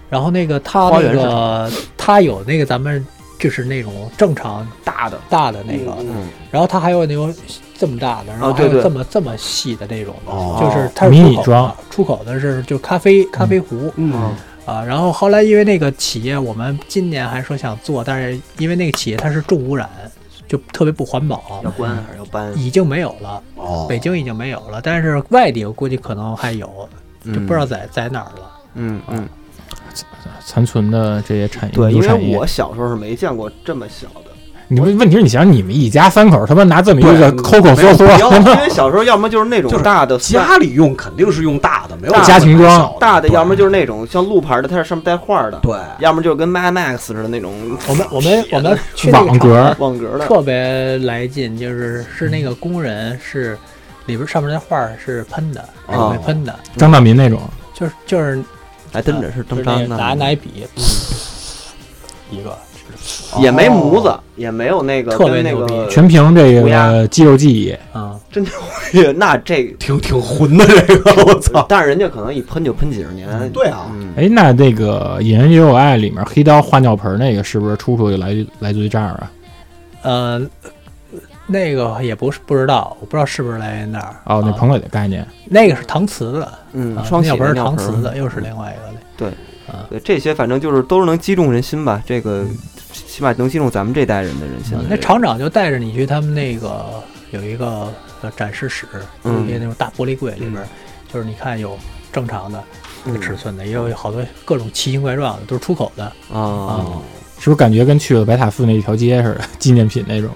Speaker 2: 然后那个他
Speaker 1: 哦花
Speaker 2: 那
Speaker 1: 园市
Speaker 2: 个他有那个咱们就是那种正常大的大的那个，
Speaker 1: 嗯啊
Speaker 2: 然后他还有那种这么大的，然后还
Speaker 1: 对
Speaker 2: 有
Speaker 1: 对
Speaker 2: 这么这么细的那种的，
Speaker 3: 哦
Speaker 2: 就是它是
Speaker 5: 迷
Speaker 2: 出
Speaker 5: 你
Speaker 2: 口
Speaker 5: 装
Speaker 2: 的，出口的是就咖啡咖啡壶，
Speaker 1: 哦
Speaker 3: 嗯，
Speaker 2: 啊，然后后来因为那个企业，我们今年还说想做，但是因为那个企业它是重污染，就特别不环保
Speaker 1: 要，关还是要搬？
Speaker 2: 已经没有了，
Speaker 3: 哦，
Speaker 2: 北京已经没有了，但是外地我估计可能还有，
Speaker 5: 嗯
Speaker 2: 就不知道啊在在哪儿了。
Speaker 1: 嗯嗯，
Speaker 5: 残存的这些产业，
Speaker 1: 对，因
Speaker 5: 民族产
Speaker 1: 为
Speaker 5: 业
Speaker 1: 我小时候是没见过这么小的。
Speaker 5: 你问问题是，你想你们一家三口他妈拿这么一个
Speaker 3: 对
Speaker 5: 抠抠
Speaker 3: 没
Speaker 5: 缩
Speaker 3: 有
Speaker 5: 缩，
Speaker 3: 必要
Speaker 1: 因为小时候要么就是那种
Speaker 3: 就是
Speaker 1: 大的算
Speaker 3: 家里用肯定是用大的，没有
Speaker 1: 大的
Speaker 5: 家庭装
Speaker 3: 小
Speaker 1: 大的，要么就是那种像路牌的，它是上面带画的，
Speaker 3: 对，
Speaker 1: 要么就是跟 Mad Max 似的那种
Speaker 2: 我们我们我们去那个
Speaker 5: 呃网格儿，
Speaker 1: 网格的。
Speaker 2: 特别来劲，就是是那个工人是里边上面那画儿是喷的，是
Speaker 1: 哦
Speaker 2: 被喷的，
Speaker 5: 张大民那种，
Speaker 2: 就是就是
Speaker 1: 还真的是这么
Speaker 2: 就是那
Speaker 1: 着
Speaker 2: 个拿
Speaker 1: 呢，
Speaker 2: 拿一笔，一个
Speaker 1: 也没
Speaker 2: 哦
Speaker 1: 模子，也没有那个
Speaker 2: 特别
Speaker 1: 跟那
Speaker 2: 牛逼
Speaker 1: 个
Speaker 5: 全凭这
Speaker 1: 涂呃鸦
Speaker 5: 个肌肉记忆。
Speaker 2: 啊，
Speaker 1: 真牛逼。那这
Speaker 3: 挺挺混的这个，我操！
Speaker 1: 但是人家可能一喷就喷几十年。
Speaker 3: 哦对啊，
Speaker 1: 嗯，
Speaker 5: 哎，那这个《野人也有爱》里面黑刀画尿盆那个是不是出处就来来自于这儿啊？
Speaker 2: 呃，那个也不是不知道，我不知道是不是来源那儿
Speaker 5: 哦，那
Speaker 2: 啊
Speaker 5: 朋友的概念，
Speaker 2: 那个是搪瓷的，
Speaker 1: 嗯，
Speaker 2: 啊
Speaker 1: 双喜
Speaker 2: 尿盆
Speaker 1: 的
Speaker 2: 是
Speaker 1: 尿
Speaker 2: 搪
Speaker 1: 盆
Speaker 2: 瓷的，又是另外一个的。
Speaker 1: 对这些反正就是都是能击中人心吧，这个起码能击中咱们这代人的人心
Speaker 2: 啊。
Speaker 1: 这
Speaker 2: 那
Speaker 1: 个
Speaker 2: 厂长就带着你去他们那个有一个呃展示室，有
Speaker 1: 嗯
Speaker 2: 一些那种大玻璃柜里边
Speaker 5: 嗯
Speaker 2: 儿，就是你看有正常的
Speaker 1: 嗯
Speaker 2: 尺寸的，也有好多各种奇形怪状的，都是出口的，
Speaker 1: 啊，
Speaker 3: 嗯
Speaker 5: 是不是感觉跟去了白塔寺那一条街似的，纪念品那种？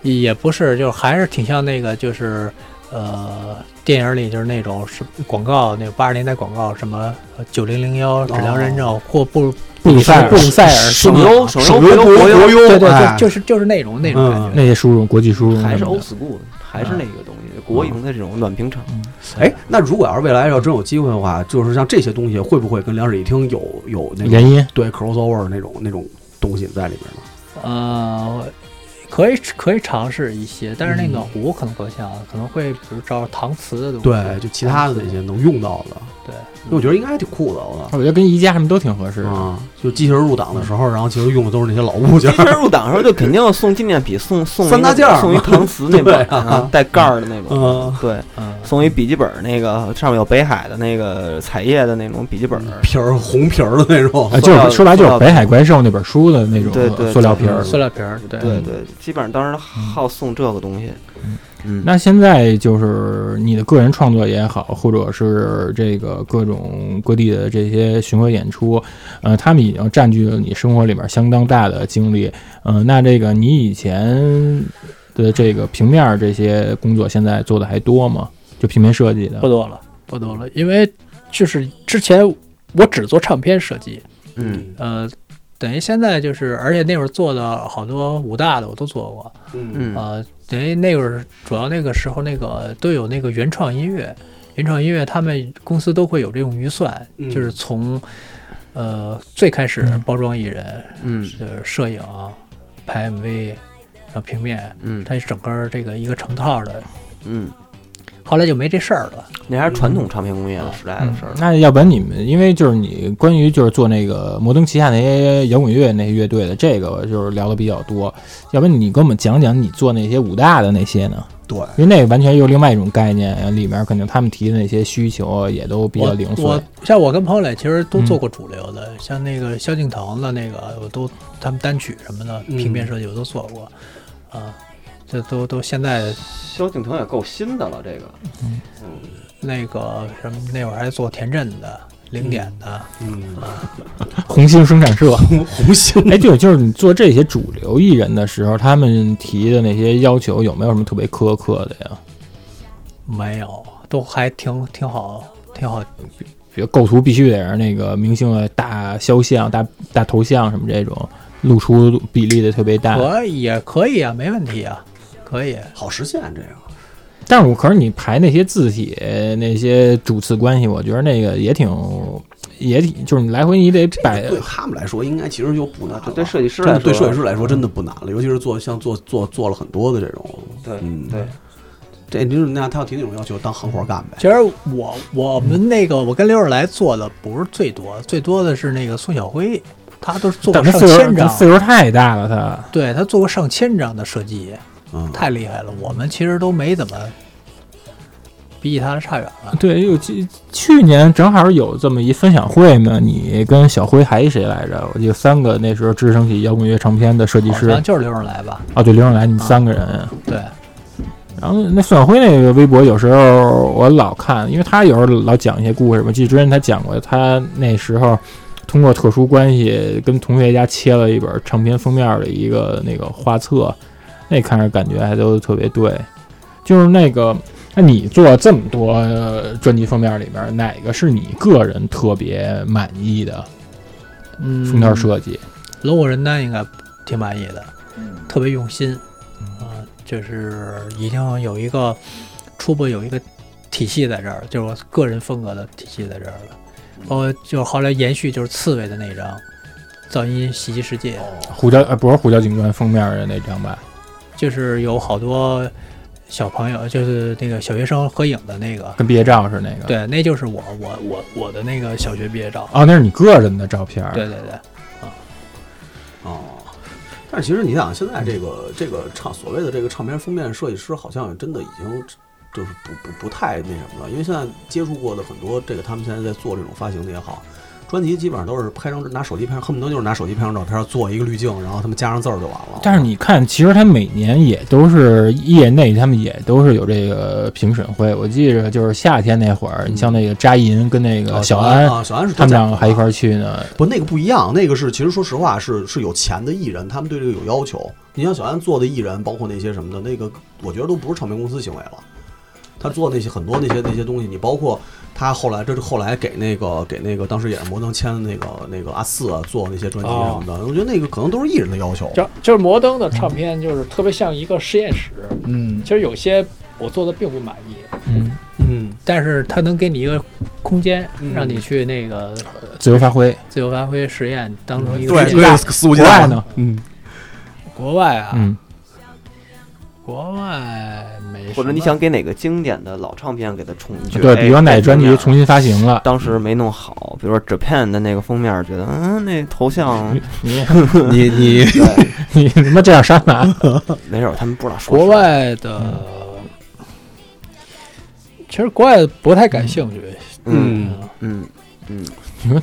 Speaker 2: 也也不是，就是还是挺像那个就是。呃，电影里就是那种是广告，那个八十年代广告，什么呃九零零幺质量认证或布
Speaker 5: 哦布鲁塞尔
Speaker 2: 布鲁塞尔
Speaker 1: 手游手游
Speaker 3: 游
Speaker 1: 国
Speaker 3: 国
Speaker 1: 游
Speaker 3: 游
Speaker 2: 对对，
Speaker 3: 哎
Speaker 2: 就就是就是那种那种感
Speaker 5: 那
Speaker 2: 觉。
Speaker 5: 些殊荣，国际殊荣
Speaker 1: 还是
Speaker 5: 什
Speaker 3: 嗯
Speaker 5: 么
Speaker 1: old
Speaker 5: 的
Speaker 1: school，还是那个东西，国营的这种暖瓶厂。
Speaker 5: 嗯
Speaker 2: 嗯
Speaker 3: 哎，那如果要是未来要真有机会的话，就是像这些东西，会不会跟两室一厅有有那
Speaker 5: 联
Speaker 3: 种
Speaker 5: 姻，
Speaker 3: 对 crossover 那种那种东西在里面呢？
Speaker 2: 呃，可以可以尝试一些，但是那暖壶可能更像，可能会比如找搪瓷的东西，
Speaker 3: 对，嗯就其他的那些能用到的，
Speaker 2: 对，
Speaker 3: 那我觉得应该还挺酷的，我操！
Speaker 5: 我觉得跟宜家什么都挺合适的。
Speaker 3: 啊，就机器人入党的时候，然后其实用的都是那些老物件
Speaker 1: 今，天入党的时候就肯定要送纪念品，送送一个
Speaker 3: 三大件儿
Speaker 1: 送一 搪瓷那
Speaker 3: 对
Speaker 1: 本
Speaker 3: 啊
Speaker 1: 啊，带盖儿的那种。
Speaker 3: 嗯，
Speaker 1: 对，
Speaker 2: 嗯，
Speaker 1: 送一笔记本儿，那个上面有北海的那个彩页的那种笔记本儿。
Speaker 3: 皮儿红皮儿的那种
Speaker 5: 啊，
Speaker 1: 哎，
Speaker 5: 就是说白就
Speaker 1: 塑
Speaker 5: 是
Speaker 1: 料
Speaker 5: 《北海怪兽》那本书的那种
Speaker 1: 对对
Speaker 5: 塑料
Speaker 1: 对
Speaker 5: 瓶儿。
Speaker 2: 塑料瓶
Speaker 3: 嗯
Speaker 2: 儿，对
Speaker 1: 对对，基本上当时好送这个东西。嗯，
Speaker 5: 那现在就是你的个人创作也好，或者是这个各种各地的这些巡回演出，呃，他们已经占据了你生活里面相当大的精力。嗯、那这个你以前的这个平面儿这些工作，现在做的还多吗？就平面设计的
Speaker 2: 不，多了，不多了，因为就是之前我只做唱片设计，
Speaker 1: 嗯
Speaker 2: 呃，等于现在就是，而且那会儿做的好多武大的我都做过，
Speaker 3: 嗯
Speaker 1: 嗯
Speaker 2: 呃，等于那会儿主要那个时候那个都有那个原创音乐，原创音乐他们公司都会有这种预算，
Speaker 3: 嗯
Speaker 2: 就是从呃最开始包装艺人，
Speaker 1: 嗯
Speaker 2: 呃，摄影、拍 MV，然后平面，
Speaker 1: 嗯
Speaker 2: 它是整个儿这个一个成套的。
Speaker 1: 嗯，
Speaker 2: 后来就没这事儿了，
Speaker 1: 那还是传统唱片工业的时代的
Speaker 5: 嗯
Speaker 1: 事儿。
Speaker 5: 那要不然你们，因为就是你关于就是做那个摩登旗下那些摇滚乐那些乐队的这个，就是聊的比较多。要不然你给我们讲讲你做那些武大的那些呢？
Speaker 3: 对，
Speaker 5: 因为那个完全又另外一种概念，里面可能他们提的那些需求也都比较零碎。嗯
Speaker 2: 我我像我跟彭磊其实都做过主流的，像那个萧敬腾的那个，我都他们单曲什么的
Speaker 3: 嗯
Speaker 2: 平面设计我都做过，啊，这都都现在
Speaker 1: 萧敬腾也够新的了，这个。嗯，
Speaker 2: 那个什么那会儿还做田震的。零点的，
Speaker 3: 嗯，
Speaker 5: 红星生产 社，
Speaker 3: 红星
Speaker 5: 哎，对，就是你做这些主流艺人的时候，他们提的那些要求有没有什么特别苛刻的呀？嗯
Speaker 2: 没有，都还挺挺好，挺好。
Speaker 5: 比如构图必须得是那个明星的大肖像、大大头像什么这种，露出比例的特别大。
Speaker 2: 可以啊，可以啊，没问题啊，可以。
Speaker 3: 好实现这个，
Speaker 5: 但是我可是你排那些字体那些主次关系，我觉得那个也挺，也挺就是你来回你得摆
Speaker 3: 对他们来说应该其实就不难了，
Speaker 1: 对设计师
Speaker 3: 真的
Speaker 1: 来说，
Speaker 3: 对设计师来说真的不难了，尤其是做像做做做了很多的这种，
Speaker 1: 对
Speaker 3: 嗯
Speaker 1: 对，
Speaker 3: 这就是那样他要提那种要求，当行活干呗。
Speaker 2: 其实我我们那个我跟刘若来做的不是最多，最多的是那个宋晓辉，他都是做
Speaker 5: 但
Speaker 2: 过
Speaker 5: 他
Speaker 2: 上
Speaker 5: 岁数
Speaker 2: 千
Speaker 5: 他
Speaker 2: 张，
Speaker 5: 岁数太大了，他。
Speaker 2: 对他做过上千张的设计，
Speaker 3: 嗯，
Speaker 2: 太厉害了。我们其实都没怎么比他差远了。
Speaker 5: 对，有去去年正好有这么一分享会嘛，你跟小辉还有谁来着？我记得三个那时候支撑起摇滚乐唱片的设计
Speaker 2: 好
Speaker 5: 师哦
Speaker 2: 像就是刘若来吧？
Speaker 5: 啊，对，刘永来，你们三个人，
Speaker 2: 对，
Speaker 5: 然后那孙晓辉那个微博有时候我老看，因为他有时候老讲一些故事嘛。记得之前他讲过，他那时候通过特殊关系跟同学家切了一本唱片封面的一个那个画册，那看着感觉还都特别对。就是那个，那你做这么多呃专辑封面里面，哪个是你个人特别满意的
Speaker 2: 嗯，
Speaker 5: 封面设计？
Speaker 2: 龙虎人丹应该挺满意的，
Speaker 6: 嗯
Speaker 2: 特别用心，啊、就是已经有一个初步有一个体系在这儿，就是我个人风格的体系在这儿了。
Speaker 6: 嗯
Speaker 2: 包括就是后来延续就是刺猬的那张《噪音袭击世界》，
Speaker 6: 哦
Speaker 5: 胡椒呃不是胡椒警官封面的那张吧？
Speaker 2: 就是有好多小朋友，就是那个小学生合影的那个，
Speaker 5: 跟毕业照似的那个。
Speaker 2: 对，那就是我我我我的那个小学毕业照。
Speaker 5: 哦，那是你个人的照片。
Speaker 2: 对对对，
Speaker 3: 哦，但其实你想，现在这个这个唱所谓的这个唱片封面设计师，好像真的已经就是不不不太那什么了，因为现在接触过的很多这个他们现在在做这种发行的也好，专辑基本上都是拍张拿手机拍，恨不得就是拿手机拍张照片，做一个滤镜，然后他们加上字儿就完了。
Speaker 5: 但是你看，其实他每年也都是业内，他们也都是有这个评审会。我记着，就是夏天那会儿，你像那个扎银跟那个
Speaker 3: 啊
Speaker 5: 小
Speaker 3: 安
Speaker 5: 安，
Speaker 3: 啊，小安是
Speaker 5: 他们
Speaker 3: 专家
Speaker 5: 俩还一块儿去呢。
Speaker 3: 不，那个不一样，那个是其实说实话是是有钱的艺人，他们对这个有要求。你像小安做的艺人，包括那些什么的，那个我觉得都不是唱片公司行为了。他做那些很多那些那些东西，你包括他后来，这是后来给那个给那个当时也是摩登签的那个那个阿四啊做那些专辑什么的，我觉得那个可能都是艺人的要求。
Speaker 6: 就就是摩登的唱片，就是特别像一个实验室。
Speaker 5: 嗯
Speaker 6: 其实有些我做的并不满意，
Speaker 5: 嗯，
Speaker 3: 嗯，
Speaker 2: 但是它能给你一个空间
Speaker 3: 嗯，
Speaker 2: 让你去那个
Speaker 5: 自由发挥。
Speaker 2: 自由发挥实验，当
Speaker 1: 嗯
Speaker 2: 成一个
Speaker 3: 对
Speaker 2: 实验
Speaker 3: 对，肆无忌
Speaker 5: 国外
Speaker 3: 惮。
Speaker 5: 呢？
Speaker 3: 嗯，
Speaker 2: 国外啊，
Speaker 5: 嗯，
Speaker 2: 国外没什么
Speaker 1: 或者你想给哪个经典的老唱片给它重去？
Speaker 5: 对，比如
Speaker 1: 哎
Speaker 5: 说哪
Speaker 1: 这
Speaker 5: 专
Speaker 1: 封
Speaker 5: 辑
Speaker 1: 面
Speaker 5: 重新发行了，
Speaker 1: 当时没弄好，比如说 Japan 的那个封面，觉得嗯那头像
Speaker 5: 你
Speaker 3: 你你
Speaker 5: 你他妈这样删哪？
Speaker 1: 没事儿，他们不知道说
Speaker 6: 国
Speaker 1: 啥
Speaker 6: 外的，
Speaker 1: 嗯
Speaker 6: 其实国外不太感兴趣。
Speaker 1: 嗯
Speaker 3: 嗯
Speaker 1: 嗯嗯
Speaker 5: 你说，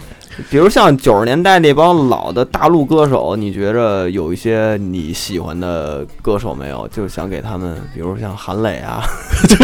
Speaker 1: 比如像九十年代那帮老的大陆歌手，你觉着有一些你喜欢的歌手没有？就是想给他们，比如像韩磊啊， 就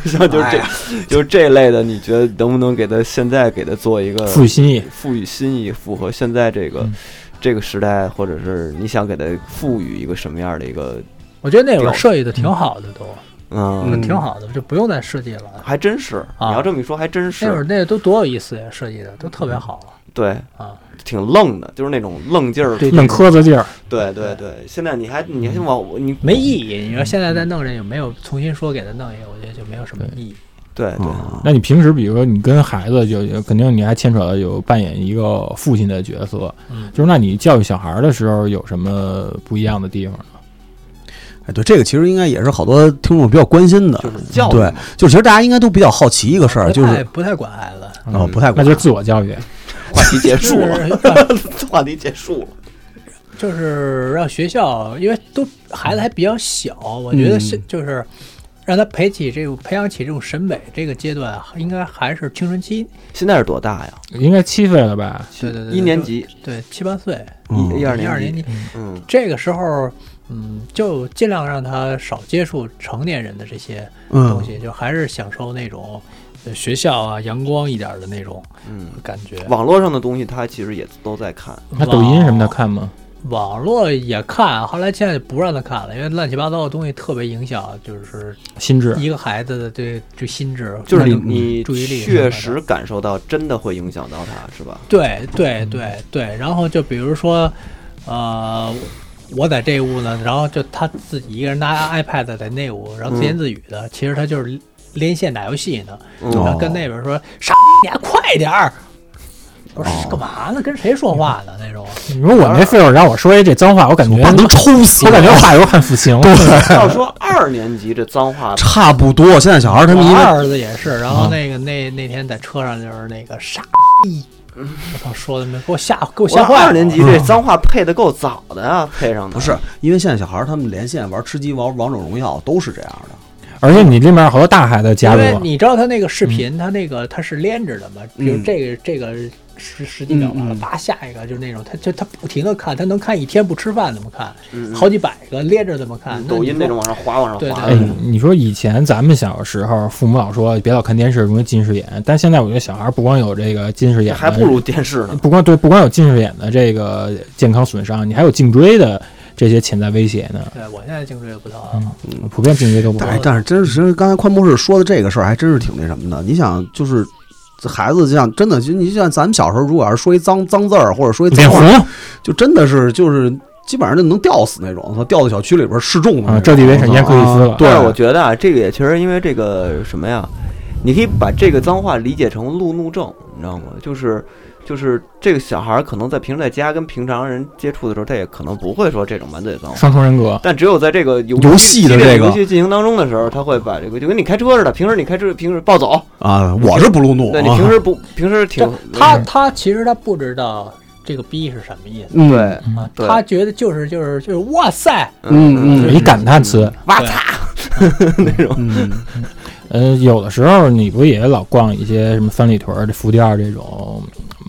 Speaker 1: 是像就是
Speaker 3: 哎
Speaker 1: 这、就是这类的，你觉得能不能给他现在给他做一个
Speaker 5: 赋予新意。
Speaker 1: 赋予新意，符合现在这个、
Speaker 5: 嗯
Speaker 1: 这个时代，或者是你想给他赋予一个什么样的一个
Speaker 2: 我觉得那会儿设计的挺好的，都
Speaker 1: 嗯？
Speaker 2: 挺好的，就不用再设计了。
Speaker 1: 还真是，你要
Speaker 2: 啊
Speaker 1: 这么一说，还真
Speaker 2: 那会儿
Speaker 1: 是，
Speaker 2: 那都多有意思呀，设计的都特别好。
Speaker 1: 对，
Speaker 2: 啊
Speaker 1: 挺愣的，就是那种愣劲儿，
Speaker 5: 硬磕子劲儿，
Speaker 1: 对对对，现在你还你还往我你
Speaker 2: 没意义，
Speaker 1: 嗯
Speaker 2: 你说现在再弄这个没有重新说给他弄一个，我觉得就没有什么意义。
Speaker 1: 对对，
Speaker 5: 那你平时，比如说你跟孩子就，就肯定你还牵扯到有扮演一个父亲的角色，
Speaker 2: 嗯
Speaker 5: 就是那你教育小孩儿的时候有什么不一样的地方呢？
Speaker 3: 哎，对，这个其实应该也是好多听众比较关心的，
Speaker 1: 就是教育
Speaker 3: 对，就是其实大家应该都比较好奇一个
Speaker 1: 啊
Speaker 3: 事儿，就
Speaker 2: 不太
Speaker 3: 是
Speaker 2: 不太管孩子，
Speaker 3: 哦不太
Speaker 5: 那
Speaker 3: 关
Speaker 5: 就是自我教育。
Speaker 1: 话题结
Speaker 2: 就
Speaker 1: 束 了，
Speaker 2: 是
Speaker 1: 话题结束了，
Speaker 2: 就是让学校，因为都孩子还比较小，我觉得是
Speaker 1: 嗯
Speaker 2: 就是让他培起这种培养起这种审美，这个阶段应该还是青春期。
Speaker 1: 现在是多大呀？
Speaker 5: 应该七岁了吧？
Speaker 2: 对对对，
Speaker 1: 一年级，
Speaker 2: 对七八岁，
Speaker 3: 嗯
Speaker 1: 一一二
Speaker 2: 一二
Speaker 1: 年
Speaker 2: 年级，
Speaker 1: 嗯
Speaker 2: 这个时候，嗯，就尽量让他少接触成年人的这些东
Speaker 3: 嗯，
Speaker 2: 西，就还是享受那种呃学校啊阳光一点的那种
Speaker 1: 嗯，
Speaker 2: 感觉。
Speaker 1: 网络上的东西他其实也都在看，
Speaker 5: 那抖音什么的看吗？
Speaker 2: 网络也看，后来现在不让他看了，因为乱七八糟的东西特别影响，就是
Speaker 5: 心智。
Speaker 2: 一个孩子的对对心智，
Speaker 1: 就是你
Speaker 2: 那种
Speaker 1: 你
Speaker 2: 注意力什么
Speaker 1: 确
Speaker 2: 的
Speaker 1: 实感受到真的会影响到他，是吧？
Speaker 2: 对对对
Speaker 1: 嗯
Speaker 2: 对，然后就比如说，呃，我在这屋呢，然后就他自己一个人拿 iPad 在那屋，然后自言自语的，其实他就是连线打游戏呢，然
Speaker 1: 嗯
Speaker 2: 后跟那边说“傻逼，你还啊快点儿”，我
Speaker 1: 嗯
Speaker 2: 说干嘛呢？跟谁说话呢？ 那种
Speaker 5: 你说我没岁数，让我说一这脏话，我感觉
Speaker 1: 哎
Speaker 3: 我爸能抽死，
Speaker 5: 我感觉话有汉服情。
Speaker 1: 要说二年级这脏话
Speaker 3: 差不多。现在小孩儿他们因
Speaker 2: 我
Speaker 3: 为
Speaker 2: 二儿子也是，然
Speaker 1: 嗯
Speaker 2: 后那个那那天在车上就是那个“傻逼”， 我操，说的没给我吓给我
Speaker 1: 我
Speaker 2: 吓坏了。
Speaker 1: 二年级这脏话配的够早的呀，配上的
Speaker 3: 不是，因为现在小孩儿他们连线玩吃鸡、玩王者荣耀都是这样的。
Speaker 5: 而且你这面好多大孩子加
Speaker 2: 因为
Speaker 5: 入，
Speaker 2: 你知道他那个视频，他那个他是连着的嘛，比如
Speaker 3: 嗯
Speaker 2: 这个这个十十几秒完了，
Speaker 3: 嗯嗯
Speaker 2: 啪啊下一个就是那种，他就他不停的看，他能看一天不吃饭怎么看？
Speaker 1: 嗯
Speaker 2: 好几百个连着怎么看？
Speaker 1: 抖音
Speaker 2: 那
Speaker 1: 那种
Speaker 2: 你说
Speaker 1: 往上滑，往上
Speaker 2: 对
Speaker 1: 滑
Speaker 5: 哎
Speaker 1: 的
Speaker 2: 对，
Speaker 5: 你说以前咱们小时候，父母老说别老看电视，容易近视眼。但现在我觉得小孩儿不光有这个近视眼
Speaker 1: 这还
Speaker 5: 的，
Speaker 1: 不如电视呢。
Speaker 5: 不光对，不光有近视眼的这个健康损伤，你还有颈椎的这些潜在威胁呢。
Speaker 2: 对我现在颈椎也不疼，
Speaker 5: 嗯，普遍颈椎都不
Speaker 3: 但
Speaker 5: 好
Speaker 3: 是。但是真是，其实刚才宽博士说的这个事儿，还真是挺那什么的。你想，就是这孩子，就像真的，就你像咱们小时候，如果要是说一脏脏字儿，或者说一
Speaker 5: 脸
Speaker 3: 脏话，
Speaker 5: 红
Speaker 3: 就真的是就是基本上就能吊死那种，掉到小区里边示众的那
Speaker 5: 啊，
Speaker 3: 种
Speaker 5: 这地为沈
Speaker 3: 啊
Speaker 5: 烟克里斯了。
Speaker 3: 对
Speaker 1: 但是我觉得啊，这个也其实因为这个什么呀，你可以把这个脏话理解成路怒症，你知道吗？就是就是这个小孩儿可能在平时在家跟平常人接触的时候，他也可能不会说这种满嘴脏话。
Speaker 5: 双重人格，
Speaker 1: 但只有在这个游
Speaker 3: 游戏
Speaker 1: 戏
Speaker 3: 的
Speaker 1: 激烈
Speaker 3: 这个
Speaker 1: 游戏进行当中的时候，他会把这个就跟你开车似的，平时你开车平时暴走，
Speaker 3: 啊，我是不路怒
Speaker 1: 对
Speaker 3: 啊，
Speaker 1: 你平时不平时挺
Speaker 2: 这他他其实他不知道这个逼是什么意思
Speaker 3: 嗯
Speaker 1: 对
Speaker 2: 啊，
Speaker 1: 对
Speaker 2: 他觉得就是就是就是哇塞，
Speaker 3: 嗯
Speaker 5: 有一感叹词。
Speaker 1: 哇
Speaker 2: 对
Speaker 1: 擦，
Speaker 3: 嗯，
Speaker 5: 呃，有的时候你不也老逛一些什么三里屯儿、这福店儿这种嗯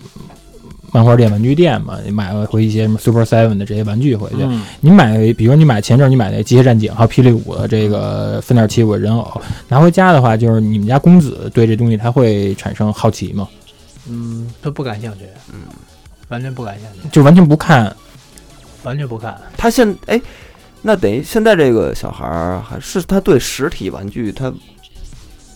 Speaker 5: 漫画店、玩具店嘛？你买回一些什么 Super Seven 的这些玩具回去，
Speaker 2: 嗯
Speaker 5: 你买，比如你买前阵儿你买那机械战警还有霹雳舞的这个分点七五的人偶，拿回家的话，就是你们家公子对这东西他会产生好奇吗？
Speaker 2: 嗯，他不感兴趣，嗯，完全不感兴趣，
Speaker 5: 就完全不看，
Speaker 2: 完全不看，
Speaker 1: 他现哎，那等于现在这个小孩儿还是他对实体玩具他。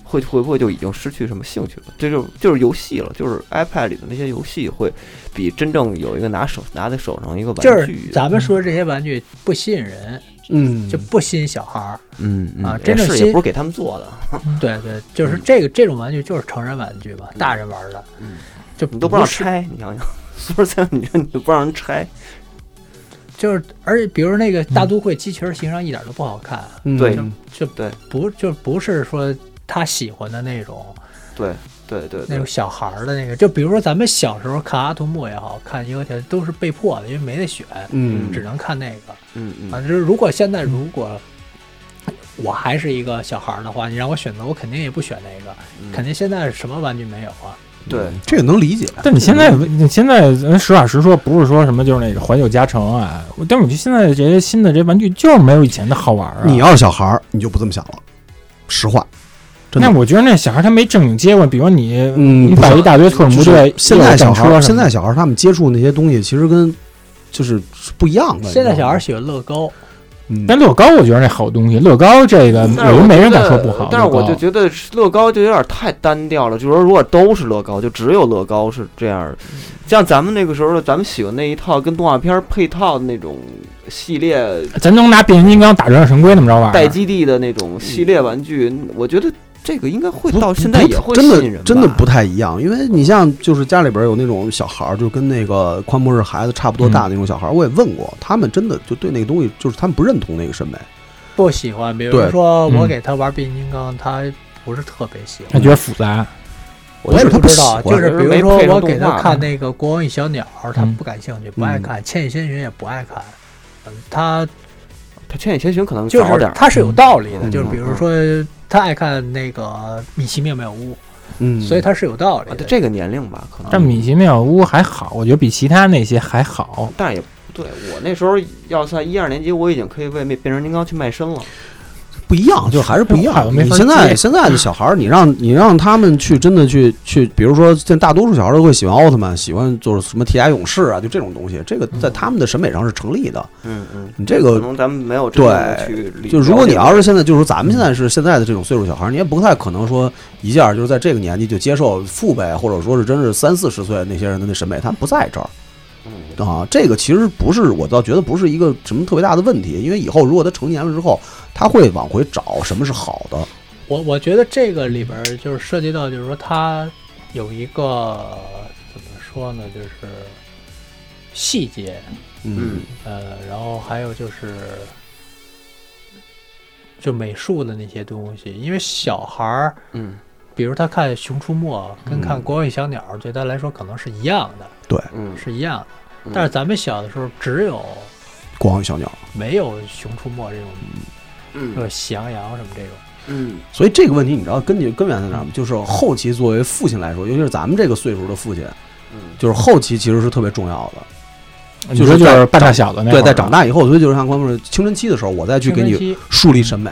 Speaker 1: 会会不会就已经失去什么兴趣了？这就就是游戏了，就是 iPad 里的那些游戏会比真正有一个拿手拿在手上一个
Speaker 2: 就
Speaker 1: 玩
Speaker 2: 是
Speaker 1: 具，啊
Speaker 2: 咱们说这些玩具不吸引人，
Speaker 3: 嗯，
Speaker 2: 就不吸引小孩儿。
Speaker 1: 嗯嗯
Speaker 2: 啊
Speaker 1: 也
Speaker 2: 真正
Speaker 1: 是
Speaker 2: 新
Speaker 1: 也不是给他们做的，
Speaker 2: 对对，就是这个这种玩具就是成人玩具嘛，大人玩的，
Speaker 1: 嗯
Speaker 2: 就
Speaker 1: 你都不让
Speaker 2: 是
Speaker 1: 拆，你想想 Super Seven，你说你都不让人拆，
Speaker 2: 就是而且比如那个大都会机器人形象一点都不好看，
Speaker 3: 嗯
Speaker 1: 对
Speaker 2: 就
Speaker 1: 对
Speaker 2: 不就不是说他喜欢的那种
Speaker 1: 对对对
Speaker 2: 那
Speaker 1: 对
Speaker 2: 种，小孩儿的那个，就比如说咱们小时候看阿童木也好看《银河铁》都是被迫的，因为没得选，
Speaker 3: 嗯
Speaker 2: 只能看那个
Speaker 1: 嗯嗯
Speaker 2: 啊。就是如果现在如果我还是一个小孩儿的话，你让我选择，我肯定也不选那个，
Speaker 1: 嗯
Speaker 2: 肯定现在什么玩具没有啊？
Speaker 1: 对，
Speaker 3: 这个能理解，
Speaker 5: 但你现在，
Speaker 3: 嗯
Speaker 5: 你现在咱实话实说，不是说什么就是那个怀旧加成啊，我但是我觉得现在这些新的这些玩具就是没有以前的好玩儿啊。
Speaker 3: 你要是小孩儿，你就不这么想了，实话，真的
Speaker 5: 那我觉得那小孩他没正经接过，比如你，
Speaker 3: 嗯
Speaker 5: 你
Speaker 3: 不
Speaker 5: 摆
Speaker 3: 是
Speaker 5: 一大堆特种
Speaker 3: 就
Speaker 5: 部
Speaker 3: 是
Speaker 5: 队，
Speaker 3: 现
Speaker 5: 一会
Speaker 3: 在
Speaker 5: 儿
Speaker 3: 小
Speaker 5: 战
Speaker 3: 孩
Speaker 5: 车
Speaker 3: 儿，
Speaker 5: 什
Speaker 3: 现
Speaker 5: 么
Speaker 3: 在
Speaker 5: 的
Speaker 3: 小孩儿他们接触那些东西，其实跟就是是不一样的。
Speaker 2: 现在小孩儿
Speaker 3: 你
Speaker 2: 喜欢乐高，
Speaker 3: 知道
Speaker 5: 但
Speaker 3: 吗，
Speaker 5: 乐高我觉得那好东西，乐高这
Speaker 3: 呃
Speaker 5: 个
Speaker 1: 但是
Speaker 5: 我
Speaker 1: 我
Speaker 5: 就没人
Speaker 1: 觉
Speaker 5: 敢
Speaker 1: 得
Speaker 5: 说不好。
Speaker 1: 但是
Speaker 5: 乐高
Speaker 1: 我就觉得乐高就有点太单调了，就是说如果都是乐高，就只有乐高是这样的。
Speaker 3: 嗯
Speaker 1: 像咱们那个时候，咱们喜欢那一套跟动画片配套的那种系列
Speaker 5: 咱能拿变形金刚打忍者神龟那么着玩儿？啊
Speaker 1: 带基地的那种系列玩具，我觉得这个应该会
Speaker 3: 不
Speaker 1: 到现在
Speaker 3: 嗯不
Speaker 1: 也会吸
Speaker 3: 真
Speaker 1: 引
Speaker 3: 的
Speaker 1: 人
Speaker 3: 真的
Speaker 1: 吧
Speaker 3: 不太一样，因为你像就是家里边有那种小孩儿，就跟那个宽博士孩子差不多大的那种小孩儿，我也问过，他们真的就对那个东西，就是他们不认同那个审美。
Speaker 2: 不喜欢，比
Speaker 3: 对
Speaker 2: 如说我
Speaker 5: 嗯
Speaker 2: 给他玩变形金刚，他不是特别喜
Speaker 5: 他
Speaker 2: 欢。
Speaker 5: 觉得复杂，
Speaker 2: 我也
Speaker 3: 不是他不
Speaker 2: 知道，
Speaker 3: 喜欢
Speaker 2: 就是比
Speaker 1: 就是没
Speaker 2: 如说
Speaker 1: 配上
Speaker 2: 我给
Speaker 1: 动画嗯
Speaker 2: 他看那个《国王与小鸟》，他
Speaker 5: 嗯
Speaker 2: 不感兴趣，不爱看；《千与千寻》也不爱看。嗯，他
Speaker 1: 他《千与千寻》可能
Speaker 2: 就
Speaker 1: 早
Speaker 2: 是
Speaker 1: 点儿，
Speaker 2: 他是有道理的，
Speaker 1: 嗯
Speaker 2: 就是比如说他爱看那个《米奇妙妙屋
Speaker 3: 嗯》，
Speaker 2: 所以他是有道理
Speaker 1: 啊
Speaker 2: 的。
Speaker 1: 这个年龄吧，可能
Speaker 5: 但米奇妙屋还好，我觉得比其他那些还好。
Speaker 1: 但也不对。我那时候要在一二年级，我已经可以为那变形金刚去卖身了。
Speaker 3: 不一样，就还是不一
Speaker 5: 哎我
Speaker 3: 样。
Speaker 5: 没
Speaker 3: 你
Speaker 5: 法
Speaker 3: 现在
Speaker 5: 接
Speaker 3: 现在的小孩儿，你让你让他们去真的去去，比如说现在大多数小孩儿都会喜欢奥特曼，喜欢就是什么铁甲勇士啊，就这种东西，这个在他们的审美上是成立的。
Speaker 1: 嗯嗯，
Speaker 3: 你这
Speaker 1: 可
Speaker 3: 个
Speaker 1: 能咱们没有真正地
Speaker 3: 呃对
Speaker 1: 去理。
Speaker 3: 就如果你要
Speaker 1: 了解
Speaker 3: 是现在就是咱们现在是现在的这种岁数小孩儿，你也不太可能说一下就是在这个年纪就接受父辈或者说是真是三四十岁那些人的那审美，他不在这儿。
Speaker 1: 嗯
Speaker 3: 啊，这个其实不是，我倒觉得不是一个什么特别大的问题，因为以后如果他成年了之后，他会往回找什么是好的。
Speaker 2: 我我觉得这个里边儿就是涉及到，就是说他有一个怎么说呢，就是细节，
Speaker 1: 嗯
Speaker 2: 呃，然后还有就是就美术的那些东西，因为小孩儿，
Speaker 1: 嗯
Speaker 2: 比如他看《熊出没》跟
Speaker 3: 嗯
Speaker 2: 看《光与小鸟》对他来说可能是一样的，
Speaker 1: 嗯，
Speaker 2: 是一样的。
Speaker 1: 嗯
Speaker 2: 但是咱们小的时候只有
Speaker 3: 光与小鸟。
Speaker 2: 没有《熊出没》这种，
Speaker 1: 嗯
Speaker 2: 呃，喜羊羊什么这种，
Speaker 1: 嗯
Speaker 3: 所以这个问题你知道根结根源在哪儿吗？就是后期作为父亲来说，尤其是咱们这个岁数的父亲，就是后期其实是特别重要的。
Speaker 5: 你
Speaker 3: 就是
Speaker 5: 说就
Speaker 3: 在
Speaker 5: 是半大小的那啊
Speaker 3: 对，在
Speaker 5: 在
Speaker 3: 长大以后，所以就是像关博说，青春期的时候，我再去给你
Speaker 2: 青春期
Speaker 3: 树立审美，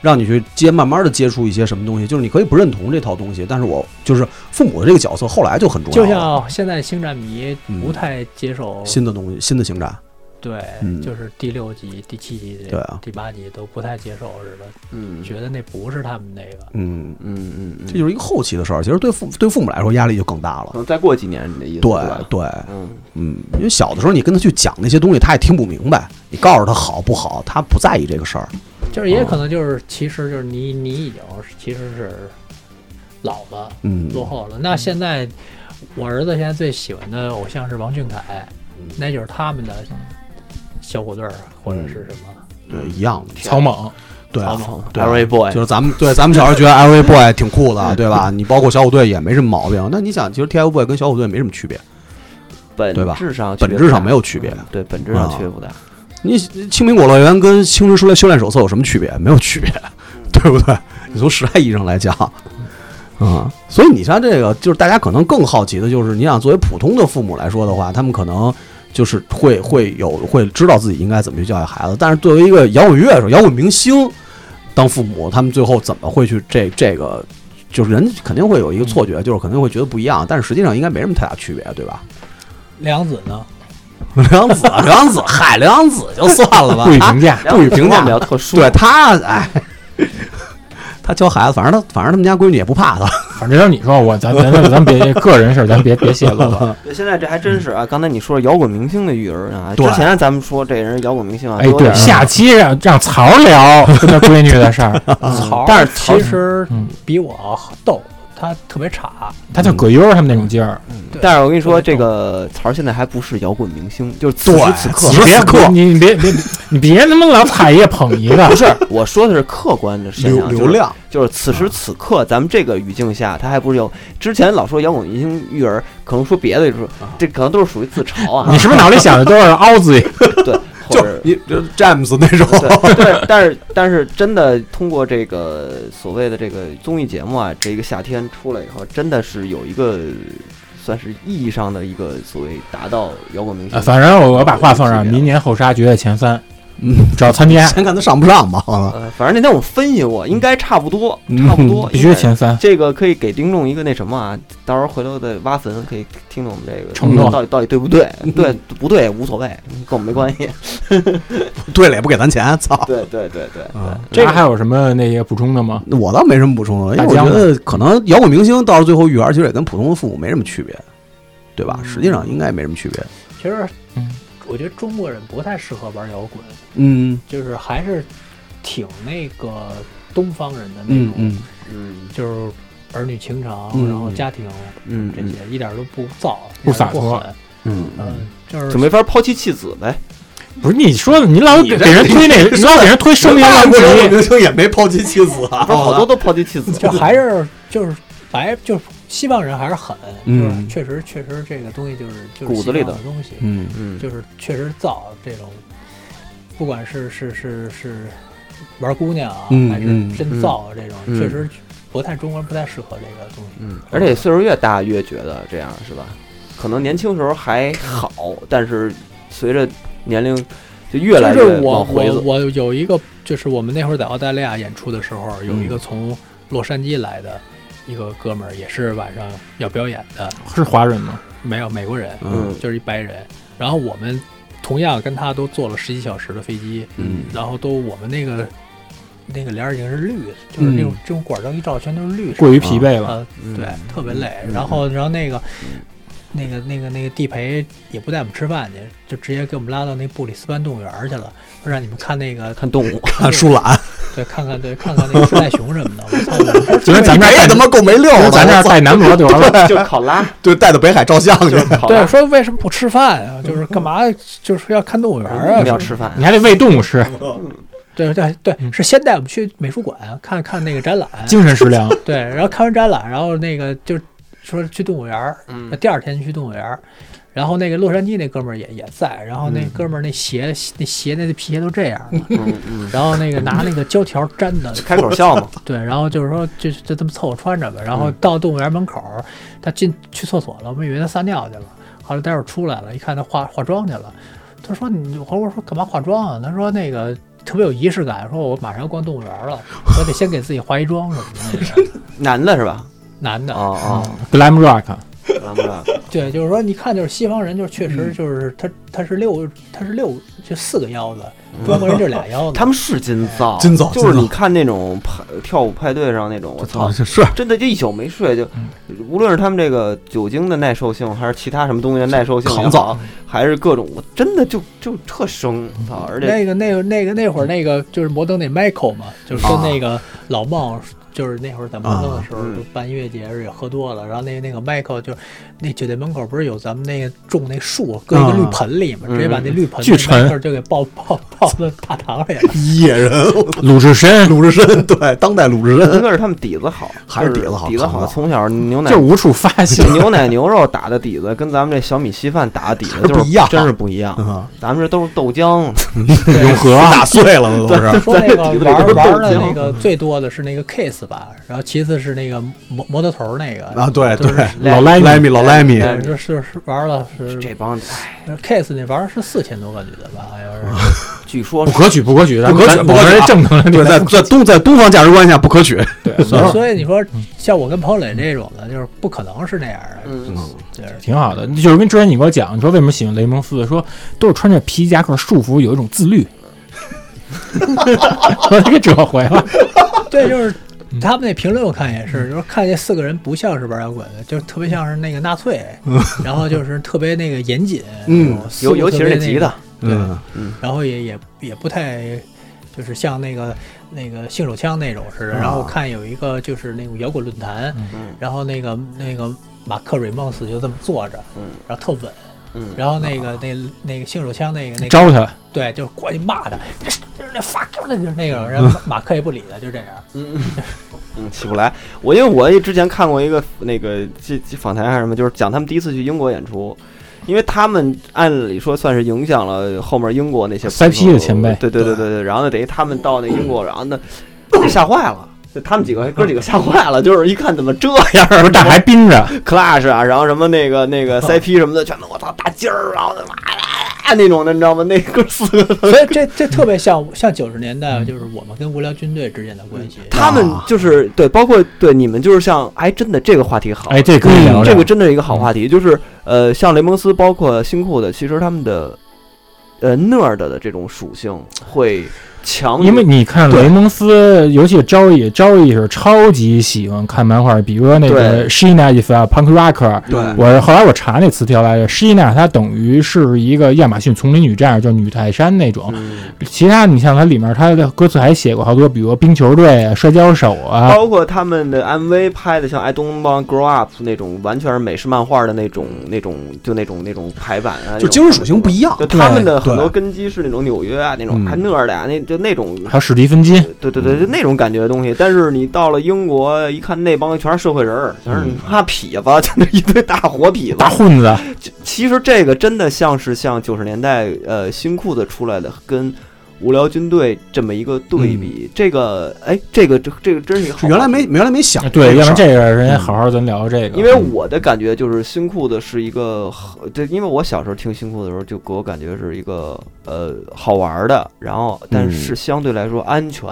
Speaker 3: 让你去接慢慢的接触一些什么东西。就是你可以不认同这套东西，但是我就是父母的这个角色后来就很重要
Speaker 2: 就
Speaker 3: 了，
Speaker 2: 像现在星战迷
Speaker 3: 哦嗯
Speaker 2: 不太接受，
Speaker 3: 新的东西、新的情感。
Speaker 2: 对，
Speaker 3: 嗯
Speaker 2: 就是第六集、第七集、
Speaker 3: 对啊
Speaker 2: 第八集都不太接受似的，
Speaker 1: 嗯
Speaker 2: 觉得那不是他们那个。
Speaker 3: 嗯，
Speaker 1: 嗯嗯嗯，
Speaker 3: 这就是一个后期的事儿。其实对父对父母来说压力就更大了
Speaker 1: 可。能再过几年，你的意思
Speaker 3: 对
Speaker 1: 是吧？
Speaker 3: 对，
Speaker 1: 嗯
Speaker 3: 嗯，因为小的时候你跟他去讲那些东西，他也听不明白。你告诉他好不好，他不在意这个事儿。
Speaker 2: 就是
Speaker 3: 哦
Speaker 2: 也可能就是，其实就是你你已经是其实是老了，
Speaker 3: 嗯，
Speaker 2: 落后了。那现在我儿子现在最喜欢的偶像是王俊凯，
Speaker 3: 嗯
Speaker 2: 那就是他们的小虎队儿或者
Speaker 3: 嗯
Speaker 2: 是什么。
Speaker 3: 对，一样的。
Speaker 5: 草蜢，
Speaker 3: 对啊，对啊
Speaker 1: ，Every Boy，
Speaker 3: 就是咱们对咱们小时候觉得 LV Boy 挺酷的，对吧？你包括小虎队也没什么毛病。那你想，其实 TF Boy 跟小虎队没什么区别，
Speaker 1: 本
Speaker 3: 对吧
Speaker 1: 质上区
Speaker 3: 本
Speaker 1: 别
Speaker 3: 质
Speaker 1: 不
Speaker 3: 上
Speaker 1: 大
Speaker 3: 没有区别
Speaker 1: 对，本质上
Speaker 3: 啊
Speaker 1: 区别不大。
Speaker 3: 你《青苹果乐园》跟《青春修炼修炼手册》有什么区别？没有区别， 对不对？你从时代意义上来讲，啊、所以你像这个，就是大家可能更好奇的就是，你想作为普通的父母来说的话，他们可能就是会会有会知道自己应该怎么去教育孩子，但是作为一个摇滚乐手、摇滚明星，当父母，他们最后怎么会去这这个？就是人肯定会有一个错觉，就是肯定会觉得不一样，但是实际上应该没什么太大区别，对吧？
Speaker 2: 梁子呢？
Speaker 3: 梁子，啊梁子，嗨，梁子就算了吧，
Speaker 5: 不予
Speaker 3: 啊
Speaker 5: 评价。
Speaker 3: 不予评价
Speaker 1: 比较特殊。
Speaker 3: 对他，哎，他教孩子，反正他，反正他们家闺女也不怕他。
Speaker 5: 反正你说我，咱咱咱咱别个人事儿，咱别别泄露了。
Speaker 1: 对，现在这还真是啊！刚才你说摇滚明星的育儿啊，之
Speaker 3: 嗯对
Speaker 1: 前咱们说这人摇滚明星啊，
Speaker 5: 哎，
Speaker 1: 都
Speaker 5: 对，
Speaker 1: 有
Speaker 5: 下期让让曹聊跟他闺女的事儿，
Speaker 3: 啊
Speaker 2: 曹，
Speaker 1: 但是曹
Speaker 2: 其实
Speaker 5: 嗯
Speaker 2: 比我逗，他特别差。
Speaker 5: 他就葛优他们那种劲儿。
Speaker 2: 对
Speaker 1: 但是我跟你说，
Speaker 2: 特别
Speaker 1: 这
Speaker 2: 逗
Speaker 1: 个词儿现在还不是摇滚明星，就是此时此刻
Speaker 3: 此时
Speaker 5: 别
Speaker 3: 此刻
Speaker 5: 你你别别你别他妈老踩一个捧一个
Speaker 1: 不，是我说的是客观的现
Speaker 3: 流
Speaker 1: 象，
Speaker 3: 流
Speaker 1: 就是
Speaker 3: 量，
Speaker 1: 就是此时此刻，咱们这个语境下，他还不是有之前老说摇滚明星育儿，可能说别的就是
Speaker 3: 啊
Speaker 1: 这可能都是属于自嘲啊
Speaker 5: 你，是不是脑里想的都是凹子？
Speaker 1: 对，或
Speaker 3: 就
Speaker 1: 者
Speaker 3: 你就 James 那种，
Speaker 1: 对，对，但是但是真的通过这个所谓的这个综艺节目啊，这一个夏天出来以后，真的是有一个算是意义上的一个所谓达到摇滚明星
Speaker 5: 呃
Speaker 1: 的。
Speaker 5: 反正我我把话放
Speaker 1: 这
Speaker 5: 上，
Speaker 1: 个
Speaker 5: 明年后沙绝对前三，
Speaker 3: 嗯，
Speaker 5: 只要参加
Speaker 3: 先看他上不上吧。
Speaker 1: 呃，反正那天我分析过，应该差不多， 差不多，
Speaker 5: 嗯必须前三。
Speaker 1: 这个可以给听众一个那什么啊，到时候回头再挖坟，可以听听我们这个
Speaker 5: 承诺嗯
Speaker 1: 到底到底对不对，对不对无所谓，跟我们没关 系。
Speaker 3: 对了，也不给咱钱，操！
Speaker 1: 对对对对
Speaker 3: 啊
Speaker 1: 这
Speaker 5: 大家还有什么那些补充的吗？
Speaker 3: 我倒没什么补充的，因为我
Speaker 5: 大
Speaker 3: 觉
Speaker 5: 江呢
Speaker 3: 得可能摇滚明星到最后育儿，其实也跟普通的父母没什么区别，对
Speaker 1: 嗯
Speaker 3: 吧？实际上应该没什么区别。
Speaker 2: 其实
Speaker 5: 嗯，
Speaker 2: 我觉得中国人不太适合玩摇滚，
Speaker 3: 嗯
Speaker 2: 就是还是挺那个东方人的那
Speaker 3: 嗯
Speaker 2: 种，
Speaker 3: 嗯
Speaker 1: 嗯
Speaker 2: 就是儿女情长，
Speaker 3: 嗯
Speaker 2: 然后家庭
Speaker 1: 嗯
Speaker 2: 这些一点都不燥，啊
Speaker 5: 不
Speaker 2: 一点
Speaker 5: 洒
Speaker 2: 都不
Speaker 5: 脱
Speaker 2: 狠，
Speaker 1: 嗯，
Speaker 2: 嗯，就是
Speaker 1: 就没法抛妻弃子呗。
Speaker 5: 不是你说的，你老
Speaker 3: 你
Speaker 5: 给
Speaker 3: 这
Speaker 5: 人推那，你老给人推声名狼藉
Speaker 3: 外国摇滚明星也没抛妻弃子啊，
Speaker 1: 不是好多都抛妻弃子了，
Speaker 2: 就还是就是白就是西方人还是狠，就是
Speaker 3: 嗯
Speaker 2: 确实确实这个东西就是就是
Speaker 1: 骨子里
Speaker 2: 西
Speaker 1: 的
Speaker 2: 方的东西，
Speaker 3: 嗯
Speaker 1: 嗯
Speaker 2: 就是确实造这种，不管是是是是玩姑娘啊，
Speaker 3: 嗯
Speaker 2: 还是
Speaker 3: 嗯
Speaker 2: 真造啊这种，
Speaker 1: 嗯
Speaker 2: 确实不太中国人不太适合这个东西。
Speaker 1: 嗯，而且岁数越大越觉得这样是吧？可能年轻时候还好，但是随着年龄就越来
Speaker 2: 就是
Speaker 1: 越
Speaker 2: 我
Speaker 1: 往回
Speaker 2: 我
Speaker 1: 走。
Speaker 2: 我有一个，就是我们那会儿在澳大利亚演出的时候，有一
Speaker 3: 嗯
Speaker 2: 个从洛杉矶来的一个哥们儿，也是晚上要表演的，
Speaker 5: 是华人吗？
Speaker 2: 没有美国人，
Speaker 1: 嗯
Speaker 2: 就是一白人。然后我们同样跟他都坐了十几小时的飞机，
Speaker 3: 嗯
Speaker 2: 然后都我们那个那个帘儿已经是绿的，就是那种、这种管灯一照全都是绿色
Speaker 5: 过于疲惫了，
Speaker 2: 呃，
Speaker 1: 嗯
Speaker 2: 对，特别累。
Speaker 1: 嗯
Speaker 2: 然后，然后那个，那个，那个，那个地陪也不带我们吃饭去，就直接给我们拉到那布里斯班动物园儿去了，说让你们看那个，
Speaker 1: 看动物，
Speaker 3: 看舒兰，
Speaker 2: 对，看看对，看看 那个树袋熊什么的。我操，我们
Speaker 5: 觉得咱们这
Speaker 3: 你
Speaker 5: 儿
Speaker 3: 也他妈够没溜
Speaker 5: 觉
Speaker 3: 的，
Speaker 5: 得咱这儿
Speaker 3: 我操
Speaker 5: 带男模就完了。
Speaker 1: 就是考拉，
Speaker 3: 对带到北海照相去
Speaker 1: 就。是 考
Speaker 2: 对
Speaker 1: 拉。
Speaker 2: 说为什么不吃饭啊？就是干嘛？
Speaker 1: 嗯
Speaker 2: 就是要看动物园儿
Speaker 1: 我
Speaker 2: 啊
Speaker 1: 们？要吃饭
Speaker 5: 你，还得喂动物 吃，
Speaker 3: 嗯
Speaker 2: 对对对，是先带我们去美术馆看看那个展览，
Speaker 5: 精神食 粮。
Speaker 2: 对，然后看完展览，然后那个就说去动物园儿，
Speaker 1: 嗯
Speaker 2: 那第二天去动物园儿，然后那个洛杉矶那哥们儿也也在，然后那
Speaker 3: 嗯
Speaker 2: 哥们儿那鞋那鞋那皮鞋都这样了，
Speaker 1: 嗯嗯，
Speaker 2: 然后那个拿那个胶条粘的，
Speaker 1: 开口笑嘛，
Speaker 2: 对，然后就是说就就这么凑合穿着吧。然后到动物园门口，他进去厕所了，我们以为他撒尿去了，后来待会儿出来了，一看他化化妆去了。他说：“你，我我说干嘛化妆啊？”他说：“那个特别有仪式感，说我马上要逛动物园了，我得先给自己化一妆什么的。那个
Speaker 1: 男的是吧？”
Speaker 2: 男的，
Speaker 1: 哦哦，
Speaker 5: glam rock，
Speaker 1: 咱们俩
Speaker 2: 对，就是说，你看，就是西方人，就是确实就是他他是六他是六就四个腰子，中国人就俩 腰子。
Speaker 1: 他们是金造，
Speaker 3: 金造
Speaker 1: 就是
Speaker 3: 金造
Speaker 1: 你看那种派跳舞派对上那种，我操
Speaker 3: 啊，，是
Speaker 1: 真的这一宿没睡，就
Speaker 3: 嗯
Speaker 1: 无论是他们这个酒精的耐受性，还是其他什么东西的耐受性也
Speaker 3: 抗
Speaker 1: 好
Speaker 3: 造，
Speaker 1: 还是各种，我真的就就特生，
Speaker 3: 嗯
Speaker 1: 操！而且
Speaker 2: 那个那个那个那会儿那个就是摩登那 Michael 嘛，就是跟那个老茂，就是那会儿在摩登的时候
Speaker 1: 啊嗯
Speaker 2: 就办音乐节日也喝多了，然后那那个 Michael 就是那酒店门口不是有咱们那个种那树，搁一个
Speaker 3: 啊
Speaker 2: 绿盆里嘛，直接把那绿盆
Speaker 5: 巨沉
Speaker 2: Michael 就给抱抱抱到大堂里 了。
Speaker 3: 野人，
Speaker 5: 鲁智深，
Speaker 3: 鲁智深，对，当代鲁智
Speaker 1: 一
Speaker 3: 深，
Speaker 1: 个是他们底子好，
Speaker 3: 还是
Speaker 1: 就
Speaker 3: 底子好
Speaker 1: 底子
Speaker 3: 抗
Speaker 1: 好，
Speaker 3: 造
Speaker 1: 从小牛奶
Speaker 5: 就是无处发泄。
Speaker 1: 牛奶牛肉打的底子跟咱们这小米稀饭打的底子
Speaker 3: 还是
Speaker 1: 就是
Speaker 3: 不一样
Speaker 1: 真是不一样。
Speaker 3: 啊，
Speaker 1: 咱们这都是豆浆，
Speaker 5: 永和啊
Speaker 3: 打碎了都是。
Speaker 2: 说那个
Speaker 1: 底子里
Speaker 2: 玩
Speaker 1: 都是
Speaker 2: 玩的
Speaker 1: 豆浆
Speaker 2: 那个最多的是那个 Kiss 吧，然后其次是那个摩摩托头那个
Speaker 3: 啊，对
Speaker 2: 就是
Speaker 3: 对，
Speaker 5: 老
Speaker 3: 莱
Speaker 5: 莱米，
Speaker 3: 米老莱米，
Speaker 2: 对，就是是玩了是
Speaker 1: 这帮哎，
Speaker 2: Kiss 那玩儿是四千多个女的吧，好像是。
Speaker 1: 据说
Speaker 5: 不
Speaker 1: 是
Speaker 5: 可取，不可取，咱
Speaker 3: 不可取
Speaker 5: 咱
Speaker 3: 不
Speaker 5: 我
Speaker 3: 可取
Speaker 5: 们这
Speaker 3: 啊
Speaker 5: 正能量
Speaker 3: 对，在嗯在东在东方价值观下不可取，
Speaker 5: 对，
Speaker 2: 所以
Speaker 5: 所
Speaker 2: 所以你说像我跟彭磊这种的，就是不可能是那样的，
Speaker 1: 嗯
Speaker 2: 就是
Speaker 5: 以挺好的。就是跟之前你给我讲，你说为什么喜欢雷蒙四？说都是穿着皮夹克束缚，有一种自 律。我给折回了，
Speaker 2: 对，就是他们那评论我看也
Speaker 1: 嗯
Speaker 2: 是，就是看这四个人不像是玩摇滚的，就是特别像是那个纳粹，然后就是特别那个严谨，
Speaker 3: 嗯
Speaker 2: 然后思
Speaker 1: 嗯尤
Speaker 2: 路
Speaker 1: 尤其是
Speaker 2: 特
Speaker 1: 那
Speaker 2: 别
Speaker 1: 吉他，
Speaker 2: 对
Speaker 3: 嗯，
Speaker 2: 然后也也也不太。就是像那个那个性手枪那种似的，然后我看有一个就是那种摇滚论坛，
Speaker 1: 啊嗯
Speaker 2: 然后那个那个马克瑞梦斯就这么坐着，
Speaker 1: 嗯
Speaker 2: 然后特稳，
Speaker 1: 嗯，
Speaker 2: 然后那个、那那个性手枪那个那个
Speaker 5: 嗯招他。
Speaker 2: 对，就是过去骂他，就是那 fuck you，那就是那
Speaker 3: 嗯
Speaker 2: 种，然后马克也不理他，就这样。
Speaker 1: 嗯，起不来。我因为我之前看过一个那个这这访谈还是什么，就是讲他们第一次去英国演出，因为他们按理说算是影响了后面英国那些
Speaker 5: 塞批的前辈
Speaker 1: 对对对对对。然后呢，等于他们到那英国，然后呢吓坏了。就他们几个哥几个吓坏了，就是一看怎么这样
Speaker 5: 不
Speaker 1: 儿，
Speaker 5: 是，但还冰着，
Speaker 1: Clash 啊，然后什么那个那个 CP 什么的，全都我操大劲儿，然后哇啦啦那种的，你知道吗？那哥四个，
Speaker 2: 所以这这特别像像九十年
Speaker 3: 嗯
Speaker 2: 代，就是我们跟无聊军队之间的关系。
Speaker 1: 他们就是对，包括对你们就是像，哎，真的这个话题好，嗯
Speaker 5: 哎，这可以聊聊。
Speaker 1: 这个真的是一个好话题，就是呃，像雷蒙斯包括新裤子，其实他们的呃 nerd 的这种属性会强于，
Speaker 5: 因为你看
Speaker 1: 对
Speaker 5: 雷蒙斯，尤其是招一，招一是超级喜欢看漫画，比如说那
Speaker 1: 对
Speaker 5: 个 Sheena is a punk rocker。
Speaker 3: 对
Speaker 5: 我后来我查那词条来着，Sheena 她等于是一个亚马逊丛林女战士，就女泰山那种。
Speaker 1: 嗯
Speaker 5: 其他你像它里面它的歌词还写过好多，比如冰球队啊、摔跤手啊，
Speaker 1: 包括他们的 MV 拍的像《I Don't Want Grow Up》那种，完全是美式漫画的那种、那种、就那种、那种排版啊，
Speaker 3: 就精神属性不一样
Speaker 1: 就，他们的
Speaker 3: 对
Speaker 1: 很多根基是那种纽约啊，那种
Speaker 3: 嗯
Speaker 1: 还那儿的呀，那就那种，
Speaker 5: 还有史蒂芬金。
Speaker 1: 对对对，就那种感觉的东西。但是你到了英国一看，那帮全是社会人儿，全是
Speaker 3: 嗯
Speaker 1: 妈痞子， 就那一堆大活痞子
Speaker 5: 大。混子，
Speaker 1: 就其实这个真的像是像九十年代呃新裤子出来的跟无聊军队这么一个对比，这个哎，这个这这个真是一个好
Speaker 3: 就嗯原来
Speaker 1: 话题
Speaker 3: 没原来没想过
Speaker 5: 对，要不然
Speaker 3: 事儿
Speaker 5: 这个人家好好咱聊这个，
Speaker 1: 因为我的感觉就是新裤子是一个很，对，因为我小时候听新裤子的时候，就给我感觉是一个呃好玩儿的，然后但是相对来说安全，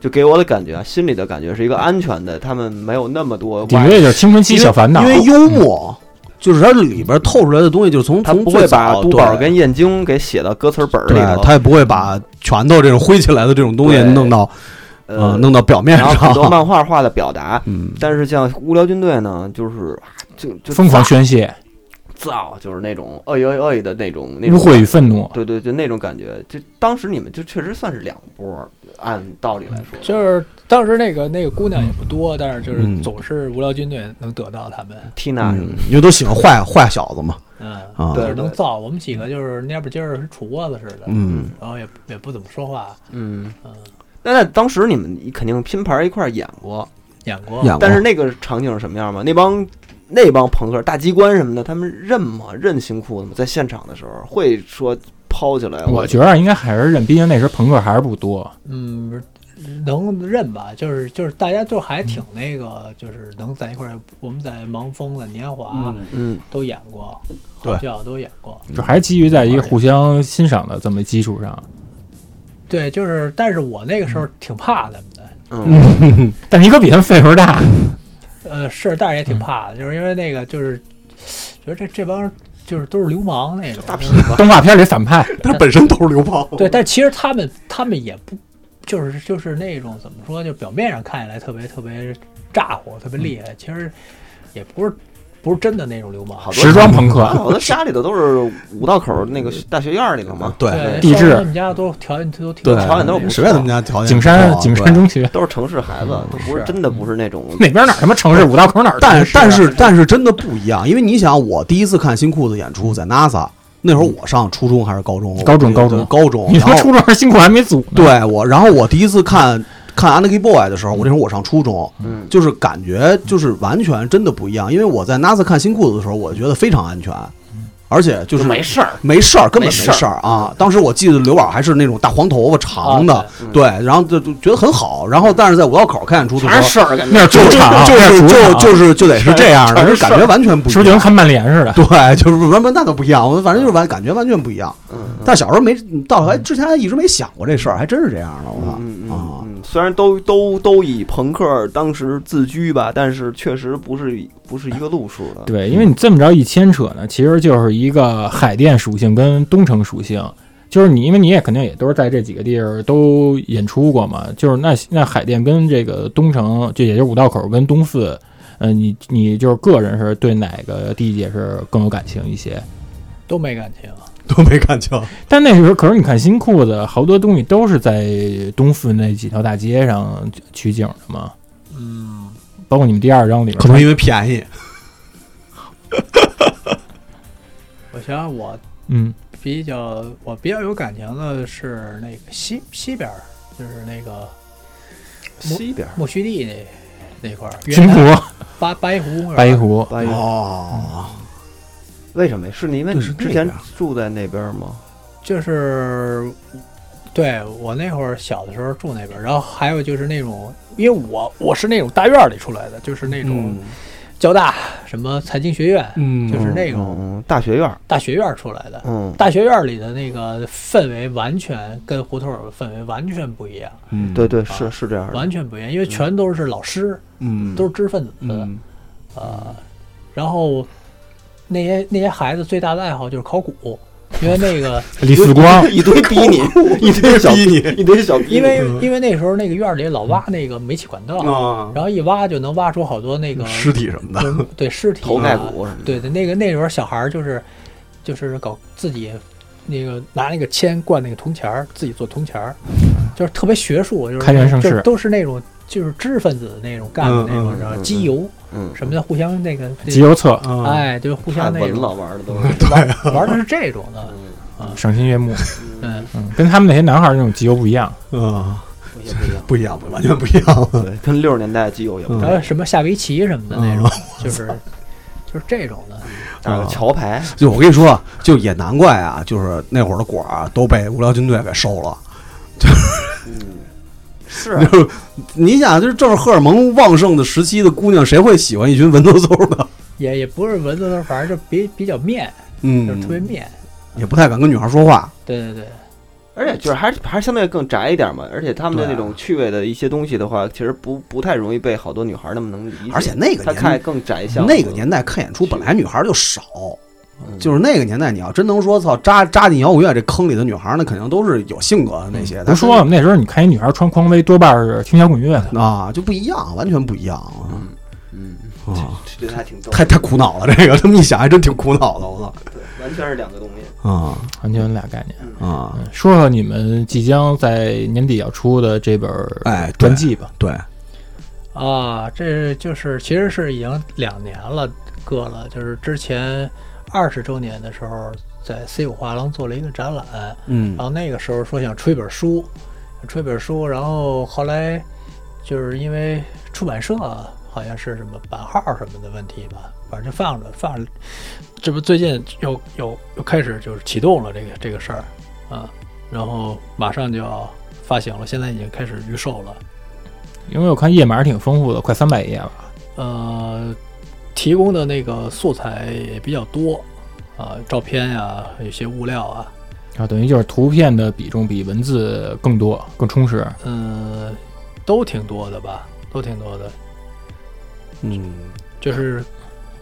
Speaker 1: 就给我的感觉啊，心里的感觉是一个安全的，他们没有那么多
Speaker 5: 顶多
Speaker 1: 外
Speaker 5: 也就是青春期小烦恼嗯
Speaker 3: 因，为幽默就是它里边透出来的东西，就是从
Speaker 1: 他
Speaker 3: 从
Speaker 1: 不会
Speaker 3: 最
Speaker 1: 把
Speaker 3: 早
Speaker 1: 都宝
Speaker 3: 对
Speaker 1: 跟燕京给写到歌词本儿里
Speaker 3: 啊对，啊
Speaker 1: 头，
Speaker 3: 他也不会把拳头这种挥起来的这种东西
Speaker 1: 对
Speaker 3: 弄到
Speaker 1: 呃
Speaker 3: 呃弄到表面
Speaker 1: 然后很多
Speaker 3: 上，
Speaker 1: 漫画化的表达，
Speaker 3: 嗯，
Speaker 1: 但是像无聊军队呢，就是啊就就
Speaker 5: 疯狂宣泄、
Speaker 1: 造，就是那种哎呦哎呦的那种那
Speaker 5: 污
Speaker 1: 种
Speaker 5: 秽与愤怒，
Speaker 1: 对对，就那种感觉，就当时你们就确实算是两波儿，按道理来说，
Speaker 5: 嗯
Speaker 2: 就是当时那个那个姑娘也不多，但是就是
Speaker 3: 嗯
Speaker 2: 总是无聊军队能得到他们，
Speaker 1: Tina 什么
Speaker 3: 嗯，因为都喜欢坏坏小子嘛，
Speaker 2: 嗯，
Speaker 3: 啊
Speaker 2: 就是
Speaker 1: 对
Speaker 2: 能造。我们几个就是蔫不唧儿，跟杵窝子似的，
Speaker 3: 嗯，
Speaker 2: 然后也也不怎么说话，
Speaker 1: 嗯
Speaker 2: 嗯，
Speaker 1: 那那当时你们肯定拼盘一块儿演过，
Speaker 2: 演过。
Speaker 3: 演过
Speaker 1: 但是那个场景是什么样吗？那帮那帮朋克大机关什么的，他们认吗？认新裤子吗？在现场的时候会说抛起来？
Speaker 5: 我觉得应该还是认，毕竟那时候朋克还是不多。
Speaker 2: 嗯，能认吧？就是就是大家就还
Speaker 3: 嗯
Speaker 2: 挺那个，就是能在一块儿。我们在盲峰的年华
Speaker 6: 嗯，
Speaker 1: 嗯，
Speaker 2: 都演过，
Speaker 3: 对
Speaker 2: 好笑都演过。
Speaker 5: 就还是基于在一个互相欣赏的这么基础上，
Speaker 2: 对，就是，但是我那个时候挺怕他们的，
Speaker 1: 嗯，
Speaker 5: 但是你可比他们岁数大，
Speaker 2: 呃，是，但是也挺怕的，就是因为那个就是，觉得这这帮就是都是流氓那种，就是
Speaker 5: 动画片里反派，
Speaker 3: 但本身都是流 氓。
Speaker 2: 对，但其实他们他们也不，就是就是那种怎么说，就表面上看起来特别特别咋呼，特别厉害，其实也不是不是真的那种流氓
Speaker 1: 好。多
Speaker 5: 时装朋克，
Speaker 1: 好多家里头都是五道口那
Speaker 5: 嗯
Speaker 1: 个大学院里头嘛，
Speaker 3: 对
Speaker 2: 对，
Speaker 5: 地
Speaker 2: 像
Speaker 5: 质
Speaker 2: 他们家都条件都挺
Speaker 3: 对，
Speaker 1: 条件都是不错
Speaker 3: 谁在他们家条件？
Speaker 5: 景山景山。中学
Speaker 1: 都是城市孩子，都不
Speaker 5: 啊
Speaker 1: 是
Speaker 2: 是
Speaker 1: 真的不是那种
Speaker 5: 哪边哪儿他妈城市五道口哪儿城
Speaker 3: 但
Speaker 5: 市啊
Speaker 3: 但是但是真的不一样，因为你想，我第一次看新裤子演出在 NASA 那会儿，我上初中还是高中？
Speaker 5: 高中
Speaker 3: 我
Speaker 5: 高中
Speaker 3: 高中。
Speaker 5: 你
Speaker 3: 然
Speaker 5: 他妈
Speaker 3: 后
Speaker 5: 初中还辛苦还没组呢，
Speaker 3: 对我，然后我第一次看看 Anarchy Boy 的时候，我那会儿我上初中，
Speaker 1: 嗯
Speaker 3: 就是感觉就是完全真的不一样。因为我在 NASA 看新裤子的时候，我觉得非常安全，而且就是
Speaker 6: 没事儿，
Speaker 3: 没事儿，根本
Speaker 6: 没
Speaker 3: 没
Speaker 6: 事
Speaker 3: 事儿啊！当时我记得刘老还是那种大黄头发长的，
Speaker 6: 啊
Speaker 3: 对，然后就就觉得很好。然后但是在五道口看演出的
Speaker 6: 还是
Speaker 3: 时
Speaker 6: 事儿，感觉
Speaker 5: 那是
Speaker 3: 候，
Speaker 5: 主场，
Speaker 3: 就
Speaker 5: 那
Speaker 3: 是
Speaker 5: 是
Speaker 3: 就
Speaker 5: 主
Speaker 3: 就
Speaker 5: 场
Speaker 3: 就是就得是这样的，
Speaker 6: 全
Speaker 3: 就是感觉完全不一
Speaker 5: 是不是就跟。
Speaker 3: 样
Speaker 5: 看曼联似的？
Speaker 3: 对，就是完完那倒不一样，我反正就是完感觉完全不一样。
Speaker 1: 嗯嗯
Speaker 3: 但小时候没到还之前还一直没想过这事儿，还真是这样的，我操！
Speaker 1: 嗯嗯
Speaker 3: 啊
Speaker 1: 嗯，虽然都都都以朋克当时自居吧，但是确实不是一不是一个路数的。
Speaker 5: 对，因为你这么着一牵扯呢，其实就是一个海淀属性跟东城属性，就是你因为你也肯定也都是在这几个地儿都演出过嘛，就是那那海淀跟这个东城，就也就是五道口跟东四，呃，你你就是个人是对哪个地界是更有感情一些？
Speaker 2: 都没感情，
Speaker 3: 都没看清。
Speaker 5: 但那时候，可是你看新裤子，好多东西都是在东四那几条大街上取景的嘛，
Speaker 2: 嗯，
Speaker 5: 包括你们第二章里面，
Speaker 3: 可能因为便宜，
Speaker 2: 我想想我
Speaker 5: 嗯，
Speaker 2: 比较我比较有感情的是那个西西边儿，就是那个
Speaker 1: 西边
Speaker 2: 莫须地那那块儿，
Speaker 5: 新
Speaker 2: 云
Speaker 5: 裤
Speaker 2: 南
Speaker 5: 子
Speaker 2: 八白湖，
Speaker 5: 白湖，
Speaker 1: 八月
Speaker 3: 哦，
Speaker 1: 为什么呀？是你因为
Speaker 3: 对
Speaker 1: 你
Speaker 3: 是
Speaker 1: 之
Speaker 3: 那
Speaker 1: 前
Speaker 3: 边
Speaker 1: 住在那边吗？
Speaker 2: 就是对我那会儿小的时候住那边儿，然后还有就是那种，因为我我是那种大院儿里出来的，就是那种交大什么财经学院，
Speaker 5: 嗯
Speaker 2: 就是那种
Speaker 1: 嗯嗯大学院儿，
Speaker 2: 大学院儿出来的。
Speaker 1: 嗯，
Speaker 2: 大学院儿里的那个氛围完全跟胡同儿的氛围完全不一样，
Speaker 5: 嗯，
Speaker 1: 对对是是这样的，
Speaker 2: 完全不一样，因为全都是老师，
Speaker 5: 嗯
Speaker 2: 都是知识分子，
Speaker 5: 嗯
Speaker 2: 呃，然后那些那些孩子最大的爱好就是考古，因为那 个
Speaker 5: 李四光
Speaker 1: 一堆逼 你，一堆小
Speaker 3: 逼你
Speaker 1: 一堆小逼你，嗯
Speaker 2: 因为因为那时候那个院儿里老挖那个煤气管道，
Speaker 3: 啊，
Speaker 2: 然后一挖就能挖出好多那
Speaker 5: 嗯
Speaker 2: 个
Speaker 3: 尸体什么的，
Speaker 2: 就是对尸体、啊、
Speaker 1: 头盖骨什么的，
Speaker 2: 对对，那个那时候小孩儿就是就是搞自己那个拿那个铅灌那个铜钱儿，自己做铜钱儿，就是特别学术，就是
Speaker 5: 开元盛世
Speaker 2: 就是都是那种就是知识分子那种干的那种，
Speaker 3: 嗯嗯
Speaker 2: 然后
Speaker 1: 嗯
Speaker 2: 机油
Speaker 1: 嗯，
Speaker 2: 什么的，互相那个
Speaker 5: 集邮
Speaker 3: 啊
Speaker 5: 册，
Speaker 2: 哎，就是互
Speaker 1: 太
Speaker 2: 相那
Speaker 1: 文
Speaker 2: 种
Speaker 1: 了，玩的都是。
Speaker 2: 玩玩的是这种的，
Speaker 5: 赏心悦目。
Speaker 2: 嗯，
Speaker 5: 嗯，跟他们那些男孩儿那种集邮不一样。
Speaker 3: 嗯，
Speaker 1: 也不一样，
Speaker 3: 不一样，完全不一样。
Speaker 1: 对，跟六十年代的基友也不一样，
Speaker 2: 然后什么下围棋什么的那种，就是就是这种的，
Speaker 1: 打个桥牌，
Speaker 3: 就我跟你说啊，就也难怪啊，就是那会儿的果儿啊都被无聊军队给收了。
Speaker 1: 是啊
Speaker 3: 就是你想，啊就是正是荷尔蒙旺盛的时期的姑娘，谁会喜欢一群文绉绉的？
Speaker 2: 也也不是文字的，反正就比比较面，就是特别
Speaker 3: 嗯，
Speaker 2: 面。
Speaker 3: 也不太敢跟女孩说话。
Speaker 2: 对对对，
Speaker 1: 而且就是还是还是相对更宅一点嘛，而且他们的
Speaker 3: 嗯对
Speaker 1: 那
Speaker 3: 啊
Speaker 1: 种趣味的一些东西的话，其实不不太容易被好多女孩那么能理解，
Speaker 3: 而且那个
Speaker 1: 他
Speaker 3: 年
Speaker 1: 看更宅向
Speaker 3: 那个年代看演出本来女孩就少，
Speaker 1: 嗯
Speaker 3: 就是那个年代，你要真能说操扎扎进摇滚乐这坑里的女孩，那肯定都是有性格的那些。
Speaker 5: 不
Speaker 3: 但
Speaker 5: 是
Speaker 3: 是
Speaker 5: 说我们那时候，你看一女孩穿匡威，多半是听摇滚乐的。
Speaker 3: 啊，就不一样，完全不一样啊！
Speaker 1: 嗯嗯，
Speaker 3: 啊，
Speaker 1: 这还挺逗，
Speaker 3: 太太苦恼了，这个这么一想还真挺苦恼的，我
Speaker 1: 对，完全是两个东西。
Speaker 3: 操啊
Speaker 5: 完全俩概念。
Speaker 3: 啊！
Speaker 5: 嗯，说说你们即将在年底要出的这本儿
Speaker 3: 哎对
Speaker 5: 专辑吧。
Speaker 3: 对，
Speaker 2: 啊，这就是其实是已经两年了，搁了，就是之前二十周年的时候，在 C 五画廊做了一个展览，
Speaker 3: 嗯
Speaker 1: 啊
Speaker 2: 然后那个时候说想出一本书，想出一本书，然后后来就是因为出版社啊好像是什么版号什么的问题吧，反正放着放着，这不最近又又又开始就是启动了这个这个事儿啊，然后马上就要发行了，现在已经开始预售了。
Speaker 5: 因为我看页码挺丰富的，快三百页了。
Speaker 2: 呃，提供的那个素材也比较多啊、照片呀、有些物料啊，
Speaker 5: 啊，等于就是图片的比重比文字更多、更充实。
Speaker 2: 嗯，都挺多的吧，都挺多的，
Speaker 1: 嗯，
Speaker 2: 就是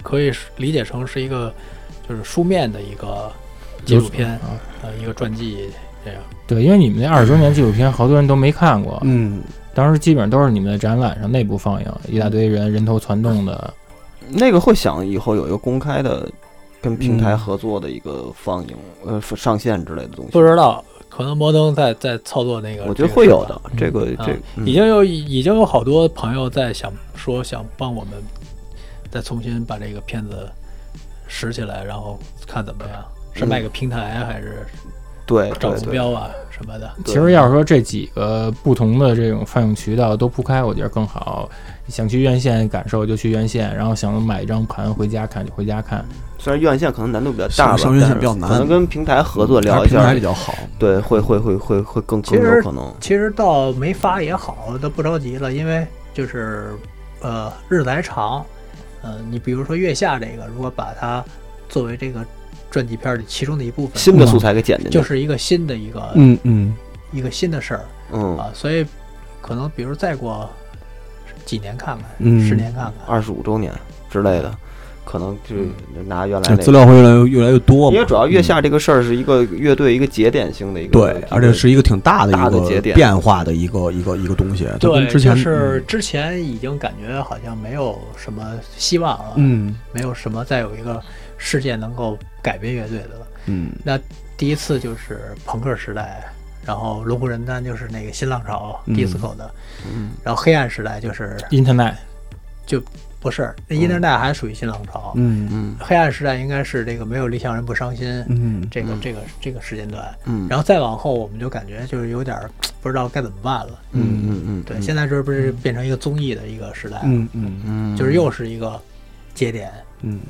Speaker 2: 可以是理解成是一个就是书面的一个纪录片
Speaker 5: 啊
Speaker 2: 呃，一个传记这样。
Speaker 5: 对，因为你们那二十周年纪录片，好多人都没看过，
Speaker 3: 嗯，
Speaker 5: 当时基本上都是你们的展览上内部放映，一大堆人人头攒动的。
Speaker 1: 那个会想以后有一个公开的，跟平台
Speaker 3: 嗯
Speaker 1: 合作的一个放映、呃上线之类的东西。
Speaker 2: 不知道，可能摩登在在操作那个，
Speaker 1: 我觉得会有的，
Speaker 5: 这
Speaker 1: 这
Speaker 3: 嗯
Speaker 1: 个
Speaker 2: 啊
Speaker 1: 这嗯
Speaker 2: 已经有已经有好多朋友在想说想帮我们再重新把这个片子拾起来，然后看怎么样，是卖给平台啊还是
Speaker 1: 对嗯对
Speaker 2: 找目
Speaker 1: 对，
Speaker 2: 标啊什么的？
Speaker 5: 其实要是说这几个不同的这种放映渠道都铺开，我觉得更好。想去院线感受就去院线，然后想买一张盘回家看就回家看。
Speaker 1: 虽然院线可能难度比较
Speaker 3: 上
Speaker 1: 大吧，
Speaker 3: 上院
Speaker 1: 但
Speaker 3: 线
Speaker 1: 是
Speaker 3: 比较难嗯
Speaker 1: 可能跟平台合作聊一
Speaker 3: 平台
Speaker 1: 下
Speaker 3: 比，较好。
Speaker 1: 对，会会会会会更
Speaker 2: 其
Speaker 1: 更
Speaker 2: 实
Speaker 1: 有可能。
Speaker 2: 其实倒没发也好，都不着急了，因为就是呃日子还长，呃，你比如说月下这个，如果把它作为这个传记片儿里其中的一部分，
Speaker 1: 新的素材给剪进去，
Speaker 2: 就是一个新的一
Speaker 1: 呃
Speaker 2: 个、
Speaker 3: 嗯嗯，
Speaker 2: 一个新的事儿。
Speaker 1: 嗯，
Speaker 2: 啊，所以可能比如再过几年看看，
Speaker 3: 嗯
Speaker 2: 十年看看，
Speaker 1: 二十五周年之类的，可能就拿原来
Speaker 3: 这
Speaker 1: 那
Speaker 3: 嗯资
Speaker 1: 个。
Speaker 3: 料会越来越越来越多嘛，
Speaker 1: 因为主要月
Speaker 3: 嗯
Speaker 1: 下这个事儿是一个乐队一个节点性的一个，
Speaker 3: 对
Speaker 1: 一，个
Speaker 3: 而且是一个挺大的
Speaker 1: 大
Speaker 3: 一
Speaker 1: 的节
Speaker 3: 个
Speaker 1: 点
Speaker 3: 变化的一个一个一个东西，它
Speaker 2: 对
Speaker 3: 跟，之前
Speaker 2: 就是之前已经感觉好像没有什么希望了，，
Speaker 3: 嗯
Speaker 2: 没有什么再有一个事件能够改变乐队的了。
Speaker 3: 嗯
Speaker 2: 那第一次就是朋克时代，然后龙虎人丹就是那个新浪潮
Speaker 3: 嗯
Speaker 2: disco 的，
Speaker 1: 嗯
Speaker 2: 然后黑暗时代就是
Speaker 5: Internet
Speaker 2: 不是那 internet 还属于新浪潮，
Speaker 3: 嗯
Speaker 1: 嗯
Speaker 2: 黑暗时代应该是这个没有理想人不伤心。
Speaker 3: 嗯
Speaker 2: 这个
Speaker 1: 嗯
Speaker 2: 这个这个时间段，
Speaker 1: 嗯，
Speaker 2: 然后再往后，我们就感觉就是有点儿不知道该怎么办了。
Speaker 1: 嗯嗯嗯，
Speaker 2: 对，现在这不是变成一个综艺的一个时代，
Speaker 3: 嗯嗯
Speaker 1: 嗯
Speaker 2: 就是又是一个节点。
Speaker 3: 嗯，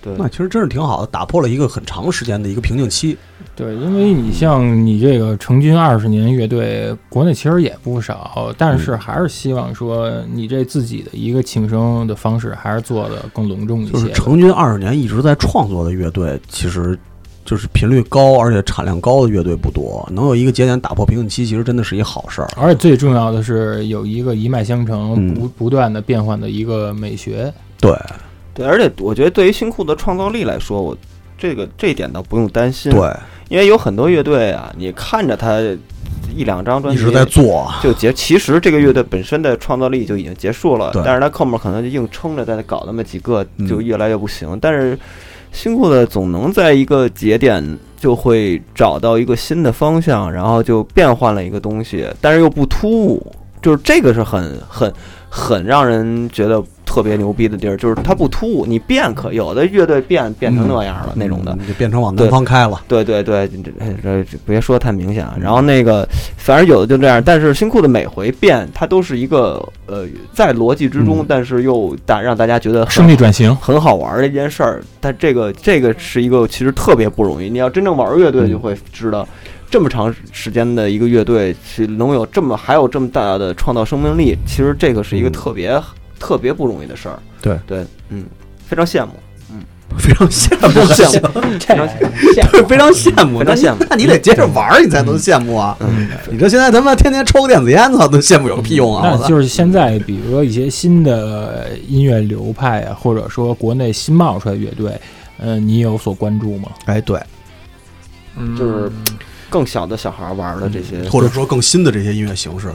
Speaker 1: 对
Speaker 3: 那其实真是挺好的，打破了一个很长时间的一个瓶颈期。
Speaker 5: 对，因为你像你这个成军二十年乐队，国内其实也不少，但是还是希望说你这自己的一个庆生的方式，还是做的更隆重一
Speaker 3: 就是
Speaker 5: 些。
Speaker 3: 成军二十年一直在创作的乐队，其实就是频率高而且产量高的乐队不多，能有一个节点打破瓶颈期，其实真的是一好事儿。
Speaker 5: 而且最重要的是有一个一脉相承
Speaker 3: 嗯、
Speaker 5: 不不断的变换的一个美学。
Speaker 3: 对，
Speaker 1: 对，而且我觉得对于新裤子的创造力来说，我这个这一点倒不用担心。，
Speaker 3: 对，
Speaker 1: 因为有很多乐队啊，你看着他一两张专
Speaker 3: 一
Speaker 1: 辑
Speaker 3: 直在做，啊
Speaker 1: 就结，其实这个乐队本身的创造力就已经结束了
Speaker 3: 对，
Speaker 1: 但是他后面可能就硬撑着在那搞那么几个，
Speaker 3: 嗯
Speaker 1: 就越来越不行。但是新裤子总能在一个节点就会找到一个新的方向，然后就变换了一个东西，但是又不突兀，就是这个是很很很让人觉得。特别牛逼的地儿就是它不突兀，你变可有的乐队变变成那样了、那种的，
Speaker 3: 嗯就变成往南
Speaker 1: 对
Speaker 3: 方开了。
Speaker 1: 对对对，这这这别说太明显啊。然后那个，反正有的就这样，但是新裤子每回变，它都是一个呃，在逻辑之中，
Speaker 3: 嗯
Speaker 1: 但是又大让大家觉得很
Speaker 5: 胜利转型，
Speaker 1: 很好玩儿的一件事儿。但这个这个是一个其实特别不容易，你要真正玩乐队就会知道。这么长时间的一个乐队，去能有这么还有这么大的创造生命力，其实这个是一个
Speaker 3: 嗯
Speaker 1: 特别、特别不容易的事儿。
Speaker 3: 对
Speaker 1: 对，嗯，非常羡慕，
Speaker 3: 非常羡
Speaker 1: 非常羡
Speaker 3: 慕，
Speaker 1: 慕，
Speaker 2: 这
Speaker 1: 常
Speaker 3: 对，非常羡慕，
Speaker 1: 非常羡慕
Speaker 3: 那你那你得接着玩儿，你才能羡慕啊！
Speaker 1: 嗯，
Speaker 3: 你这现在他妈天天抽个电子烟，操，都羡慕有个屁用啊！
Speaker 5: 那
Speaker 3: 我操
Speaker 5: 就是现在，比如说一些新的音乐流派啊，或者说国内新冒出来的乐队，嗯、你有所关注吗？
Speaker 3: 哎，对，
Speaker 2: 嗯
Speaker 1: 就是更小的小孩儿玩儿的这些
Speaker 3: 或者说更新的这些音乐形式，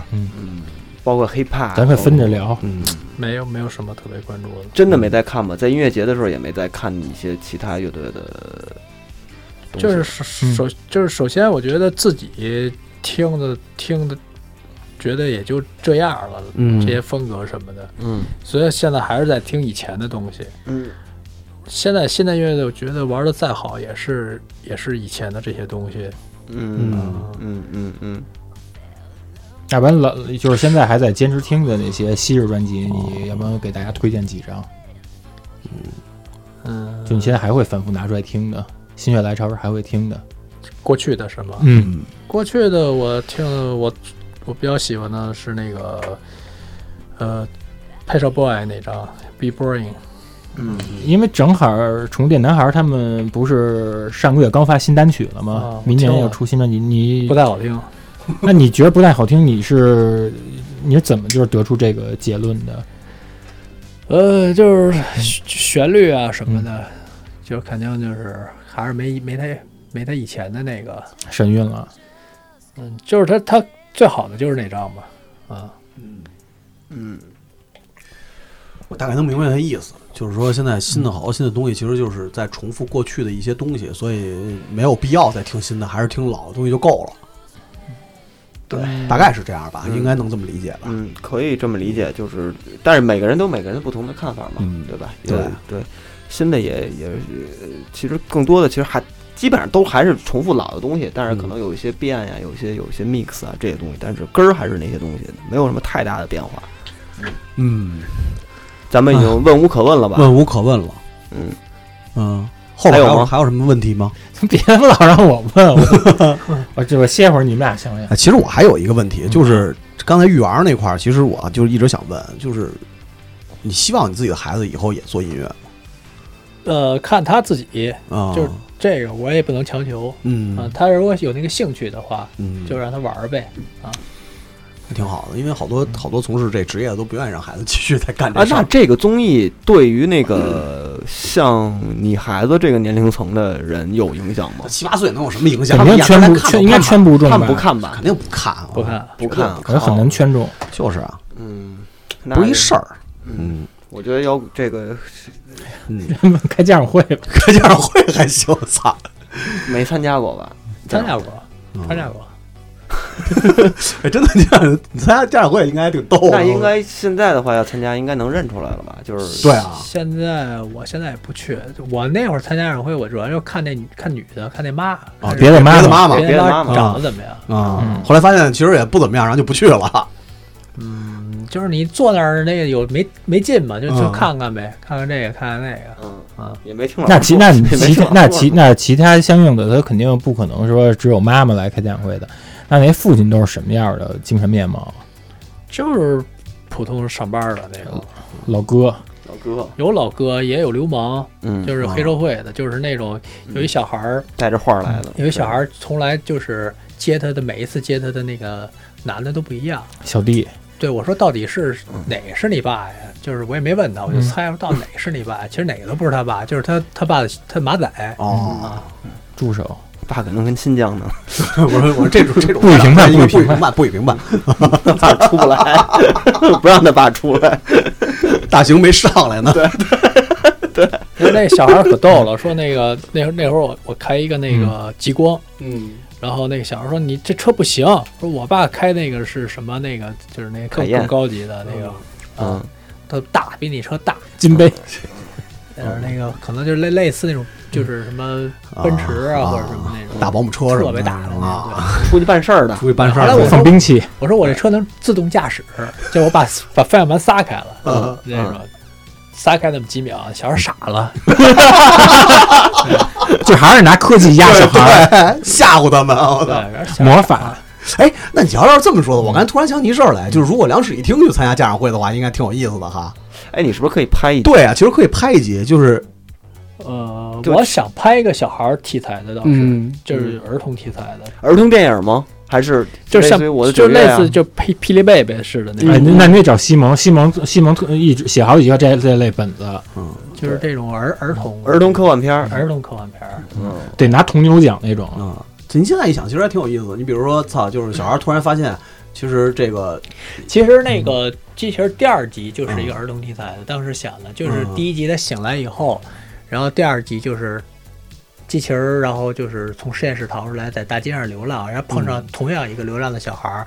Speaker 1: 包括
Speaker 3: 啊
Speaker 1: hiphop，
Speaker 5: 咱可以分着。聊。
Speaker 3: 嗯，
Speaker 2: 没有没有什么特别关注的。
Speaker 1: 真的没在看吧？在音乐节的时候也没在看一些其他乐队的东西。嗯
Speaker 2: 就是首就是首先，我觉得自己听的听的，觉得也就这样了，
Speaker 1: 嗯
Speaker 2: 这些风格什么的，
Speaker 1: 嗯
Speaker 2: 所以现在还是在听以前的东西。
Speaker 1: 嗯
Speaker 2: 现在现代乐队，我觉得玩的再好，也是也是以前的这些东西。
Speaker 1: 嗯嗯嗯嗯，
Speaker 5: 要不然老就是现在还在坚持听的那些西式专辑，你要不然给大家推荐几张？
Speaker 2: 嗯，
Speaker 5: 就你现在还会反复拿出来听的，心血来潮时还会听的。
Speaker 2: 过去的是吗？
Speaker 5: 嗯，
Speaker 2: 过去的我听的我我比较喜欢的是那个呃 p e t r Boy 那张 Be Boring，
Speaker 3: 嗯，
Speaker 5: 因为正好重点男孩他们不是上个月刚发新单曲了吗
Speaker 2: 啊？
Speaker 5: 明年
Speaker 2: 听了
Speaker 5: 要出新专辑，你
Speaker 2: 不太好听。
Speaker 5: 那你觉得不太好听？你是你是怎么就是得出这个结论的？
Speaker 2: 呃，就是旋旋律啊什么的，就是肯定就是还是没没他没他以前的那个，
Speaker 5: 神韵了，
Speaker 2: 嗯，就是他他最好的就是那张吧，啊，
Speaker 1: 嗯，
Speaker 3: 我大概能明白他意思，就是说现在新
Speaker 1: 嗯
Speaker 3: 的好新的东西，其实就是在重复过去的一些东西，所以没有必要再听新的，还是听老的东西就够了。对，大概是这样吧，
Speaker 1: 嗯
Speaker 3: 应该能这么理解吧？
Speaker 1: 嗯，可以这么理解，就是，但是每个人都有每个人不同的看法嘛，
Speaker 5: 嗯
Speaker 1: 对吧？
Speaker 3: 对
Speaker 1: 有对，新的也也是，呃其实更多的其实还基本上都还是重复老的东西，但是可能有一些变呀，有一些有一些 mix 啊这些东西，但是根儿还是那些东西，没有什么太大的变化。
Speaker 3: 嗯，
Speaker 1: 咱们已经问无可问了吧？
Speaker 3: 问无可问了。
Speaker 1: 嗯，
Speaker 3: 嗯，后
Speaker 1: 还
Speaker 3: 边
Speaker 1: 有
Speaker 3: 还有
Speaker 1: 吗
Speaker 3: 还有什么问题吗？
Speaker 5: 别老让我问我，我这我歇会儿，你们俩想想。
Speaker 3: 哎，其实我还有一个问题，就是刚才育儿那块儿，其实我就是一直想问，就是你希望你自己的孩子以后也做音乐吗？
Speaker 2: 呃，看他自己，
Speaker 3: 啊，
Speaker 2: 就是这个我也不能强求啊
Speaker 3: 嗯，
Speaker 2: 他如果有那个兴趣的话，
Speaker 3: 嗯，
Speaker 2: 就让他玩儿呗。
Speaker 3: 挺好的，因为好多好多从事这职业的都不愿意让孩子继续再干
Speaker 1: 啊
Speaker 3: 这，事
Speaker 1: 那
Speaker 3: 儿。
Speaker 1: 这个综艺对于那个像你孩子这个年龄层的人有影响吗？
Speaker 3: 七八岁能有什么影响？
Speaker 5: 肯定
Speaker 3: 他
Speaker 5: 圈
Speaker 3: 们
Speaker 5: 不
Speaker 3: 也看都
Speaker 5: 圈，应该
Speaker 3: 看吧，
Speaker 5: 圈不中吧？
Speaker 1: 看不，看吧
Speaker 3: 肯？定不看啊，
Speaker 2: 不看
Speaker 1: 不看啊
Speaker 3: 绝对
Speaker 5: 我觉得很难圈中。
Speaker 3: 就是啊，
Speaker 1: 嗯，那
Speaker 3: 不是一 事儿。
Speaker 1: 嗯，我觉得要这个
Speaker 3: 嗯，
Speaker 5: 开家长会吧，
Speaker 3: 开家长会还行，操！
Speaker 1: 没参加过吧？
Speaker 2: 参加过，
Speaker 3: 嗯
Speaker 2: 参加过，
Speaker 3: 哎，真的，你看你参加家长会应该还挺逗的。
Speaker 1: 那应该现在的话要参加，应该能认出来了吧？就是
Speaker 3: 对啊，
Speaker 2: 现在我现在也不去，我那会儿参加晚会，我主要就看那女看女的，看那妈，看
Speaker 5: 别的妈
Speaker 3: 哦啊别的
Speaker 5: 妈
Speaker 3: 妈妈
Speaker 2: 别
Speaker 1: 别的
Speaker 2: 的
Speaker 1: 妈妈
Speaker 2: 长得怎么样？
Speaker 3: 啊
Speaker 5: 嗯，
Speaker 3: 后来发现其实也不怎么样，然后就不去了。
Speaker 2: 嗯，就是你坐那儿那个有没没劲嘛，就就
Speaker 3: 嗯
Speaker 2: 看看呗，看看这个，看看那个。
Speaker 1: 嗯
Speaker 2: 啊
Speaker 1: 也没听老师
Speaker 5: 那其
Speaker 1: 说
Speaker 5: 那
Speaker 1: 也没
Speaker 5: 其
Speaker 1: 听老师
Speaker 5: 那
Speaker 1: 说
Speaker 5: 其那其他相应的，他肯定不可能说只有妈妈来开家长会的。那那父亲都是什么样的精神面貌？
Speaker 2: 就是普通上班的那种，
Speaker 5: 老哥，
Speaker 1: 老哥，
Speaker 2: 有老哥也有流氓，
Speaker 1: 嗯，
Speaker 2: 就是黑社会的，就是那种有一小孩儿，
Speaker 1: 带着画来的，
Speaker 2: 有一小孩儿从来就是接他的每一次接他的那个男的都不一样。
Speaker 5: 小弟，
Speaker 2: 对我说到底是
Speaker 3: 嗯
Speaker 2: 哪个是你爸呀？就是我也没问他，我就猜到底哪个是你爸。其实哪个都不是他爸，就是他他爸的他马仔。
Speaker 3: 哦，
Speaker 5: 助手，
Speaker 1: 爸可能跟新疆呢，
Speaker 2: 嗯
Speaker 3: 我说我说这种这种哎
Speaker 5: 不予评判
Speaker 3: 应该
Speaker 5: 不予
Speaker 3: 不予
Speaker 5: 评
Speaker 3: 评判，不予评判。
Speaker 1: 爸出不来， 不让他爸出来。
Speaker 3: 大型没上来呢，
Speaker 2: 因为那小孩儿可逗了，说那个那那会儿我我开一个那个极光，
Speaker 3: 嗯，
Speaker 2: 然后那个小孩说：“你这车不行。”说：“我爸开那个是什么？那个就是那个
Speaker 1: 凯
Speaker 2: 更
Speaker 1: 宴
Speaker 2: 更高级的那个，
Speaker 1: 嗯
Speaker 2: 啊，它大，比你车大。
Speaker 5: 金杯，
Speaker 3: 嗯
Speaker 2: 但是那个可能就是类类似那种，就是什么奔驰啊或者什么那种
Speaker 3: 嗯大保姆车什么
Speaker 2: 特
Speaker 3: 的
Speaker 2: 别大的那
Speaker 3: 啊，
Speaker 2: 种。
Speaker 1: 出去办事儿的，
Speaker 3: 出去办事
Speaker 2: 后来
Speaker 3: 儿
Speaker 2: 我
Speaker 3: 去。
Speaker 5: 放兵器，
Speaker 2: 我说我这车能自动驾驶， 结果 我把把方向盘撒开了，
Speaker 3: 嗯
Speaker 2: 那种撒开那么几秒，小孩傻了。
Speaker 5: 就还是拿科技压小孩儿
Speaker 3: 对，吓唬他们啊！我
Speaker 2: 对，
Speaker 3: 操！
Speaker 2: 然后小孩
Speaker 5: 魔法。
Speaker 3: 哎，那你要要是这么说的，我刚才突然想起一事儿来，就是如果梁史一听去参加家长会的话，应该挺有意思的哈。
Speaker 1: 哎，你是不是可以拍一集？
Speaker 3: 对啊，其实可以拍一集，就是
Speaker 2: 呃，
Speaker 1: 对嗯
Speaker 2: 我想拍一个小孩儿题材的，倒是就是儿童题材的，
Speaker 1: 儿童电影吗？还是
Speaker 2: 就
Speaker 1: 嗯
Speaker 2: 是
Speaker 1: 类
Speaker 2: 像
Speaker 1: 似于我的
Speaker 2: 就
Speaker 1: 九
Speaker 2: 是
Speaker 1: 月
Speaker 2: 类
Speaker 1: 啊
Speaker 2: 似就霹霹雳贝贝似的那
Speaker 5: 哎，
Speaker 2: 种，
Speaker 5: 那你得找西蒙，西蒙西蒙特一直写好几个这这类本子，
Speaker 3: 嗯
Speaker 2: 就是这种儿儿童
Speaker 1: 嗯儿童科幻片儿？
Speaker 2: 儿童科幻片儿。
Speaker 1: 嗯，
Speaker 5: 得拿铜牛奖那种。
Speaker 3: 嗯，您现在一想，其实还挺有意思。你比如说，操，就是小孩突然发现，其实这个
Speaker 2: 其实那个机器人第二集就是一个儿童题材的，当时想的就是第一集他醒来以后，然后第二集就是。机器人儿，然后就是从实验室逃出来，在大街上流浪，然后碰上同样一个流浪的小孩儿，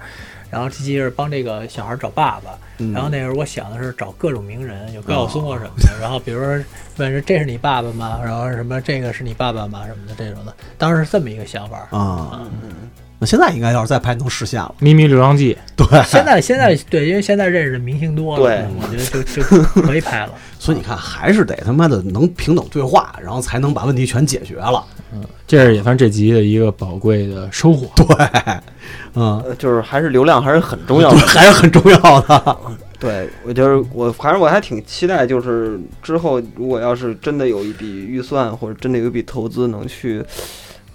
Speaker 2: 然后机器人儿帮这个小孩儿找爸爸，
Speaker 3: 嗯
Speaker 2: 然后那时候我想的是找各种名人，有高晓松啊什么的，然后比如说问是这是你爸爸
Speaker 1: 嗯
Speaker 2: 吗？然后什么这个是你爸爸吗？什么的这种的，当时是这么一个想法。
Speaker 3: 啊，那现在应该要是再拍，能实现了。
Speaker 5: 咪咪流浪记，
Speaker 3: 对，
Speaker 2: 现在现在对，因为现在认识的明星多了，
Speaker 1: 对
Speaker 2: 我觉得就就可以拍了。
Speaker 3: 所以你看，还是得他妈的能平等对话，然后才能把问题全解决了。
Speaker 5: 这是也算这集的一个宝贵的收获。
Speaker 3: 嗯，
Speaker 1: 呃就是还是流量还是很重要的。
Speaker 3: 还是很重要的。
Speaker 1: 对，我就是我，反正我还挺期待，就是之后如果要是真的有一笔预算，或者真的有一笔投资，能去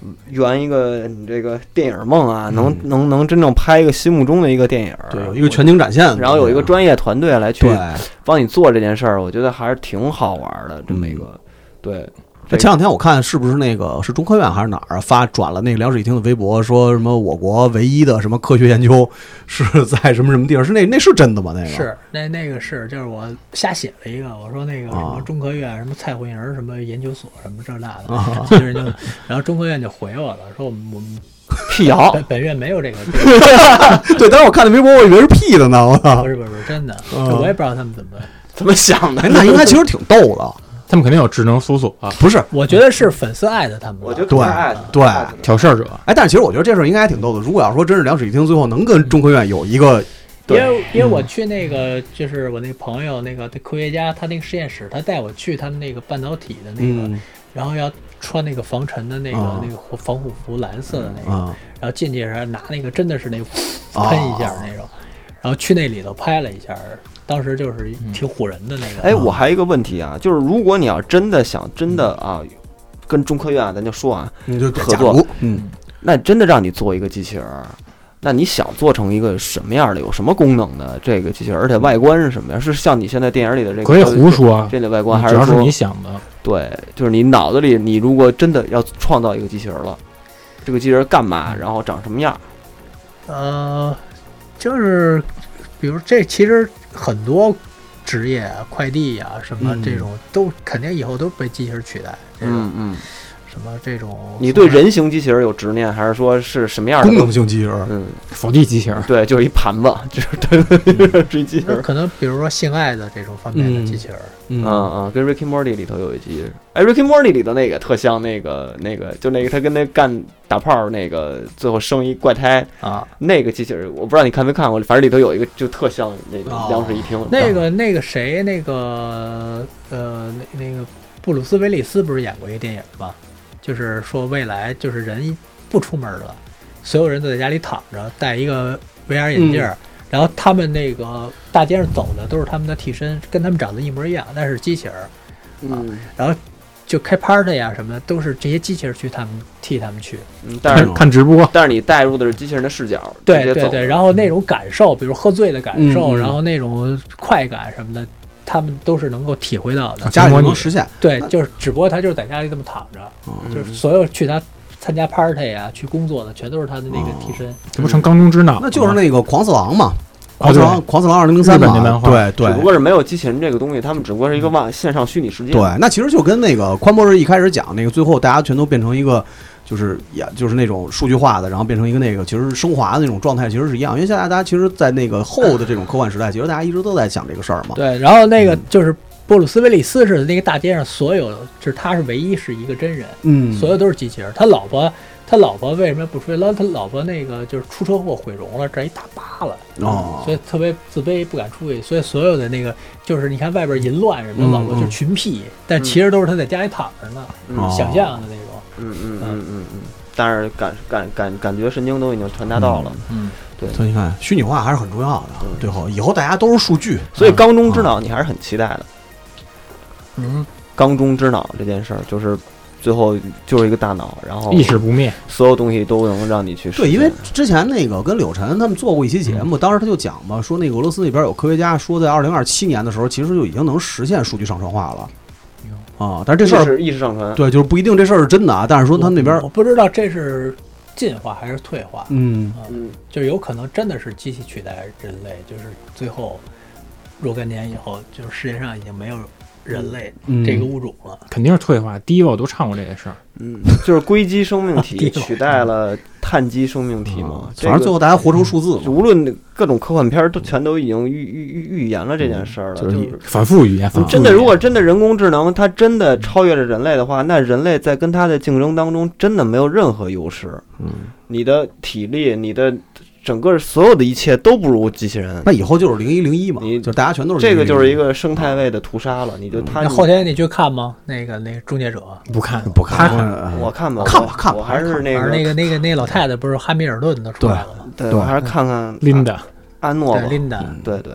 Speaker 1: 嗯圆一个你这个电影梦啊，能能能真正拍一个心目中的一个电影，啊
Speaker 3: 对，有一个全景展现，
Speaker 1: 然后有一个专业团队来去
Speaker 3: 啊对。
Speaker 1: 帮你做这件事儿，我觉得还是挺好玩的。这么一个，对，
Speaker 3: 那前两天我看是不是那个是中科院还是哪儿啊发转了那个梁水一听的微博，说什么我国唯一的什么科学研究是在什么什么地方？是那那是真的吗？那个
Speaker 2: 是那那个是，就是我瞎写了一个，我说那个什么
Speaker 3: 啊
Speaker 2: 中科院什么蔡慧营什么研究所什么这那的，
Speaker 3: 啊
Speaker 2: 其 实就然后中科院就回我了，说我们我们
Speaker 1: 辟谣
Speaker 2: 本本院没有这个，
Speaker 3: 对，当时我看那微博，我以为是 P 的呢。我操
Speaker 2: 不！是不是不是真的，
Speaker 3: 嗯
Speaker 2: 就我也不知道他们怎么，
Speaker 1: 怎么想的
Speaker 3: 哎， 那应该其实挺逗的，
Speaker 5: 他们肯定有智能搜索、啊、
Speaker 3: 不是？
Speaker 2: 我觉得是粉丝艾特他们吧，
Speaker 1: 我觉得
Speaker 3: 对
Speaker 1: 可爱的
Speaker 3: 对
Speaker 5: 挑事儿者，
Speaker 3: 哎，但是其实我觉得这事儿应该还挺逗的。如果要说真是两室一厅，最后能跟中科院有一个
Speaker 2: 因为因为
Speaker 3: 嗯
Speaker 2: 我去那个就是我那个朋友那个科学家，他那个实验室，他带我去他们那个半导体的那个，
Speaker 3: 嗯
Speaker 2: 然后要穿那个防尘的那个、
Speaker 3: 啊
Speaker 2: 那个护防护服，蓝色的那个，
Speaker 3: 啊
Speaker 2: 然后进去时候拿那个真的是那
Speaker 3: 啊
Speaker 2: 喷一下那种，然后去那里头拍了一下，当时就是挺唬人的那个。
Speaker 1: 哎，我还有一个问题啊，就是如果你要真的想真的啊，跟中科院啊咱就说啊，
Speaker 3: 你就
Speaker 1: 合
Speaker 3: 假
Speaker 1: 作
Speaker 3: 如嗯
Speaker 1: 那真的让你做一个机器人儿，那你想做成一个什么样的、有什么功能的这个机器人儿？而且外观是什么呀？是像你现在电影里的这个
Speaker 5: 可以胡说啊，
Speaker 1: 这类外观，还
Speaker 5: 只要是
Speaker 1: 说
Speaker 5: 你想的，
Speaker 1: 对，就是你脑子里你如果真的要创造一个机器人儿了，这个机器人儿干
Speaker 5: 嗯
Speaker 1: 嘛，然后长什么样儿？
Speaker 2: 呃，就是比如这其实很多职业啊，快递呀、什么
Speaker 3: 嗯
Speaker 2: 这种、都肯定以后都被机器人取代。这种
Speaker 1: 嗯嗯，
Speaker 2: 什么这种，
Speaker 1: 你对人形机器人儿有执念，还是说是什么样的
Speaker 3: 功能？性机器人
Speaker 1: 嗯，
Speaker 5: 扫地机器人，
Speaker 1: 对，就是一盘子，就是对对对，就是一机器人
Speaker 2: 那
Speaker 1: 儿。
Speaker 2: 可能比如说性爱的这种方面的
Speaker 3: 嗯
Speaker 2: 机器人儿，
Speaker 3: 嗯
Speaker 1: 啊啊，跟 Ricky Morty 里头有一集，哎，Ricky Morty 里头那个特像那个那个，就那个他跟那干打炮儿那个，最后生一怪胎
Speaker 2: 啊，
Speaker 1: 那个机器人，我不知道你看没看过，反正里头有一个就特像那个
Speaker 3: 哦
Speaker 1: 两室一厅。
Speaker 2: 那个那个谁，那个呃，那那个布鲁斯威利斯不是演过一个电影吗？就是说未来就是人不出门了，所有人都在家里躺着，戴一个 VR 眼镜儿，然后他们那个大街上走的都是他们的替身，跟他们长得一模一样，但是机器人儿。啊
Speaker 1: 嗯，
Speaker 2: 就开 party 呀、什么的，都是这些机器人去他们替他们去，
Speaker 1: 嗯 但是
Speaker 5: 看看直播，
Speaker 1: 但是你带入的是机器人的视角，
Speaker 2: 对
Speaker 1: 直接
Speaker 2: 对
Speaker 1: 走
Speaker 2: 对，然后那种感受，比如喝醉的感受，
Speaker 3: 嗯嗯
Speaker 2: 然后那种快感什么的，他们都是能够体会到的。
Speaker 3: 家里
Speaker 5: 模拟
Speaker 3: 能实现
Speaker 2: 对，就是只不过他就是在家里这么躺着，
Speaker 3: 嗯
Speaker 2: 就是所有去他参加 party 啊、去工作的，全都是他的那
Speaker 3: 哦
Speaker 2: 个替身。
Speaker 5: 这不成缸中之脑了吗？
Speaker 3: 那就是那个狂次郎嘛，
Speaker 5: 啊
Speaker 3: 狂次
Speaker 5: 对
Speaker 3: 郎，狂次郎二零零三
Speaker 5: 日本
Speaker 3: 嘛，
Speaker 5: 那漫画
Speaker 3: 对对嗯
Speaker 1: 只不过是没有机器人这个东西，他们只不过是一个万线上虚拟世界。嗯
Speaker 3: 对，那其实就跟那个宽博士一开始讲那个，最后大家全都变成一个，就是也就是那种数据化的，然后变成一个那个其实升华的那种状态，其实是一样。因为现在大家其实，在那个后的这种科幻时代，其实大家一直都在想这个事儿嘛。
Speaker 2: 对，然后
Speaker 3: 嗯
Speaker 2: 那个就是布鲁斯威利斯似的，那个大街上所有就是他是唯一是一个真人，
Speaker 3: 嗯，
Speaker 2: 所有都是机器人。他老婆，他老婆为什么不出去？然后他老婆那个就是出车祸毁容了，这儿一大疤了，
Speaker 3: 哦
Speaker 2: 所以特别自卑，不敢出去。所以所有的那个就是你看外边淫乱什么，
Speaker 3: 嗯
Speaker 2: 老婆就
Speaker 3: 嗯哦
Speaker 2: 群 P，但其实都是他在家里躺着呢，
Speaker 1: 嗯
Speaker 2: 想象的那种。
Speaker 1: 嗯嗯嗯嗯嗯，但是感感感感觉神经都已经传达到了。
Speaker 2: 嗯，
Speaker 3: 所以你看，虚拟化还是很重要的。最后，以后大家都是数据，
Speaker 1: 所以缸中之脑你还是很期待的。
Speaker 2: 嗯，
Speaker 1: 缸中之脑这件事儿，就是最后就是一个大脑，然后
Speaker 5: 意识不灭，
Speaker 1: 所有东西都能让你去实
Speaker 3: 对，因
Speaker 1: 现
Speaker 3: 为之前那个跟柳晨他们做过一期节
Speaker 2: 嗯
Speaker 3: 目，当时他就讲嘛，说那个俄罗斯那边有科学家说，在二零二七年的时候，其实就已经能实现数据上传化了。啊，但是这事
Speaker 1: 意
Speaker 3: 儿
Speaker 1: 识意识上传，
Speaker 3: 对，就是不一定这事儿是真的啊。但是说他们那边
Speaker 1: 哦
Speaker 2: 我，不知道这是进化还是退化，
Speaker 3: 嗯，
Speaker 1: 嗯，
Speaker 2: 就是有可能真的是机器取代人类，就是最后若干年以后，就是世界上已经没有人类
Speaker 3: 嗯
Speaker 2: 这个物种了。
Speaker 5: 肯定是退化。第一，我都唱过这些事儿，
Speaker 1: 嗯，就是硅基生 命体
Speaker 2: 地球
Speaker 1: 取代了碳基生命体嘛
Speaker 3: 啊，
Speaker 1: 这
Speaker 3: 反正
Speaker 1: 个
Speaker 3: 最后大家活成数字嘛，
Speaker 1: 无论各种科幻片儿都全都已经预预预预言了这件事儿了，
Speaker 3: 就是
Speaker 1: 就是
Speaker 5: 反复语言，反
Speaker 1: 嗯
Speaker 5: 复
Speaker 1: 真的，
Speaker 5: 语言
Speaker 1: 如果真的人工智能它真的超越了人类的话，那人类在跟它的竞争当中真的没有任何优势。
Speaker 3: 嗯，
Speaker 1: 你的体力，你的整个所有的一切都不如机器人。
Speaker 3: 那以后就是零一零一嘛，
Speaker 1: 你
Speaker 3: 就是大家全都是
Speaker 1: 这个
Speaker 3: 0101
Speaker 1: 就是一个生态位的屠杀了。你就它
Speaker 2: 那，后天你去看吗？那个那个终结者，
Speaker 5: 不看，
Speaker 3: 不看
Speaker 5: 他
Speaker 3: 嗯
Speaker 1: 我看吧，
Speaker 3: 看吧
Speaker 1: 我
Speaker 3: 看吧
Speaker 1: 我还是那
Speaker 2: 反
Speaker 1: 个
Speaker 2: 正那个那个那老太太不是汉密尔顿都出来了吗？
Speaker 1: 对，
Speaker 3: 对
Speaker 1: 我还是看看
Speaker 5: 琳达，
Speaker 1: 阿诺吧
Speaker 2: 对，。琳
Speaker 3: 嗯
Speaker 2: 达，
Speaker 1: 对对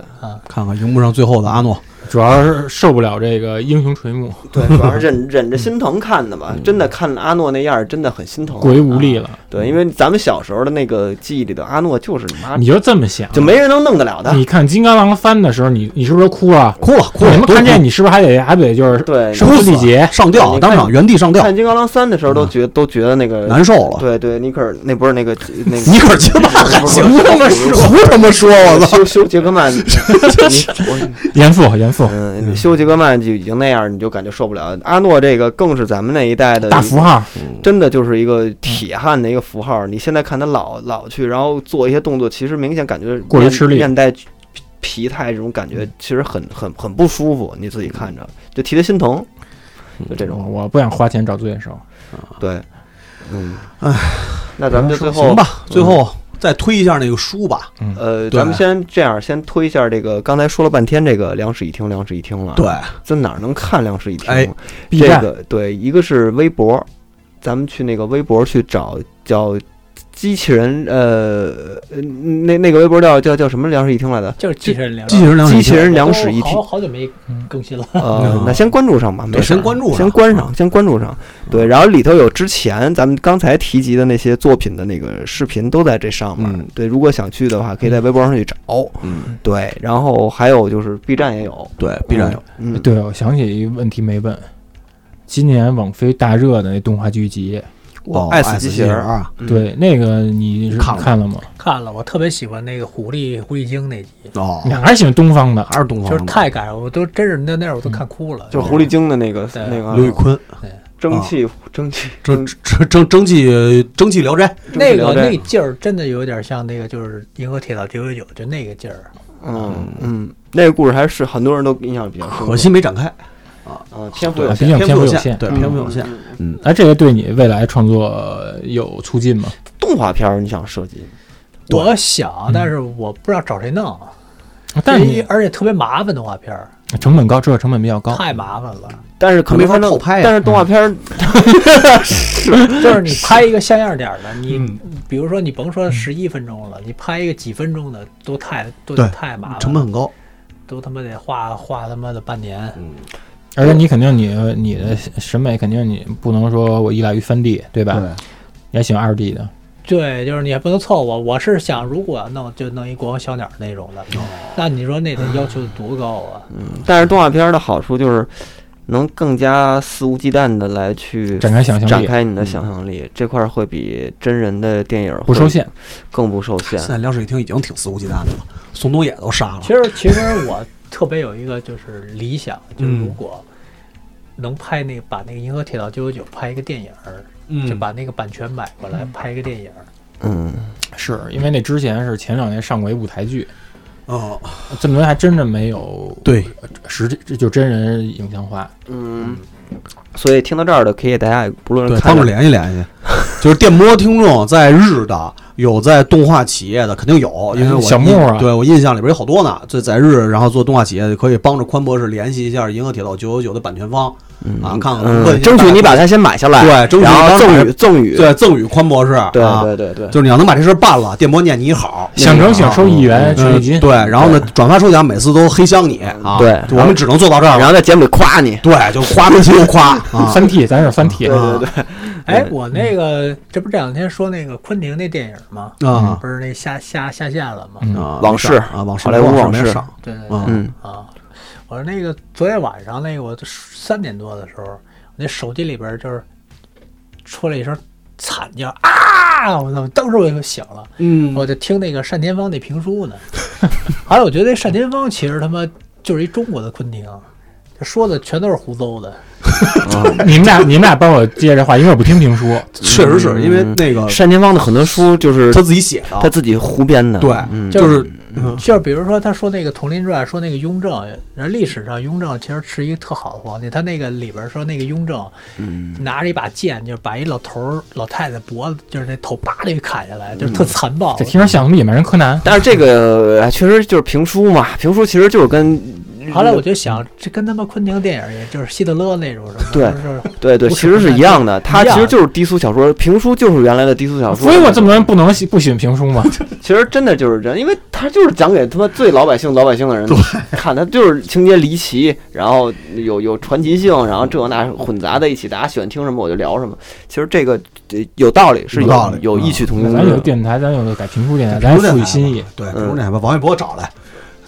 Speaker 3: 看看荧幕上最后的阿诺，
Speaker 5: 主要是受不了这个英雄垂暮，
Speaker 1: 对， 主要是忍忍着心疼看的吧。真的看阿诺那样，儿，真的很心疼。
Speaker 5: 过于无力了。
Speaker 1: 对，因为咱们小时候的那个记忆里的阿诺就是你妈，
Speaker 5: 你就这么想，
Speaker 1: 哦
Speaker 5: 啊
Speaker 1: 就没人能弄得了他。
Speaker 5: 你看《金刚狼三》的时候，你你是不是哭了？
Speaker 3: 哭了哭了，
Speaker 5: 你们
Speaker 3: 都
Speaker 5: 看
Speaker 3: 哭
Speaker 5: 见你是不是还得还得就是
Speaker 1: 对，
Speaker 5: 声嘶力竭？
Speaker 3: 上吊，
Speaker 1: 你看
Speaker 3: 当场原地上吊
Speaker 1: 看，《金刚狼三》的时候都觉都觉得那个
Speaker 3: 难受了。
Speaker 1: 对对，尼克尔那不是那个那个
Speaker 3: 尼克尔基曼还行，
Speaker 1: 不是
Speaker 3: 他妈
Speaker 1: 不是
Speaker 3: 说胡他妈说，我操！
Speaker 1: 修修杰克曼，你我
Speaker 5: 严父，严父，
Speaker 1: 嗯，修杰克曼就已经那样，你就感觉受不了。阿诺这个更是咱们那一代的
Speaker 5: 大符，号，
Speaker 1: 真的就是一个铁汉的一个符号。你现在看他老老去，然后做一些动作，其实明显感觉
Speaker 5: 过于吃力
Speaker 1: 面带疲疲态这种感觉，其实很很很不舒服。你自己看着就替他心疼，就这种。
Speaker 5: 我不想花钱找罪受。
Speaker 1: 对，啊嗯，唉，那咱们就最后
Speaker 3: 行吧，最后再推一下那个书吧。
Speaker 1: 呃，
Speaker 3: 对
Speaker 1: 咱们先这样，先推一下这个。刚才说了半天这个“两室一厅”，“两室一厅”了。
Speaker 3: 对，，
Speaker 1: 这哪儿能看“两室一厅”？
Speaker 3: 哎
Speaker 5: B
Speaker 1: 这
Speaker 5: 站
Speaker 1: 个对，一个是微博，咱们去那个微博去找叫机器人，呃，呃那那个微博叫叫叫什么“两室一厅”来的？
Speaker 2: 就是机器人聊。
Speaker 3: 机器人两
Speaker 1: 机器人两室
Speaker 2: 我
Speaker 1: 一
Speaker 2: 好
Speaker 1: 厅。
Speaker 2: 好久没更新了。
Speaker 1: 呃
Speaker 3: 嗯，
Speaker 1: 那先关注上吧，没
Speaker 3: 对
Speaker 1: 事儿
Speaker 3: 先关注上嗯
Speaker 1: 先关上，先关注上。对，然后里头有之前咱们刚才提及的那些作品的那个视频都在这上面。
Speaker 3: 嗯
Speaker 1: 对，如果想去的话，可以在微博上去找。
Speaker 3: 嗯，
Speaker 1: 对，然后还有就是 B 站也有
Speaker 3: 对，B 站有。
Speaker 1: 嗯，
Speaker 5: 对，我想起一个问题没问，今年网飞大热的那动画剧集，
Speaker 1: 我
Speaker 3: 哦
Speaker 1: 爱
Speaker 3: 爱
Speaker 1: 死机
Speaker 3: 机
Speaker 1: 器人
Speaker 3: 人啊！
Speaker 1: 嗯
Speaker 5: 对那个你是
Speaker 3: 看了
Speaker 5: 看了吗？
Speaker 2: 看哦了，我特别喜欢那个狐狸狐狸精那集，
Speaker 1: 啊
Speaker 3: 哦
Speaker 5: 你，还是喜欢东方的？啊
Speaker 3: 还是东方
Speaker 2: 就
Speaker 3: 的
Speaker 2: 是太感人，我都真是那那会儿我都看哭了。
Speaker 1: 就是狐狸精的那个
Speaker 2: 对
Speaker 1: 那
Speaker 3: 刘宇
Speaker 1: 个
Speaker 3: 啊坤，
Speaker 1: 蒸汽蒸汽
Speaker 3: 蒸蒸蒸蒸汽蒸汽聊斋，
Speaker 1: 嗯
Speaker 2: 那
Speaker 1: 聊
Speaker 2: 个
Speaker 1: 斋
Speaker 2: 那劲儿真的有点像那个，就是《银河铁道九九九》，就那个劲儿。
Speaker 1: 嗯嗯，那个故事还是很多人都印象比较深刻。
Speaker 3: 可惜没展开，
Speaker 1: 啊，天赋
Speaker 5: 对
Speaker 1: 有
Speaker 5: 毕
Speaker 1: 限，
Speaker 5: 竟
Speaker 3: 篇
Speaker 5: 篇幅
Speaker 3: 有
Speaker 5: 有限。
Speaker 3: 对，
Speaker 1: 嗯
Speaker 3: 篇幅有限。。
Speaker 1: 嗯嗯
Speaker 3: 嗯，
Speaker 5: 哎，这个对你未来创作呃有促进吗？
Speaker 1: 动画片儿你想设计？
Speaker 3: 对
Speaker 2: 我想，但是我不知道找谁弄，
Speaker 5: 但是
Speaker 2: 因为
Speaker 5: 你
Speaker 2: 而且特别麻烦，动画片儿
Speaker 5: 成本高，制作成本比较高。
Speaker 2: 太麻烦了。
Speaker 1: 但是嗯可能
Speaker 3: 没法
Speaker 1: 它能
Speaker 3: 透拍呀啊
Speaker 1: 但是动画片儿
Speaker 2: 就是你拍一个像样点儿的，你比如说你甭说十一分钟了，你拍一个几分钟的都太都
Speaker 3: 对
Speaker 2: 太麻烦了，
Speaker 3: 成本很高。
Speaker 2: 都他妈得画画他妈的半年。
Speaker 5: 而且你肯定你你的审美肯定你不能说我依赖于三 D，对嗯吧？你还喜欢二 D 的，
Speaker 2: 对，就是你也不能凑合。我是想，如果弄就弄一国王小鸟那种的，
Speaker 1: 哦
Speaker 2: 那你说那得要求多高啊？
Speaker 1: 但是动画片儿的好处就是能更加肆无忌惮的来去
Speaker 5: 展开想象
Speaker 1: 展
Speaker 5: 力，
Speaker 1: 开你的想象力，这块儿会比真人的电影
Speaker 5: 不受限，。
Speaker 1: 更不受限
Speaker 3: 现。在凉水厅已经挺肆无忌惮的了，宋冬野都杀了
Speaker 2: 其。实，其实我特别有一个就是理想，就是如果能拍那个把那个《银河铁道九九九》拍一个电影儿，
Speaker 3: 嗯
Speaker 2: 就把那个版权买过来拍一个电影儿。
Speaker 1: 嗯，
Speaker 5: 是因为那之前是前两年上过一舞台剧，
Speaker 3: 哦，
Speaker 1: 嗯
Speaker 5: 这么多年还真的没有
Speaker 3: 对，
Speaker 5: 实际就真人影像化。
Speaker 1: 嗯，所以听到这儿的，可以大家也不论
Speaker 3: 对，
Speaker 1: 看
Speaker 3: 帮着联系联系。就是电波听众在日的有，在动画企业的肯定有，因为我
Speaker 5: 小木啊
Speaker 3: 对我印象里边有好多呢。这在日，然后做动画企业的可以帮着宽博士联系一下银河铁道九九九的版权方啊，看看问
Speaker 1: 嗯，
Speaker 3: 一下
Speaker 1: 争取你把它先买下来，
Speaker 3: 对争取
Speaker 1: 然后
Speaker 3: 你把它买
Speaker 1: 赠予赠予，
Speaker 3: 对赠予宽博士，
Speaker 1: 对
Speaker 3: 啊
Speaker 1: 对对对，
Speaker 3: 就是你要能把这事儿办了，电波念你好，
Speaker 5: 想成想收一元
Speaker 3: 嗯
Speaker 5: 权利金，
Speaker 3: 对，然后呢，转发抽奖每次都黑箱你啊，
Speaker 1: 对
Speaker 3: 我们只能做到这儿
Speaker 1: 然
Speaker 3: 了，
Speaker 1: 后在节目里夸你，
Speaker 3: 对，就夸跟又夸 啊，
Speaker 5: 三 T，咱是三啊 T，
Speaker 1: 对 嗯对对，
Speaker 2: 哎，我那个这不这两天说那个昆汀那电影吗？
Speaker 1: 嗯
Speaker 3: 啊
Speaker 2: 不是那下下下线了吗？
Speaker 5: 嗯
Speaker 3: 啊，
Speaker 1: 往事
Speaker 3: 啊，往事
Speaker 1: 好莱坞
Speaker 3: 没
Speaker 1: 往事
Speaker 3: 没上
Speaker 2: 对对对
Speaker 3: 啊，
Speaker 1: 嗯，
Speaker 2: 啊！我说那个昨天晚上那个我三点多的时候，我那手机里边就是出了一声惨叫啊！我操！当时我就醒了，
Speaker 3: 嗯，
Speaker 2: 我就听那个单田芳那评书呢。后来我觉得单田芳其实他妈就是一中国的昆汀，这说的全都是胡诌的。
Speaker 1: 啊
Speaker 5: 你们俩你们俩帮我接着话，因为我不听评书。
Speaker 3: 确实是因为那个
Speaker 1: 单田芳的很多书就是
Speaker 3: 他自己写的
Speaker 1: 嗯他，自己胡编的，
Speaker 3: 对
Speaker 1: 嗯，
Speaker 2: 就
Speaker 3: 就是
Speaker 2: 就是比如说他说那个《佟林传》，说那个雍正，人历史上雍正其实是一个特好的皇帝。他那个里边说那个雍正
Speaker 1: 嗯
Speaker 2: 拿着一把剑，就是把一老头儿老太太脖子，就是那头叭的给砍下来，就
Speaker 1: 嗯
Speaker 2: 是特残暴
Speaker 5: 这。听着像什么野蛮人柯南？
Speaker 1: 但是这个哎确实就是评书嘛，评书其实就是跟
Speaker 2: 后来我就想，这跟他妈昆汀电影也就是希特勒那种什么，
Speaker 1: 对
Speaker 2: 就是
Speaker 1: 对对，
Speaker 2: 不
Speaker 1: 其
Speaker 2: 是
Speaker 1: 实是一样的，它
Speaker 2: 一样
Speaker 1: 其实就是低俗小说，评书就是原来的低俗小说。
Speaker 5: 所以我这么多人不能喜不喜欢评书吗？
Speaker 1: 其实真的就是这样，因为它就是讲给他妈最老百姓老百姓的人看，它就是情节离奇，然后有有传奇性，然后这那混杂在一起，大家喜欢听什么我就聊什么。其实这个这有道理，是
Speaker 3: 有道理
Speaker 1: 有异曲同工
Speaker 5: 咱
Speaker 1: 之
Speaker 5: 嗯
Speaker 1: 嗯
Speaker 5: 有
Speaker 1: 处。
Speaker 5: 电台，咱有改评书电
Speaker 3: 嗯
Speaker 5: 台，咱赋予新意。
Speaker 3: 对，
Speaker 1: 嗯
Speaker 3: 不是那把王一博找来，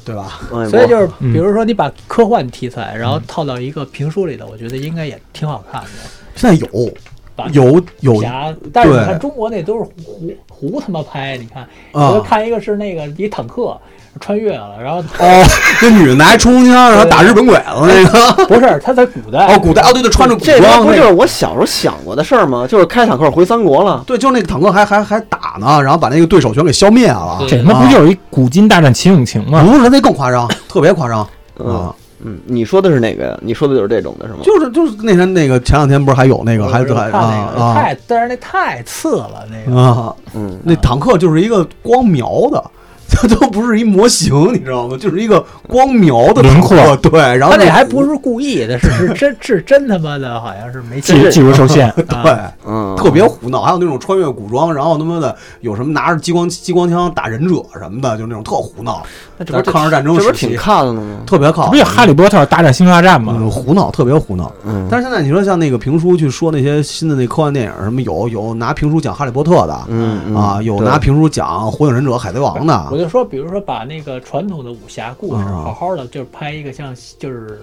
Speaker 3: 对吧？
Speaker 1: 嗯
Speaker 2: 所以就是，
Speaker 5: 嗯
Speaker 2: 比如说你把科幻题材，然后套到一个评书里头，我觉得应该也挺好看的。
Speaker 3: 现在有
Speaker 2: 把
Speaker 3: 有有
Speaker 2: 侠，但是你
Speaker 3: 对
Speaker 2: 看中国那都是胡胡胡他妈拍，你看，我就
Speaker 3: 啊，
Speaker 2: 看一个是那个一坦克穿越了，然后
Speaker 3: 哦，那女的拿一冲锋枪，然后打日本鬼 子那个，
Speaker 2: 不是他在古代，
Speaker 3: 哦，古代哦，对对，穿着古
Speaker 1: 这他
Speaker 3: 装
Speaker 1: 不
Speaker 3: 那
Speaker 1: 就
Speaker 3: 个，
Speaker 1: 是我小时候想过的事儿吗？就是开坦克回三国了。
Speaker 3: 对，就那个坦克还还还打呢，然后把那个对手全给消灭了。
Speaker 5: 这他妈不就是一古今大战秦俑情吗？
Speaker 3: 不是，那更夸张，特别夸张
Speaker 1: 嗯
Speaker 3: 啊！
Speaker 1: 嗯，你说的是哪个呀？你说的就是这种的是吗？
Speaker 3: 就是就是那天那个前两天不是还有那个
Speaker 2: 我
Speaker 3: 还
Speaker 2: 就
Speaker 3: 还
Speaker 2: 看那个
Speaker 3: 啊
Speaker 2: 太，但是那太次了，那
Speaker 3: 啊
Speaker 2: 个
Speaker 3: 啊！
Speaker 1: 嗯，
Speaker 3: 那坦克就是一个光描的， 它都不是一模型，你知道吗？就是一个光描的
Speaker 5: 轮廓
Speaker 3: 坦克对，然后
Speaker 2: 他
Speaker 3: 那
Speaker 2: 那还不是故意的，是是真是真他妈的，好像是没
Speaker 5: 技技术受限，
Speaker 2: 啊
Speaker 3: 对，
Speaker 1: 嗯，
Speaker 3: 特别胡闹，还有那种穿越古装，然后他妈的有什么拿着激光激光枪打忍者什么的，就那种特胡闹，
Speaker 1: 那这不是
Speaker 3: 抗日战争
Speaker 1: 这不
Speaker 3: 时
Speaker 1: 是挺
Speaker 3: 期
Speaker 1: 看的吗？
Speaker 3: 特别靠
Speaker 5: 不，就《哈利波特》大战新大战吗？
Speaker 3: 嗯，胡闹特别胡闹。
Speaker 1: 嗯，
Speaker 3: 但是现在你说像那个评书去说那些新的那科幻电影什么，有有拿评书讲《哈利波特》的
Speaker 1: 嗯嗯
Speaker 3: 啊，有
Speaker 1: 对
Speaker 3: 拿评书讲《火影忍者》《海贼王》
Speaker 2: 我
Speaker 3: 的，
Speaker 2: 就说，比如说把那个传统的武侠故事，
Speaker 3: 啊
Speaker 2: 好好的就是拍一个像，就是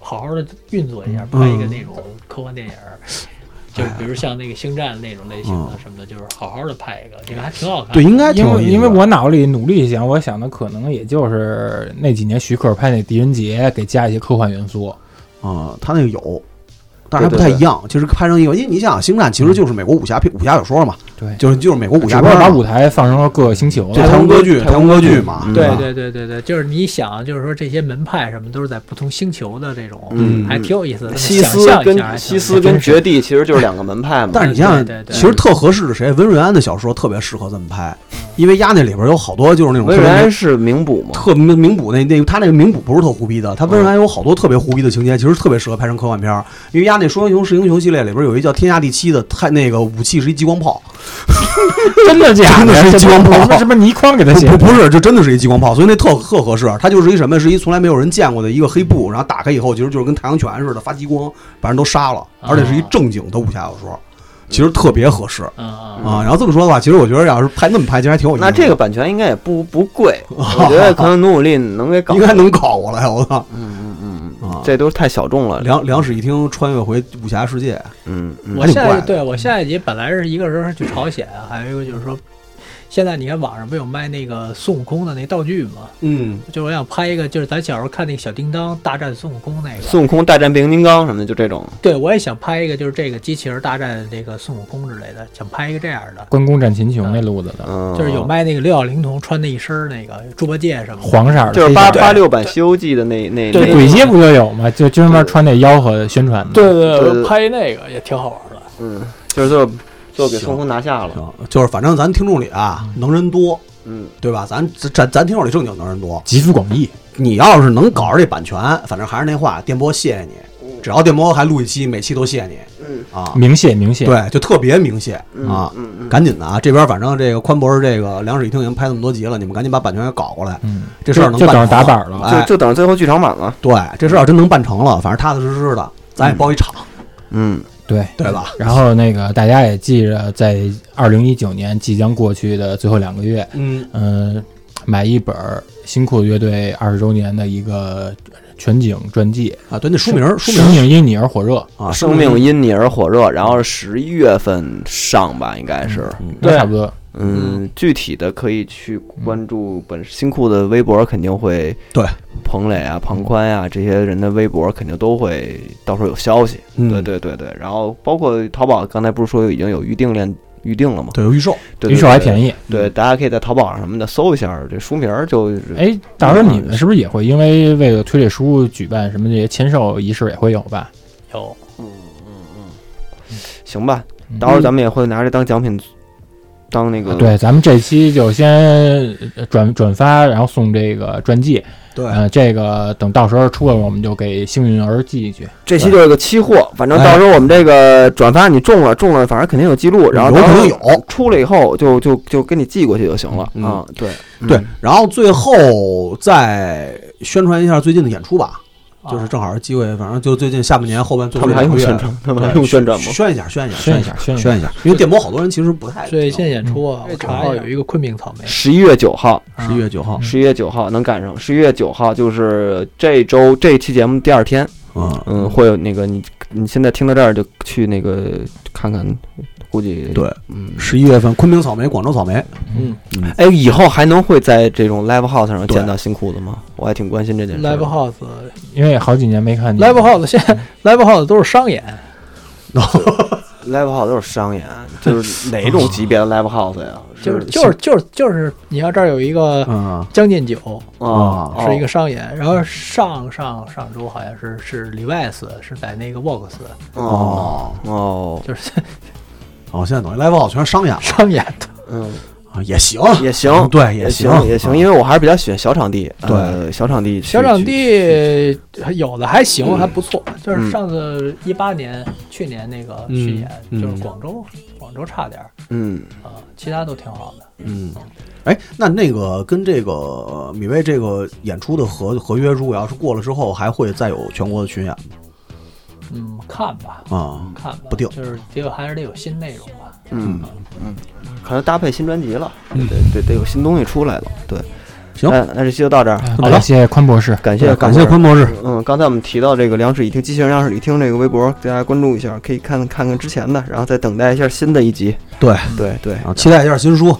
Speaker 2: 好好的运作一下，拍一个
Speaker 3: 嗯
Speaker 2: 那种科幻电影儿，就是比如像那个星战那种类型的
Speaker 3: 嗯
Speaker 2: 什么的，就是好好的拍一个，这个还挺好看。
Speaker 3: 对，，应该挺
Speaker 5: 因
Speaker 3: 有
Speaker 5: 为
Speaker 3: 意思的。
Speaker 5: 因为我脑子里努力想，我想的可能也就是那几年徐克拍那《狄仁杰》，给加一些科幻元素。
Speaker 3: 啊、他那个有，但是还不
Speaker 1: 对对
Speaker 3: 太
Speaker 1: 对
Speaker 3: 一样。其实拍成一个，因为你想想，《星战》其实就是美国武侠片、武侠小说嘛，
Speaker 5: 对
Speaker 3: 就是就是美国武
Speaker 5: 只
Speaker 3: 侠
Speaker 5: 不
Speaker 3: 片
Speaker 5: 过
Speaker 3: 嘛，
Speaker 5: 把舞台放成了各个星球
Speaker 3: 对
Speaker 5: 了。
Speaker 3: 太空歌剧、
Speaker 1: 太
Speaker 3: 太空歌剧嘛，啊
Speaker 1: 嗯
Speaker 2: 对
Speaker 3: 吧？
Speaker 2: 对对对对，就是你想，就是说这些门派什么都是在不同星球的这种，
Speaker 1: 嗯
Speaker 2: 还挺有意思的。
Speaker 1: 西
Speaker 2: 想
Speaker 1: 斯
Speaker 2: 象一下还
Speaker 1: 跟
Speaker 2: 挺
Speaker 1: 西斯
Speaker 5: 真
Speaker 1: 跟
Speaker 5: 是
Speaker 1: 绝地其实就是两个门派嘛。
Speaker 3: 但是你想想
Speaker 2: 对对，对
Speaker 3: 其实特合适的谁？温瑞安的小说特别适合这么拍，因为丫那里边有好多就是那种
Speaker 1: 文
Speaker 3: 特别
Speaker 1: 然是名捕嘛？
Speaker 3: 特名名捕那那他那个名捕不是特胡逼的，他温然有好多特别胡逼的情节，其实特别适合拍成科幻片儿。因为丫那《说英雄是英雄》系列里边有一叫天下第七的，太那个武器是一激光炮，
Speaker 5: 真的假
Speaker 3: 真的是
Speaker 5: 这
Speaker 3: 金
Speaker 5: 不
Speaker 3: 光炮
Speaker 5: 是不是倪匡给他写
Speaker 3: 不
Speaker 5: 的？
Speaker 3: 不是，这真的是一激光炮，所以那特特合适。它就是一什么，是一从来没有人见过的一个黑布，然后打开以后，其实就是跟太阳拳似的发激光，把人都杀了，而且是一正经的武侠小说，其实特别合适
Speaker 2: 嗯嗯嗯
Speaker 3: 啊。然后这么说的话，其实我觉得要是拍那么拍，其实还挺有意思的。
Speaker 1: 那这个版权应该也不不 贵，我觉得可能努努力能给搞。
Speaker 3: 应该能搞过来，我操
Speaker 1: 嗯嗯嗯，
Speaker 3: 啊！
Speaker 1: 这都是太小众了。
Speaker 3: 两两室一厅穿越回武侠世界，
Speaker 1: 嗯嗯
Speaker 2: 我
Speaker 3: 还挺
Speaker 2: 下
Speaker 3: 怪
Speaker 2: 一
Speaker 3: 的
Speaker 2: 对我下一集本来是一个人是去朝鲜，啊还有一个就是说，现在你看网上不有卖那个孙悟空的那道具吗？
Speaker 3: 嗯，
Speaker 2: 就是我想拍一个，就是咱小时候看那个小叮当大战孙悟空那个。
Speaker 1: 孙悟空大战变形金刚什么的，就这种。
Speaker 2: 对，我也想拍一个，就是这个机器人大战这个孙悟空之类的，想拍一个这样的，
Speaker 5: 关公战秦琼那路子的，
Speaker 1: 嗯，
Speaker 2: 就是有卖那个六小龄童穿那一身儿那个猪八戒什么的。
Speaker 5: 黄色的，
Speaker 1: 就是八
Speaker 5: 黑色
Speaker 1: 八
Speaker 5: 的
Speaker 1: 六版《西游记》的那那
Speaker 6: 对
Speaker 1: 那
Speaker 6: 对
Speaker 5: 鬼街不就有吗？就专门穿那吆喝宣传的。
Speaker 6: 对对
Speaker 1: 对
Speaker 6: 对，我拍那个也挺好玩的。
Speaker 1: 嗯，就是最后最后给孙悟空拿下了。
Speaker 3: 行，就是反正咱听众里啊，能人多，
Speaker 1: 嗯，
Speaker 3: 对吧？咱咱咱咱听众里正经能人多，
Speaker 5: 集思广益，
Speaker 3: 你要是能搞着这版权，反正还是那话，电波谢谢你，只要电波还录一期，每期都谢谢你。
Speaker 1: 嗯
Speaker 3: 啊，
Speaker 5: 明谢明谢。
Speaker 3: 对，就特别明谢
Speaker 1: 嗯
Speaker 3: 啊，
Speaker 1: 嗯嗯，
Speaker 3: 赶紧的啊！这边反正这个宽博士这个两室一厅已经拍那么多集了，你们赶紧把版权给搞过来，
Speaker 5: 嗯，
Speaker 3: 这事儿能
Speaker 5: 就就
Speaker 3: 办
Speaker 5: 等
Speaker 3: 成
Speaker 5: 着打板
Speaker 3: 了
Speaker 5: 了。
Speaker 1: 就
Speaker 3: 哎，
Speaker 1: 就等着最后剧场版了。
Speaker 3: 对，这事儿要真能办成了，反正踏踏实实的，咱也包一场，
Speaker 1: 嗯，
Speaker 5: 对。
Speaker 3: 对吧？
Speaker 5: 然后那个大家也记着，在二零一九年即将过去的最后两个月，
Speaker 3: 嗯，
Speaker 5: 嗯，买一本儿新裤子乐队二十周年的一个全景传记，
Speaker 3: 啊，对，那书名儿书名
Speaker 5: 生
Speaker 3: 儿
Speaker 5: 命因你而火热。
Speaker 3: 啊，
Speaker 1: 生命因你而火热，然后十一月份上吧，应该是。
Speaker 5: 那差不多，
Speaker 1: 嗯，具体的可以去关注本新裤的微博，肯定会
Speaker 3: 对
Speaker 1: 彭磊啊、庞宽呀、这些人的微博，肯定都会到时候有消息。
Speaker 3: 嗯
Speaker 1: 对对对对，然后包括淘宝，刚才不是说已经有预定链预定了吗？
Speaker 3: 对，有预售，
Speaker 1: 对，
Speaker 5: 预售嗯还便
Speaker 1: 宜。
Speaker 5: 宜。
Speaker 1: 对，大家可以在淘宝上什么的搜一下这书名，就
Speaker 5: 哎，到时候你们是不是也会因为为了推这书举办什么这些签售仪式也会有吧？
Speaker 2: 有
Speaker 1: 行吧。
Speaker 5: 嗯
Speaker 1: 到时候咱们也会拿这当奖品，当那个
Speaker 5: 啊对，咱们这期就先转转发，然后送这个传记。
Speaker 3: 对
Speaker 5: 呃，这个等到时候出了，我们就给幸运儿寄一去。
Speaker 1: 这期就是个期货，反正到时候我们这个转发你中了，中了反正肯定有记录，然后
Speaker 3: 有
Speaker 1: 到时候
Speaker 3: 肯定有
Speaker 1: 出了以后就就就给你寄过去就行了
Speaker 3: 嗯
Speaker 1: 啊。对
Speaker 3: 对，然后最后再宣传一下最近的演出吧，
Speaker 2: 啊
Speaker 3: 就是正好是机会，反正就最近下半年后半最
Speaker 1: 他
Speaker 3: 后
Speaker 1: 们还
Speaker 3: 两
Speaker 1: 用
Speaker 3: 个月
Speaker 1: 宣，传， 他们还用宣传吗？
Speaker 3: 宣一下，宣一下，
Speaker 5: 宣
Speaker 3: 宣
Speaker 5: 一
Speaker 3: 一
Speaker 5: 下
Speaker 3: 下，
Speaker 5: 宣一下
Speaker 3: 一下，因为电波好多人其最近不太
Speaker 2: 最近演出啊，
Speaker 1: 嗯
Speaker 2: 我查有一个昆明草莓，
Speaker 1: 十一月九号，
Speaker 2: 啊
Speaker 3: 十一月九号，
Speaker 1: 十一月九号能赶上。十一月九号就是这周这期节目第二天，
Speaker 3: 嗯，
Speaker 1: 嗯，会有那个你你现在听到这儿就去那个看看，估计
Speaker 3: 对，
Speaker 1: 嗯。
Speaker 3: 十一月份昆明草莓、广州草莓，
Speaker 1: 哎，以后还能会在这种 live house 上
Speaker 3: 对
Speaker 1: 见到新裤子吗？我还挺关心这件事。
Speaker 2: Live House。
Speaker 5: 因为好几年没看你
Speaker 2: Live House 现在 Live House 都是商演，
Speaker 1: live house 都是商演，就是哪种级别的 live house 呀？
Speaker 2: 就是就是就是就是，你看这儿有一个
Speaker 3: 嗯，
Speaker 2: 将进酒，
Speaker 1: 啊，
Speaker 2: 是一个商演，然后上上上周好像是是礼拜四是在那个 Vox，
Speaker 1: 哦
Speaker 3: 哦
Speaker 1: 哦，
Speaker 2: 就是
Speaker 3: 哦，现在等于 live house 全是商演
Speaker 2: 商演的，
Speaker 1: 嗯，
Speaker 3: 啊，也行，嗯
Speaker 1: 也行，
Speaker 3: 对，
Speaker 1: 也
Speaker 3: 行，
Speaker 1: 也行，
Speaker 3: 啊
Speaker 1: 因为我还是比较喜欢小场地，呃，小场地去，
Speaker 2: 小场
Speaker 1: 去，
Speaker 2: 地有的还行，还不错。就是
Speaker 1: 嗯
Speaker 2: 上次一八年去年那个去演，
Speaker 3: 嗯
Speaker 2: 就是广州，广州差点儿
Speaker 1: 嗯
Speaker 2: 啊，其他都挺好的。
Speaker 3: 嗯。哎，那那个跟这个米未这个演出的合合约，如果要是过了之后，还会再有全国的巡演吗
Speaker 2: 嗯，看吧，
Speaker 3: 啊？
Speaker 2: 看吧，
Speaker 3: 不定
Speaker 2: 就是得有还是得有新内容吧。
Speaker 1: 嗯嗯，可能搭配新专辑了，对对，得有新东西出来了，对，呃
Speaker 3: 嗯行啊
Speaker 1: 那那这期就到这儿，
Speaker 5: 好的，谢谢宽博士。
Speaker 1: 感
Speaker 3: 对
Speaker 1: 谢
Speaker 3: 感谢
Speaker 1: 各位
Speaker 3: 潘博士，
Speaker 1: 嗯，刚才我们提到这个粮食已听，机器人粮食已听这个微博，大家关注一下，可以看看看之前的，然后再等待一下新的一集。
Speaker 3: 对
Speaker 1: 对对
Speaker 3: 啊，期待一下新书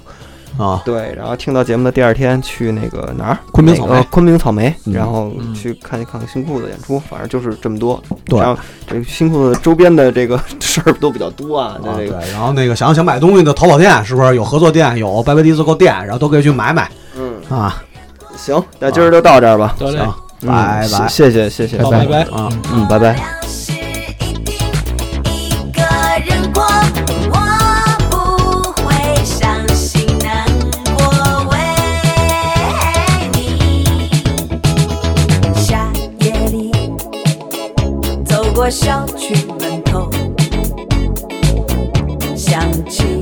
Speaker 3: 啊，
Speaker 1: 对，然后听到节目的第二天去那个哪儿，
Speaker 3: 昆明草莓
Speaker 1: 哪个昆明草莓，
Speaker 3: 嗯
Speaker 1: 然后
Speaker 2: 嗯
Speaker 1: 去看一看新裤子演出，反正就是这么多。
Speaker 3: 对
Speaker 1: 然后这个新裤子周边的这个 事儿都比较多啊，
Speaker 3: 啊，
Speaker 1: 这
Speaker 3: 对
Speaker 1: 个，
Speaker 3: 然后那个想想买东西的淘宝店是不是有合作店，有拜拜迪斯购店，然后都可以去买买
Speaker 1: 嗯，
Speaker 3: 啊。
Speaker 1: 行，那今儿就到这儿吧，
Speaker 2: 得嘞
Speaker 3: 行，
Speaker 1: 嗯
Speaker 3: 啊拜拜
Speaker 1: 谢谢谢谢，
Speaker 5: 拜
Speaker 2: 好，
Speaker 5: 拜
Speaker 2: 拜拜。
Speaker 3: 啊，
Speaker 1: 嗯，拜拜。
Speaker 4: 粮食一定一个人过，我不会伤心难过，为你。夏夜里走过小区门口，想起